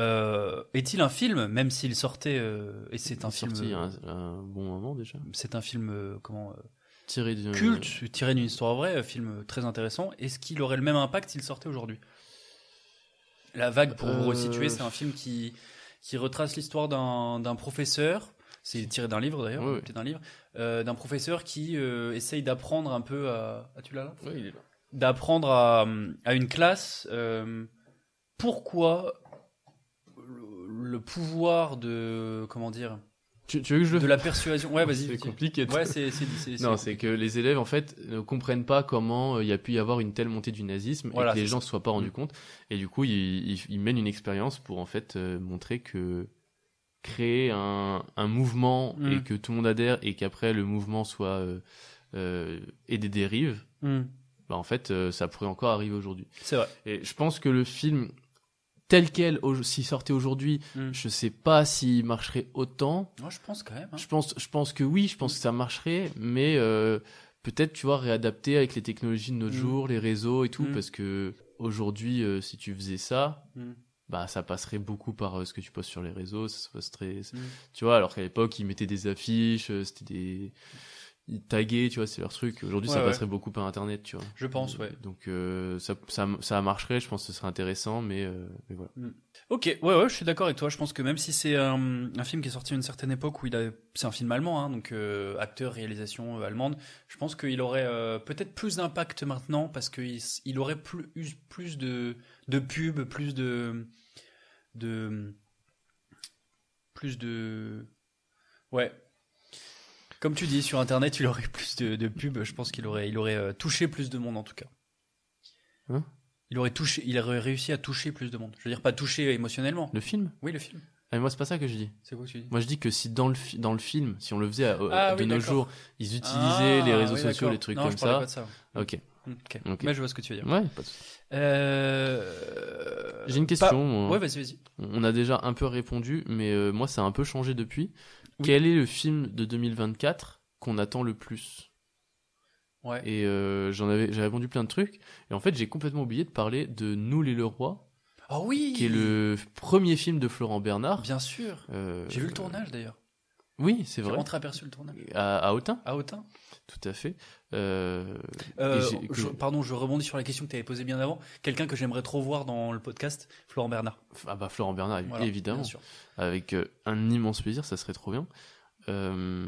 S6: Euh, Est-il un film, même s'il sortait euh, et c'est un film,
S5: Sorti hein. il y a un, un bon moment déjà.
S6: c'est un film euh, comment euh,
S5: Tiré du.
S6: culte tiré d'une histoire vraie, un film très intéressant. Est-ce qu'il aurait le même impact s'il sortait aujourd'hui La vague, pour vous
S5: Euh,
S6: resituer, c'est un film qui qui retrace l'histoire d'un d'un professeur C'est tiré d'un livre d'ailleurs,
S5: Oui, oui.
S6: c'est d'un livre, euh, d'un professeur qui euh, essaye d'apprendre un peu à. Ah, tu l'as là
S5: Oui, il est là.
S6: D'apprendre à, à une classe euh, pourquoi le, le pouvoir de. Comment dire
S5: Tu, tu veux que je le
S6: De la persuasion. Ouais, vas-y.
S5: C'est
S6: vas-y.
S5: compliqué.
S6: Ouais, c'est. c'est- c'est-
S5: Non, c'est que les élèves, en fait, ne comprennent pas comment euh, il y a pu y avoir une telle montée du nazisme
S6: Voilà,
S5: et que les
S6: c'est
S5: gens ne
S6: ça. Mm.
S5: se soient pas rendus compte. Et du coup, ils, ils- ils mènent une expérience pour, en fait, euh, montrer que créer un, un mouvement
S6: Mm.
S5: et que tout le monde adhère et qu'après le mouvement soit euh, euh, et des dérives,
S6: Mm.
S5: bah, en fait, euh, ça pourrait encore arriver aujourd'hui.
S6: C'est vrai.
S5: Et je pense que le film tel quel, au- s'il sortait aujourd'hui,
S6: Mm.
S5: je sais pas s'il marcherait autant.
S6: Non, je pense quand même. hein.
S5: Je pense, je pense que oui, je pense que ça marcherait, mais euh, peut-être, tu vois, réadapter avec les technologies de nos
S6: Mm.
S5: jours, les réseaux et tout,
S6: Mm.
S5: parce que aujourd'hui, euh, si tu faisais ça,
S6: Mm.
S5: bah, ça passerait beaucoup par euh, ce que tu postes sur les réseaux, ça se passerait,
S6: Mm.
S5: tu vois, alors qu'à l'époque, ils mettaient des affiches, euh, c'était des. Ils taguaient, tu vois, c'est leur truc. Aujourd'hui,
S6: Ouais,
S5: ça
S6: ouais.
S5: passerait beaucoup par Internet, tu vois.
S6: Je pense, ouais.
S5: Donc, euh, ça, ça, ça marcherait, je pense que ce serait intéressant, mais, euh, mais voilà.
S6: Ok, ouais, ouais, je suis d'accord avec toi. Je pense que même si c'est un, un film qui est sorti à une certaine époque où il avait, c'est un film allemand, hein, donc euh, acteur, réalisation euh, allemande, je pense qu'il aurait euh, peut-être plus d'impact maintenant parce qu'il s- il aurait plus, eu plus de, de pubs, plus de, de, plus de, ouais. Comme tu dis, sur internet, il aurait plus de, de pubs. Je pense qu'il aurait, il aurait euh, touché plus de monde en tout cas.
S5: Hein
S6: il aurait touché, il aurait réussi à toucher plus de monde. Je veux dire pas toucher euh, émotionnellement.
S5: Le film
S6: Oui, le film.
S5: Ah, mais moi, c'est pas ça que je dis.
S6: C'est quoi que tu dis
S5: Moi, je dis que si dans le, fi- dans le film, si on le faisait à- euh,
S6: Ah
S5: de
S6: oui,
S5: nos
S6: d'accord.
S5: jours, ils utilisaient
S6: Ah,
S5: les réseaux
S6: oui,
S5: sociaux,
S6: d'accord.
S5: les trucs
S6: Non,
S5: comme
S6: je parlais
S5: ça.
S6: pas de ça. Hmm,
S5: Ok.
S6: Ok.
S5: Ok.
S6: Mais je vois ce que tu veux dire.
S5: Ouais, pas de souci.
S6: Euh,
S5: J'ai une
S6: pas-
S5: question. moi.
S6: Bah, Ouais, vas-y, vas-y.
S5: On a déjà un peu répondu, mais euh, moi, ça a un peu changé depuis.
S6: Oui.
S5: Quel est le film de 2024 qu'on attend le plus
S6: Ouais.
S5: Et euh, j'en avais, j'ai répondu plein de trucs. Et en fait, j'ai complètement oublié de parler de Nous les Leroy,
S6: Ah oui.
S5: qui est le premier film de Florent Bernard.
S6: Bien sûr.
S5: Euh,
S6: J'ai vu le tournage d'ailleurs.
S5: Oui, c'est
S6: J'ai
S5: vrai.
S6: entreaperçu le tournage.
S5: À, à Autun.
S6: À Autun.
S5: Tout à fait. Euh,
S6: Euh,
S5: et j'ai- que-
S6: je- pardon, je rebondis sur la question que tu avais posée bien avant. Quelqu'un que j'aimerais trop voir dans le podcast, Florent Bernard.
S5: Ah bah Florent Bernard,
S6: Voilà,
S5: évidemment.
S6: bien sûr.
S5: Avec euh, un immense plaisir, ça serait trop bien. Euh,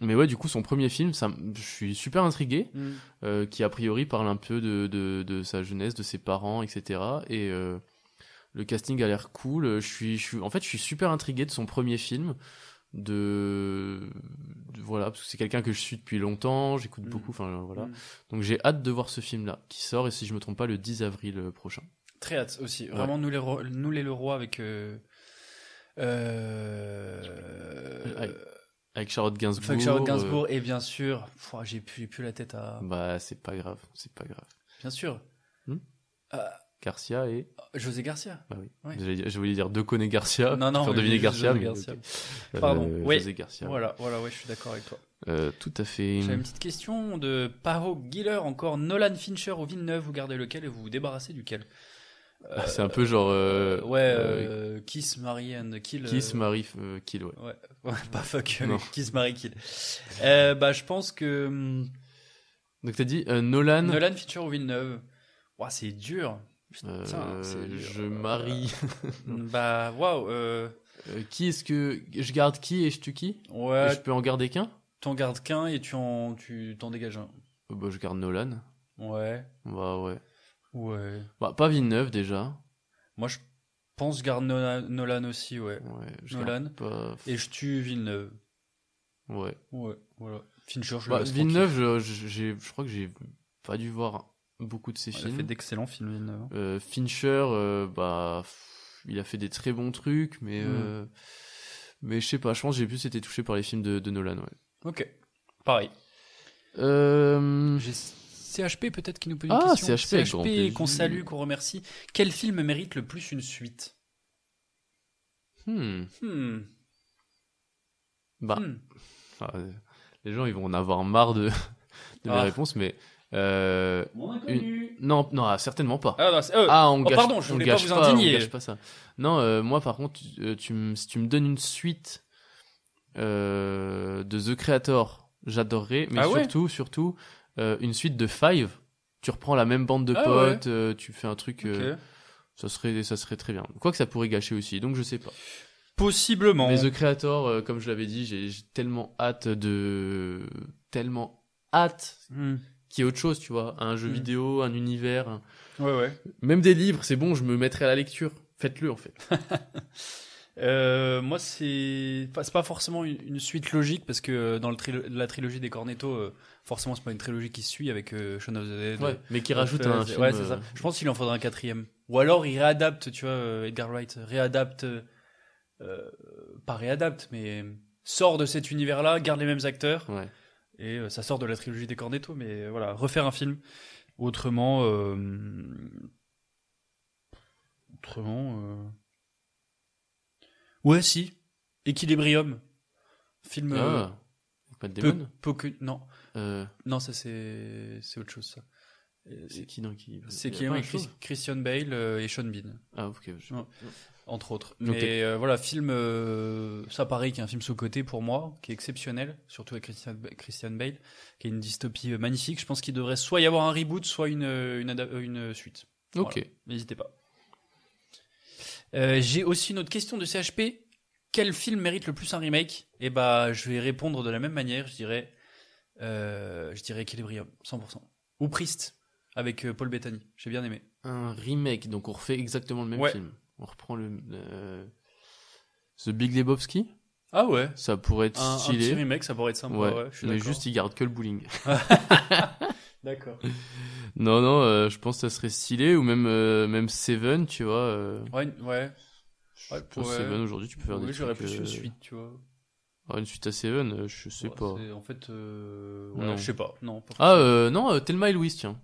S5: mais ouais, du coup, son premier film, ça, m- je suis super intrigué,
S6: Mm.
S5: euh, qui a priori parle un peu de, de, de sa jeunesse, de ses parents, etc. Et euh, le casting a l'air cool. Je suis, je suis, en fait, je suis super intrigué de son premier film. De, de- voilà, parce que c'est quelqu'un que je suis depuis longtemps, j'écoute beaucoup, enfin voilà.
S6: Mm.
S5: Donc j'ai hâte de voir ce film-là, qui sort, et si je me trompe pas, le 10 avril euh, prochain.
S6: Très hâte aussi. Vraiment, nous les, Ro- nous les Leroy avec. Euh, euh,
S5: Avec- Avec Charlotte Gainsbourg.
S6: Fuck Charlotte
S5: euh,
S6: Gainsbourg et bien sûr, Pouah, j'ai plus, plus la tête à.
S5: Bah, c'est pas grave, c'est pas grave.
S6: Bien sûr.
S5: Hmm
S6: Euh,
S5: Garcia et.
S6: José Garcia.
S5: Bah oui.
S6: Ouais.
S5: J'allais dire- Je voulais dire Deconé Garcia.
S6: Non, non,
S5: Faire
S6: mais
S5: deviner
S6: juste
S5: Ah, Garcia.
S6: José
S5: mais
S6: Garcia.
S5: ok.
S6: Pardon.
S5: Euh,
S6: oui.
S5: José Garcia.
S6: Voilà, voilà, ouais, je suis d'accord avec toi.
S5: Euh, tout à fait.
S6: J'avais une petite question de Paro Giller, encore Nolan Fincher ou Villeneuve, vous gardez lequel et vous vous débarrassez duquel
S5: Ah, c'est un peu genre. euh,
S6: Ouais,
S5: euh,
S6: euh, Kiss, Marie and Kill.
S5: Kiss,
S6: euh,
S5: Marie, euh, Kill, ouais.
S6: Ouais, ouais, pas fuck, euh,
S5: Non.
S6: Kiss, Marie, Kill. Euh, bah, je pense que hum,
S5: Donc t'as dit euh, Nolan.
S6: Nolan Fincher ou Villeneuve. Ouah, c'est dur.
S5: euh,
S6: Putain, c'est dur.
S5: je marie.
S6: Bah, waouh. euh,
S5: Euh, qui est-ce que. Je garde qui et je tue qui
S6: Ouais,
S5: Et Je peux en garder qu'un
S6: t'en gardes qu'un et tu en, tu t'en dégages un.
S5: Euh, bah, Je garde Nolan.
S6: Ouais,
S5: Bah ouais.
S6: ouais.
S5: Bah, pas Villeneuve déjà.
S6: Moi, je pense que je garde Nolan, Nolan aussi, ouais.
S5: Ouais, je
S6: Nolan.
S5: garde pas-
S6: Et je tue Villeneuve.
S5: Ouais.
S6: Ouais, voilà. Fincher, je le
S5: Bah,
S6: laisse
S5: Villeneuve, je, je- j'ai- je crois que j'ai pas dû voir beaucoup de ses
S6: tranquille. Il a fait
S5: films.
S6: d'excellents films, Villeneuve. hein.
S5: Euh, Fincher, euh, bah, pff, il a fait des très bons trucs, mais
S6: Mm.
S5: euh, mais je sais pas, je pense que j'ai plus été touché par les films de, de Nolan. Ouais.
S6: Ok, pareil.
S5: Euh,
S6: J'ai CHP peut-être qui nous pose une
S5: Ah,
S6: question.
S5: CHP, avec grand plaisir.
S6: qu'on salue, qu'on remercie. Quel film mérite le plus une suite
S5: hmm,
S6: Hmm.
S5: bah,
S6: hmm.
S5: ah, euh, les gens ils vont en avoir marre de, de mes
S6: Ah.
S5: réponses, mais euh, une- non, non, ah, certainement pas.
S6: Ah, non, c'est- euh,
S5: Ah, on
S6: oh,
S5: gâche,
S6: pardon, je
S5: on
S6: voulais pas
S5: gâche
S6: vous
S5: on
S6: indigner.
S5: gâche pas ça. Non, euh, moi par contre, tu- euh, tu me- si tu me donnes une suite euh, de The Creator, j'adorerais, mais
S6: Ah ouais
S5: surtout, surtout euh, une suite de Five. Tu reprends la même bande de
S6: Ah ouais.
S5: potes, euh, tu fais un truc,
S6: Ok.
S5: euh, ça serait, ça serait très bien. Quoi que ça pourrait gâcher aussi, donc je sais pas.
S9: Possiblement.
S5: Mais The Creator, euh, comme je l'avais dit, j'ai j'ai tellement hâte de. Tellement hâte
S9: Hmm.
S5: qu'il y ait autre chose, tu vois. Un jeu
S9: Hmm.
S5: vidéo, un univers. un-
S9: Ouais, ouais.
S5: Même des livres, c'est bon, je me mettrai à la lecture. Faites-le, en fait.
S9: Euh,
S6: moi, c'est pas, c'est pas forcément une, une suite logique parce que euh, dans le trilo- la trilogie des Cornetto, euh, forcément, c'est pas une trilogie qui se suit avec euh, Shaun of the Dead.
S5: Ouais, mais qui
S6: Euh,
S5: rajoute
S6: euh,
S5: un
S6: ouais,
S5: film,
S6: c'est ça.
S5: euh,
S6: Je pense qu'il en faudra un quatrième. Ou alors, il réadapte, tu vois, euh, Edgar Wright réadapte, euh, euh, pas réadapte, mais sort de cet univers-là, garde les mêmes acteurs.
S5: Ouais.
S6: Et euh, ça sort de la trilogie des Cornetto, mais euh, voilà, refaire un film. Autrement, euh, autrement, euh, ouais, si, Equilibrium, film euh,
S5: Ah, pas de
S6: peu,
S5: démon.
S6: peu que- non,
S5: Euh,
S6: non, ça c'est c'est autre chose ça. Euh,
S5: c'est qui dans qui
S6: C'est
S5: Il y a
S6: qui
S5: pas
S6: oui,
S5: un
S6: Chris-
S5: chose
S6: Christian Bale euh, et Sean Bean.
S5: Ah, ok. je-
S6: Ouais. Entre autres.
S5: Noté.
S6: Mais euh, voilà, film, euh, ça pareil, qui est un film sous-côté pour moi, qui est exceptionnel, surtout avec Christian, Christian Bale, qui est une dystopie euh, magnifique. Je pense qu'il devrait soit y avoir un reboot, soit une, euh, une, ada- euh, une suite.
S5: Ok.
S6: Voilà. N'hésitez pas. Euh, J'ai aussi une autre question de CHP. Quel film mérite le plus un remake Eh bah, je vais répondre de la même manière, je dirais, euh, je dirais Equilibrium, 100%. Ou Priest, avec euh, Paul Bettany. J'ai bien aimé.
S5: Un remake, donc on refait exactement le même
S6: Ouais.
S5: film. On reprend le. le- The Big Lebowski
S6: Ah ouais
S5: Ça pourrait être
S6: Un- un
S5: stylé.
S6: petit remake, ça pourrait être sympa, ouais, je suis
S5: mais
S6: d'accord.
S5: juste, il garde que le bowling.
S6: D'accord.
S5: Non, non, euh, je pense que ça serait stylé. Ou même, euh, même Seven, tu vois. euh,
S6: Ouais, une- ouais. Ouais,
S5: pense que Seven, aujourd'hui, tu peux faire
S6: oui,
S5: des
S6: j'aurais
S5: trucs,
S6: plus une
S5: euh,
S6: suite, tu vois.
S5: ouais, une suite à Seven, euh, je sais
S6: Ouais,
S5: pas.
S6: c'est- En fait, euh, ouais,
S5: Non.
S6: je sais pas. Non, pas
S5: Ah,
S6: forcément.
S5: euh, non, euh, Thelma et Louise, tiens.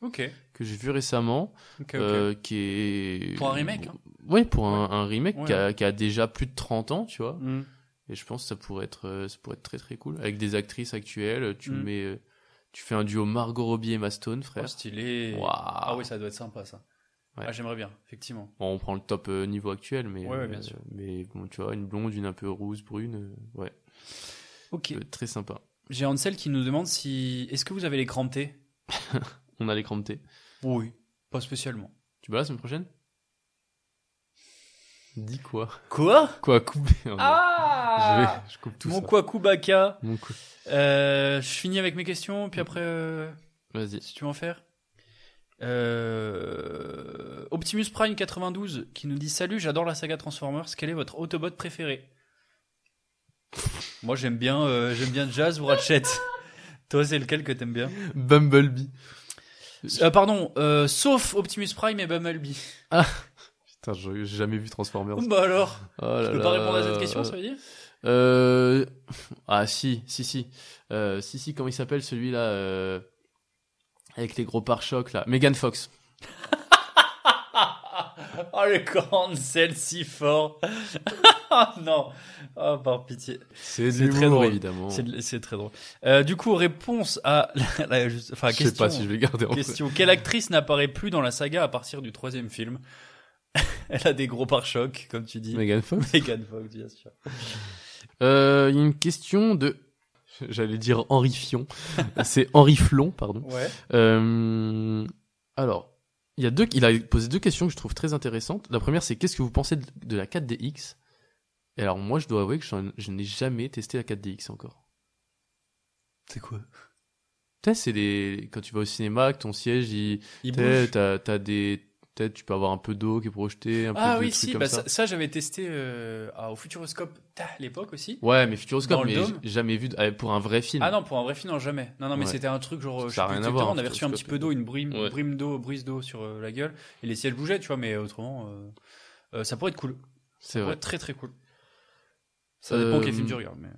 S6: Ok.
S5: Que j'ai vu récemment.
S6: Ok, ok.
S5: euh, qui est.
S6: Pour un remake, hein.
S5: Ouais, pour un, un remake
S6: Ouais.
S5: qui, a, qui a déjà plus de 30 ans, tu vois.
S6: Mm.
S5: Et je pense que ça pourrait être, euh, ça pourrait être très très cool. Avec des actrices actuelles, tu
S6: Mm.
S5: mets. euh, Tu fais un duo Margot Robbie et Mastone, frère.
S6: Oh, stylé.
S5: Waouh.
S6: Ah oui, ça doit être sympa, ça.
S5: Ouais.
S6: Ah, j'aimerais bien, effectivement.
S5: Bon, on prend le top euh, niveau actuel, mais,
S6: Ouais, ouais,
S5: euh,
S6: bien sûr.
S5: mais bon, tu vois, une blonde, une un peu rousse, brune, euh, ouais.
S6: Ok.
S5: Ça peut être Très sympa.
S6: J'ai Ansel qui nous demande si. Est-ce que vous avez les crampetés
S5: On a l'écran de thé.
S6: Oui. Pas spécialement.
S5: Tu vas la semaine prochaine Dis quoi
S6: Quoi
S5: Quoi couper
S6: Ah
S5: je, vais- je coupe tout
S6: Mon
S5: ça.
S6: Kwakubaka.
S5: Mon cou-
S6: Euh, je finis avec mes questions, puis après, euh,
S5: Vas-y.
S6: si tu veux en faire. Euh, Optimus Prime 92 qui nous dit Salut, j'adore la saga Transformers. Quel est votre Autobot préféré Moi, j'aime bien, euh, j'aime bien Jazz ou Ratchet. Toi, c'est lequel que t'aimes bien
S5: Bumblebee.
S6: Euh, Pardon, euh, sauf Optimus Prime et Bumblebee.
S5: Putain, j'ai j'ai jamais vu Transformers.
S6: Bah alors,
S5: Oh là
S6: je peux
S5: là.
S6: pas répondre à cette question, ça veut dire
S5: Euh... Ah si, si, si. Euh, si, si, comment il s'appelle celui-là euh, Avec les gros pare-chocs, là. Megan Fox.
S6: Oh le cancel si fort Non Oh par pitié
S5: C'est
S6: C'est très
S5: drôle,
S6: drôle.
S5: évidemment.
S6: C'est de- C'est très drôle. Euh, du coup, réponse à la, la- juste- enfin,
S5: Je sais
S6: question,
S5: pas si je vais le garder en
S6: question. Quelle actrice n'apparaît plus dans la saga à partir du troisième film Elle a des gros pare-chocs, comme tu dis.
S5: Megan Fox.
S6: Megan Fox, bien sûr.
S5: Euh, Il y a une question de. J'allais dire Henri Fion. C'est Henri Flon, pardon.
S6: Ouais.
S5: Euh, alors, il, y a deux, il a posé deux questions que je trouve très intéressantes. La première, c'est qu'est-ce que vous pensez de, de la 4DX Et alors, moi, je dois avouer que j'en- je n'ai jamais testé la 4DX encore.
S6: C'est quoi
S5: Tu sais, c'est les... quand tu vas au cinéma, que ton siège, il...
S6: Il
S5: tu sais,
S6: bouge.
S5: t'as- t'as des... peut-être tu peux avoir un peu d'eau qui est projetée, un peu
S6: Ah
S5: de
S6: oui,
S5: trucs
S6: si,
S5: comme
S6: bah,
S5: ça.
S6: ça, ça, j'avais testé euh, à- au Futuroscope tah, à l'époque aussi.
S5: Ouais, mais
S6: Dans
S5: Futuroscope,
S6: le
S5: mais
S6: dôme.
S5: j'ai jamais vu de- ah, pour un vrai film.
S6: Ah non, pour un vrai film, non, jamais. Non, non, mais
S5: Ouais.
S6: c'était un truc
S5: Ça
S6: genre. je
S5: a
S6: sais plus
S5: rien à
S6: exactement,
S5: voir,
S6: On avait
S5: un
S6: reçu un petit
S5: futuroscope.
S6: peu d'eau, une brume,
S5: Ouais.
S6: brume d'eau, brise d'eau sur euh, la gueule, et les ciels bougeaient, tu vois, mais autrement, euh, euh, ça pourrait être cool.
S5: c'est
S6: Ça pourrait
S5: vrai.
S6: être très très cool. Ça dépend
S5: Euh,
S6: quel film tu regardes. Mais...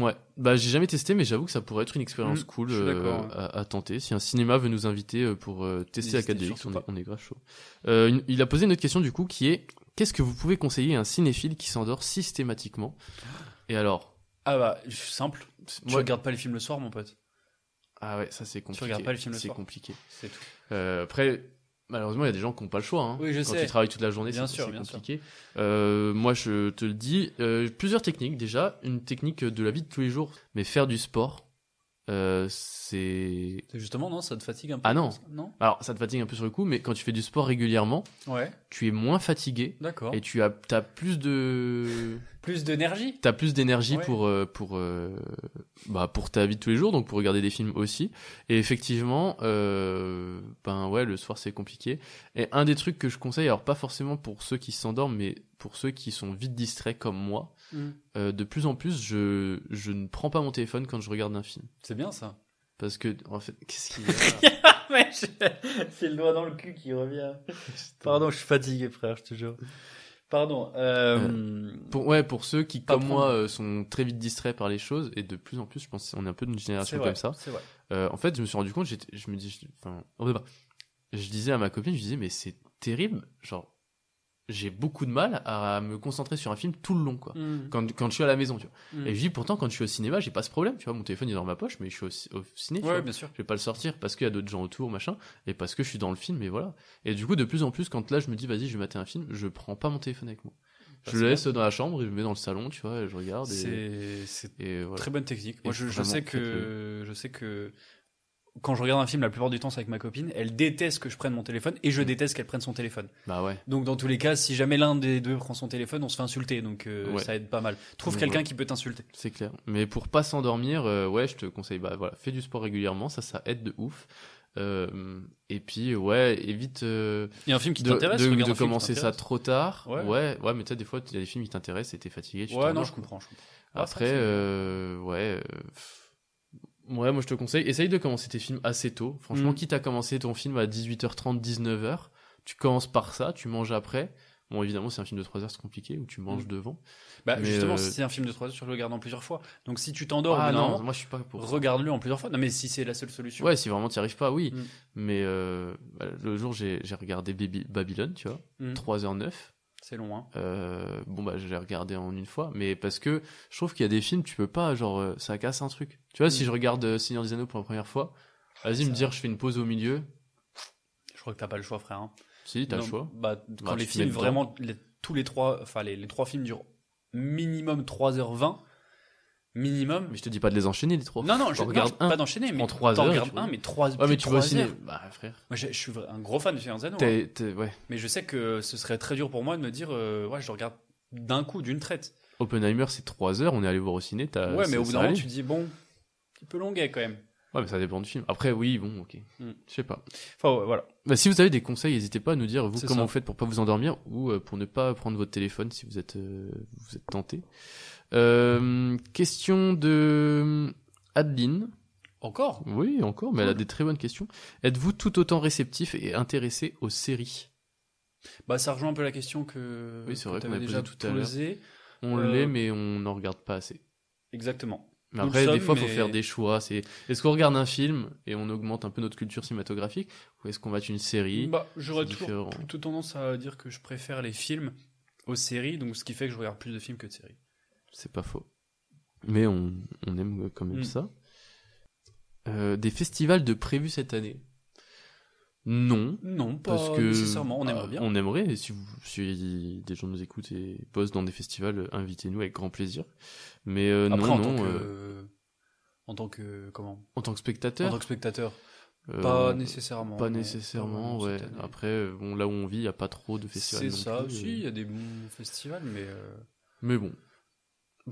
S5: Ouais, bah j'ai jamais testé, mais j'avoue que ça pourrait être une expérience
S6: Mm,
S5: cool
S6: je suis
S5: euh,
S6: d'accord, ouais.
S5: à, à tenter. Si un cinéma veut nous inviter euh, pour euh, tester la
S6: N'hésitez
S5: 4DX,
S6: surtout
S5: on est,
S6: pas.
S5: on est grave chaud. Euh, une- il a posé une autre question du coup qui est qu'est-ce que vous pouvez conseiller à un cinéphile qui s'endort systématiquement Et alors,
S6: Ah bah, simple. Tu
S5: moi,
S6: regardes pas les films le soir, mon pote.
S5: ah ouais, ça c'est compliqué.
S6: regardes pas le film le
S5: C'est
S6: soir.
S5: compliqué.
S6: C'est tout.
S5: Euh, après, malheureusement, il y a des gens qui n'ont pas le choix. hein.
S6: Oui, je
S5: Quand
S6: sais.
S5: tu travailles toute la journée,
S6: Bien
S5: c'est
S6: sûr,
S5: c'est
S6: bien sûr.
S5: compliqué. Euh, moi, je te le dis, euh, plusieurs techniques déjà. Une technique de la vie de tous les jours, mais faire du sport. euh, c'est.
S6: Justement, non, ça te fatigue un peu.
S5: Ah non.
S6: Non
S5: Alors, ça te fatigue un peu sur le coup, mais quand tu fais du sport régulièrement,
S6: Ouais.
S5: tu es moins fatigué.
S6: D'accord.
S5: Et tu as, as plus de.
S6: Plus d'énergie.
S5: T'as plus d'énergie
S6: Ouais.
S5: pour euh, pour euh, bah pour ta vie de tous les jours, donc pour regarder des films aussi. Et effectivement, euh, ben ouais, le soir c'est compliqué. Et un des trucs que je conseille, alors pas forcément pour ceux qui s'endorment, mais pour ceux qui sont vite distraits comme moi,
S6: Mm.
S5: euh, de plus en plus, je je ne prends pas mon téléphone quand je regarde un film.
S6: C'est bien ça.
S5: Parce que en fait, qu'est-ce qu'il y a
S6: Ouais, je- c'est le doigt dans le cul qui revient. Pardon, je suis fatigué, frère, je te jure. Pardon. euh,
S5: pour, ouais, pour ceux qui,
S6: Pas
S5: comme
S6: prendre.
S5: moi, euh, sont très vite distraits par les choses, et de plus en plus, je pense qu'on est un peu d'une génération
S6: C'est vrai,
S5: comme ça.
S6: c'est vrai.
S5: Euh, en fait, je me suis rendu compte, j'étais- je me dis, je- enfin, on peut pas. Je disais à ma copine, je disais, mais c'est terrible, genre, j'ai beaucoup de mal à me concentrer sur un film tout le long, quoi.
S6: Mm.
S5: Quand, quand je suis à la maison, tu vois.
S6: Mm.
S5: Et je dis, pourtant, quand je suis au cinéma, j'ai pas ce problème, tu vois. Mon téléphone il est dans ma poche, mais je suis au, ci- au ciné, tu
S6: Ouais,
S5: vois.
S6: bien sûr.
S5: Je vais pas le sortir parce qu'il y a d'autres gens autour, machin, et parce que je suis dans le film, et voilà. Et du coup, de plus en plus, quand là, je me dis, vas-y, je vais mater un film, je prends pas mon téléphone avec moi.
S6: Bah,
S5: je le
S6: c'est
S5: laisse dans la chambre, et je me mets dans le salon, tu vois, et je regarde.
S6: C'est- c'est Très bonne technique. Moi, je, je sais que, je sais que quand je regarde un film, la plupart du temps, c'est avec ma copine. Elle déteste que je prenne mon téléphone et
S5: Mm.
S6: je déteste qu'elle prenne son téléphone.
S5: Bah ouais.
S6: Donc, dans tous les cas, si jamais l'un des deux prend son téléphone, on se fait insulter. Donc, euh,
S5: Ouais.
S6: ça aide pas mal. Trouve
S5: Donc,
S6: quelqu'un
S5: voilà.
S6: qui peut t'insulter.
S5: C'est clair. Mais pour pas s'endormir, euh, ouais, je te conseille, bah voilà, fais du sport régulièrement, ça, ça aide de ouf. Euh, et puis, ouais, évite. euh,
S6: Et un film qui
S5: de-
S6: t'intéresse,
S5: De,
S6: regarde un
S5: de
S6: film qui
S5: commencer ça
S6: t'intéresse.
S5: trop tard.
S6: Ouais.
S5: Ouais, ouais, mais tu sais, des fois, il y a des films qui t'intéressent et t'es fatigué. Tu
S6: Ouais,
S5: t'endors,
S6: non, je
S5: quoi.
S6: comprends, je comprends. Ah, c'est vrai
S5: hein. Après,
S6: que c'est-
S5: euh, ouais. euh, pff. Ouais, moi je te conseille, essaye de commencer tes films assez tôt. Franchement,
S6: Mm.
S5: quitte à commencer ton film à 18h30, 19h, tu commences par ça, tu manges après. Bon, évidemment, c'est un film de 3 heures, c'est compliqué, où tu manges
S6: Mm.
S5: devant.
S6: Bah,
S5: Mais,
S6: justement,
S5: euh,
S6: si c'est un film de 3 heures, tu le regardes en plusieurs fois. Donc, si tu t'endors,
S5: Ah
S6: au bout d'un
S5: non,
S6: moment,
S5: moi, je suis pas pour ça.
S6: Regarde-le en plusieurs fois. Non, mais si c'est la seule solution.
S5: Ouais, si vraiment tu n'y arrives pas, oui.
S6: Mm.
S5: Mais euh, bah, le jour, j'ai j'ai regardé Baby- Babylone, tu vois,
S6: Mm.
S5: 3h09.
S6: C'est long, hein.
S5: Euh, bon, bah, je l'ai regardé en une fois, mais parce que je trouve qu'il y a des films, tu peux pas, genre, euh, ça casse un truc. Tu vois,
S6: Mm.
S5: si je regarde euh, Seigneur des Anneaux pour la première fois, vas-y, me dire, je fais une pause au milieu.
S6: Je crois que t'as pas le choix, frère. hein.
S5: Si, t'as le
S6: Non,
S5: choix.
S6: Bah, quand
S5: Bah,
S6: les
S5: tu te mets
S6: films,
S5: dedans.
S6: vraiment, les- tous les trois, enfin, les, les trois films durent minimum 3h20. Minimum.
S5: Mais je te dis pas de les enchaîner, les trois.
S6: Non, non, je
S5: T'en regardes
S6: non,
S5: un,
S6: pas d'enchaîner, mais
S5: en trois
S6: t'en
S5: heures,
S6: regardes
S5: tu vois.
S6: un, mais trois.
S5: Ouais, mais tu vas au
S6: trois
S5: ciné.
S6: heures.
S5: Bah, frère.
S6: Moi, je, je suis un gros fan de Seigneur des Anneaux,
S5: T'es-
S6: hein.
S5: t'es- ouais.
S6: Mais je sais que ce serait très dur pour moi de me dire, euh, ouais, je le regarde d'un coup, d'une traite.
S5: Oppenheimer, c'est 3 heures, on est allé voir au ciné. t'as-
S6: ouais, mais
S5: ça-
S6: au bout
S5: Euh, ça
S6: d'un moment,
S5: allait.
S6: tu te dis, bon, un petit peu longuet quand même.
S5: Ouais, mais ça dépend du film. Après, oui, bon, ok.
S6: Mm.
S5: Je sais pas.
S6: Enfin, ouais, voilà.
S5: Bah, si vous avez des conseils, n'hésitez pas à nous dire vous
S6: C'est
S5: comment
S6: ça.
S5: vous faites pour pas vous endormir ou euh, pour ne pas prendre votre téléphone si vous êtes euh, vous êtes tenté. Euh, question de hum, Adeline.
S6: Encore
S5: Oui, encore, mais elle a des très bonnes questions. Êtes-vous tout autant réceptif et intéressé aux séries
S6: Bah, ça rejoint un peu la question que.
S5: Oui, c'est
S6: que
S5: vrai qu'on
S6: t'avais
S5: a
S6: déjà
S5: posé tout à l'heure.
S6: posée.
S5: On
S6: Euh,
S5: l'est, mais on n'en regarde pas assez.
S6: Exactement.
S5: Mais
S6: Nous le
S5: après, des
S6: sommes,
S5: fois, il
S6: mais-
S5: faut faire des choix. C'est est-ce qu'on regarde un film et on augmente un peu notre culture cinématographique, ou est-ce qu'on va être une série
S6: Bah, j'aurais
S5: C'est
S6: toujours
S5: différent.
S6: plutôt tendance à dire que je préfère les films aux séries, donc ce qui fait que je regarde plus de films que de séries.
S5: C'est pas faux. Mais on, on aime quand même
S6: Mm.
S5: ça. Euh, des festivals de prévus cette année Non.
S6: Non, pas
S5: parce que,
S6: nécessairement, on
S5: ah,
S6: aimerait bien.
S5: On aimerait. Et si, vous, si des gens nous écoutent et bossent dans des festivals, euh, invitez-nous avec grand plaisir. Mais euh,
S6: Après,
S5: non,
S6: en, tant
S5: non.
S6: que,
S5: euh,
S6: en tant que. Comment
S5: en tant que spectateur
S6: En tant que spectateur.
S5: euh,
S6: pas nécessairement.
S5: Pas
S6: non.
S5: nécessairement,
S6: Pas vraiment
S5: ouais.
S6: cette année.
S5: Après, euh, bon, là où on vit, il n'y a pas trop de festivals.
S6: C'est
S5: non
S6: ça
S5: plus,
S6: aussi,
S5: euh.
S6: il y a des bons festivals, mais. euh,
S5: Mais bon.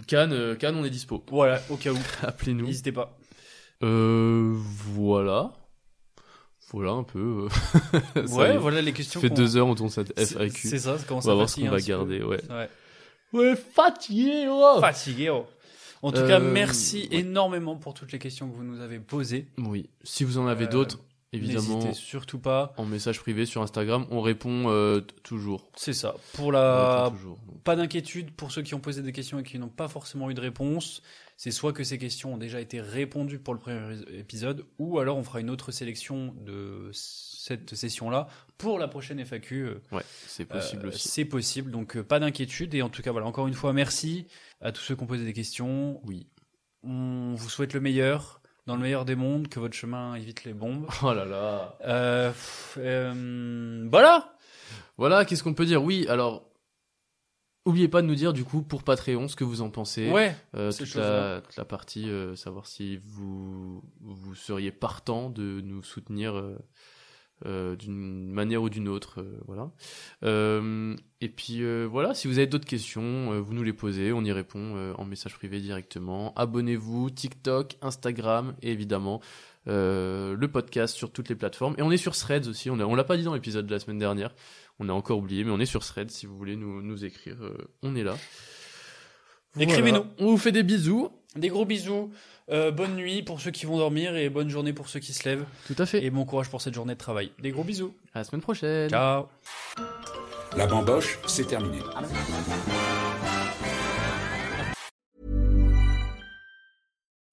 S5: Cannes, euh, Cannes, on est dispo.
S6: Voilà, au cas où.
S5: Appelez-nous.
S6: N'hésitez pas.
S5: Euh, voilà. Voilà un peu. euh. Ça y
S6: ouais,
S5: est.
S6: voilà les
S5: Ça
S6: questions.
S5: fait
S6: qu'on-
S5: deux heures, on tourne cette
S6: C'est-
S5: FAQ.
S6: C'est hein, ça, ça
S5: on
S6: commence
S5: va
S6: à
S5: voir ce
S6: fatiguer
S5: qu'on va
S6: un petit
S5: garder.
S6: peu.
S5: Ouais.
S6: Ouais.
S5: ouais, fatigué, oh
S6: Fatigué, oh. En tout cas,
S5: Euh,
S6: merci
S5: ouais.
S6: énormément pour toutes les questions que vous nous avez posées.
S5: Oui. Si vous en avez
S6: Euh,
S5: d'autres, évidemment,
S6: N'hésitez surtout pas.
S5: en message privé sur Instagram, on répond euh, t- toujours.
S6: C'est ça. Pour
S5: On
S6: la.
S5: répond toujours. Donc,
S6: Pas d'inquiétude pour ceux qui ont posé des questions et qui n'ont pas forcément eu de réponse. C'est soit que ces questions ont déjà été répondues pour le premier épisode, ou alors on fera une autre sélection de cette session-là pour la prochaine FAQ. euh,
S5: Ouais, c'est possible
S6: Euh,
S5: aussi.
S6: C'est possible, donc euh, pas d'inquiétude. Et en tout cas, voilà, encore une fois, merci à tous ceux qui ont posé des questions.
S5: Oui.
S6: On vous souhaite le meilleur, dans le meilleur des mondes, que votre chemin évite les bombes.
S5: Oh là là.
S6: Euh, pff, euh, voilà
S5: Voilà, qu'est-ce qu'on peut dire Oui, alors. Oubliez pas de nous dire du coup pour Patreon ce que vous en pensez.
S7: Ouais,
S5: Euh,
S7: ces
S5: toute, la,
S7: choses-là.
S5: toute la partie, euh, savoir si vous, vous seriez partant de nous soutenir euh, euh, d'une manière ou d'une autre. euh, voilà. Euh, et puis euh, voilà, si vous avez d'autres questions, euh, vous nous les posez, on y répond euh, en message privé directement. Abonnez-vous, TikTok, Instagram et évidemment euh, le podcast sur toutes les plateformes. Et on est sur Threads aussi, on a- on l'a pas dit dans l'épisode de la semaine dernière. On a encore oublié, mais on est sur Threads. Si vous voulez nous, nous écrire, euh, on est là. Voilà.
S7: Écrivez-nous.
S5: On vous fait des bisous.
S7: Des gros bisous. Euh, bonne nuit pour ceux qui vont dormir et bonne journée pour ceux qui se lèvent.
S5: Tout à fait.
S7: Et bon courage pour cette journée de travail. Des gros bisous.
S5: À la semaine prochaine.
S7: Ciao.
S3: La bamboche, c'est terminé.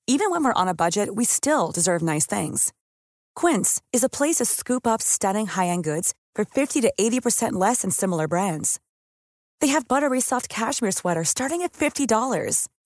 S10: Even when we're on a budget, we still deserve nice things. Quince is a place to scoop up stunning high-end goods for 50 to 80% less than similar brands. They have buttery soft cashmere sweaters starting at $50,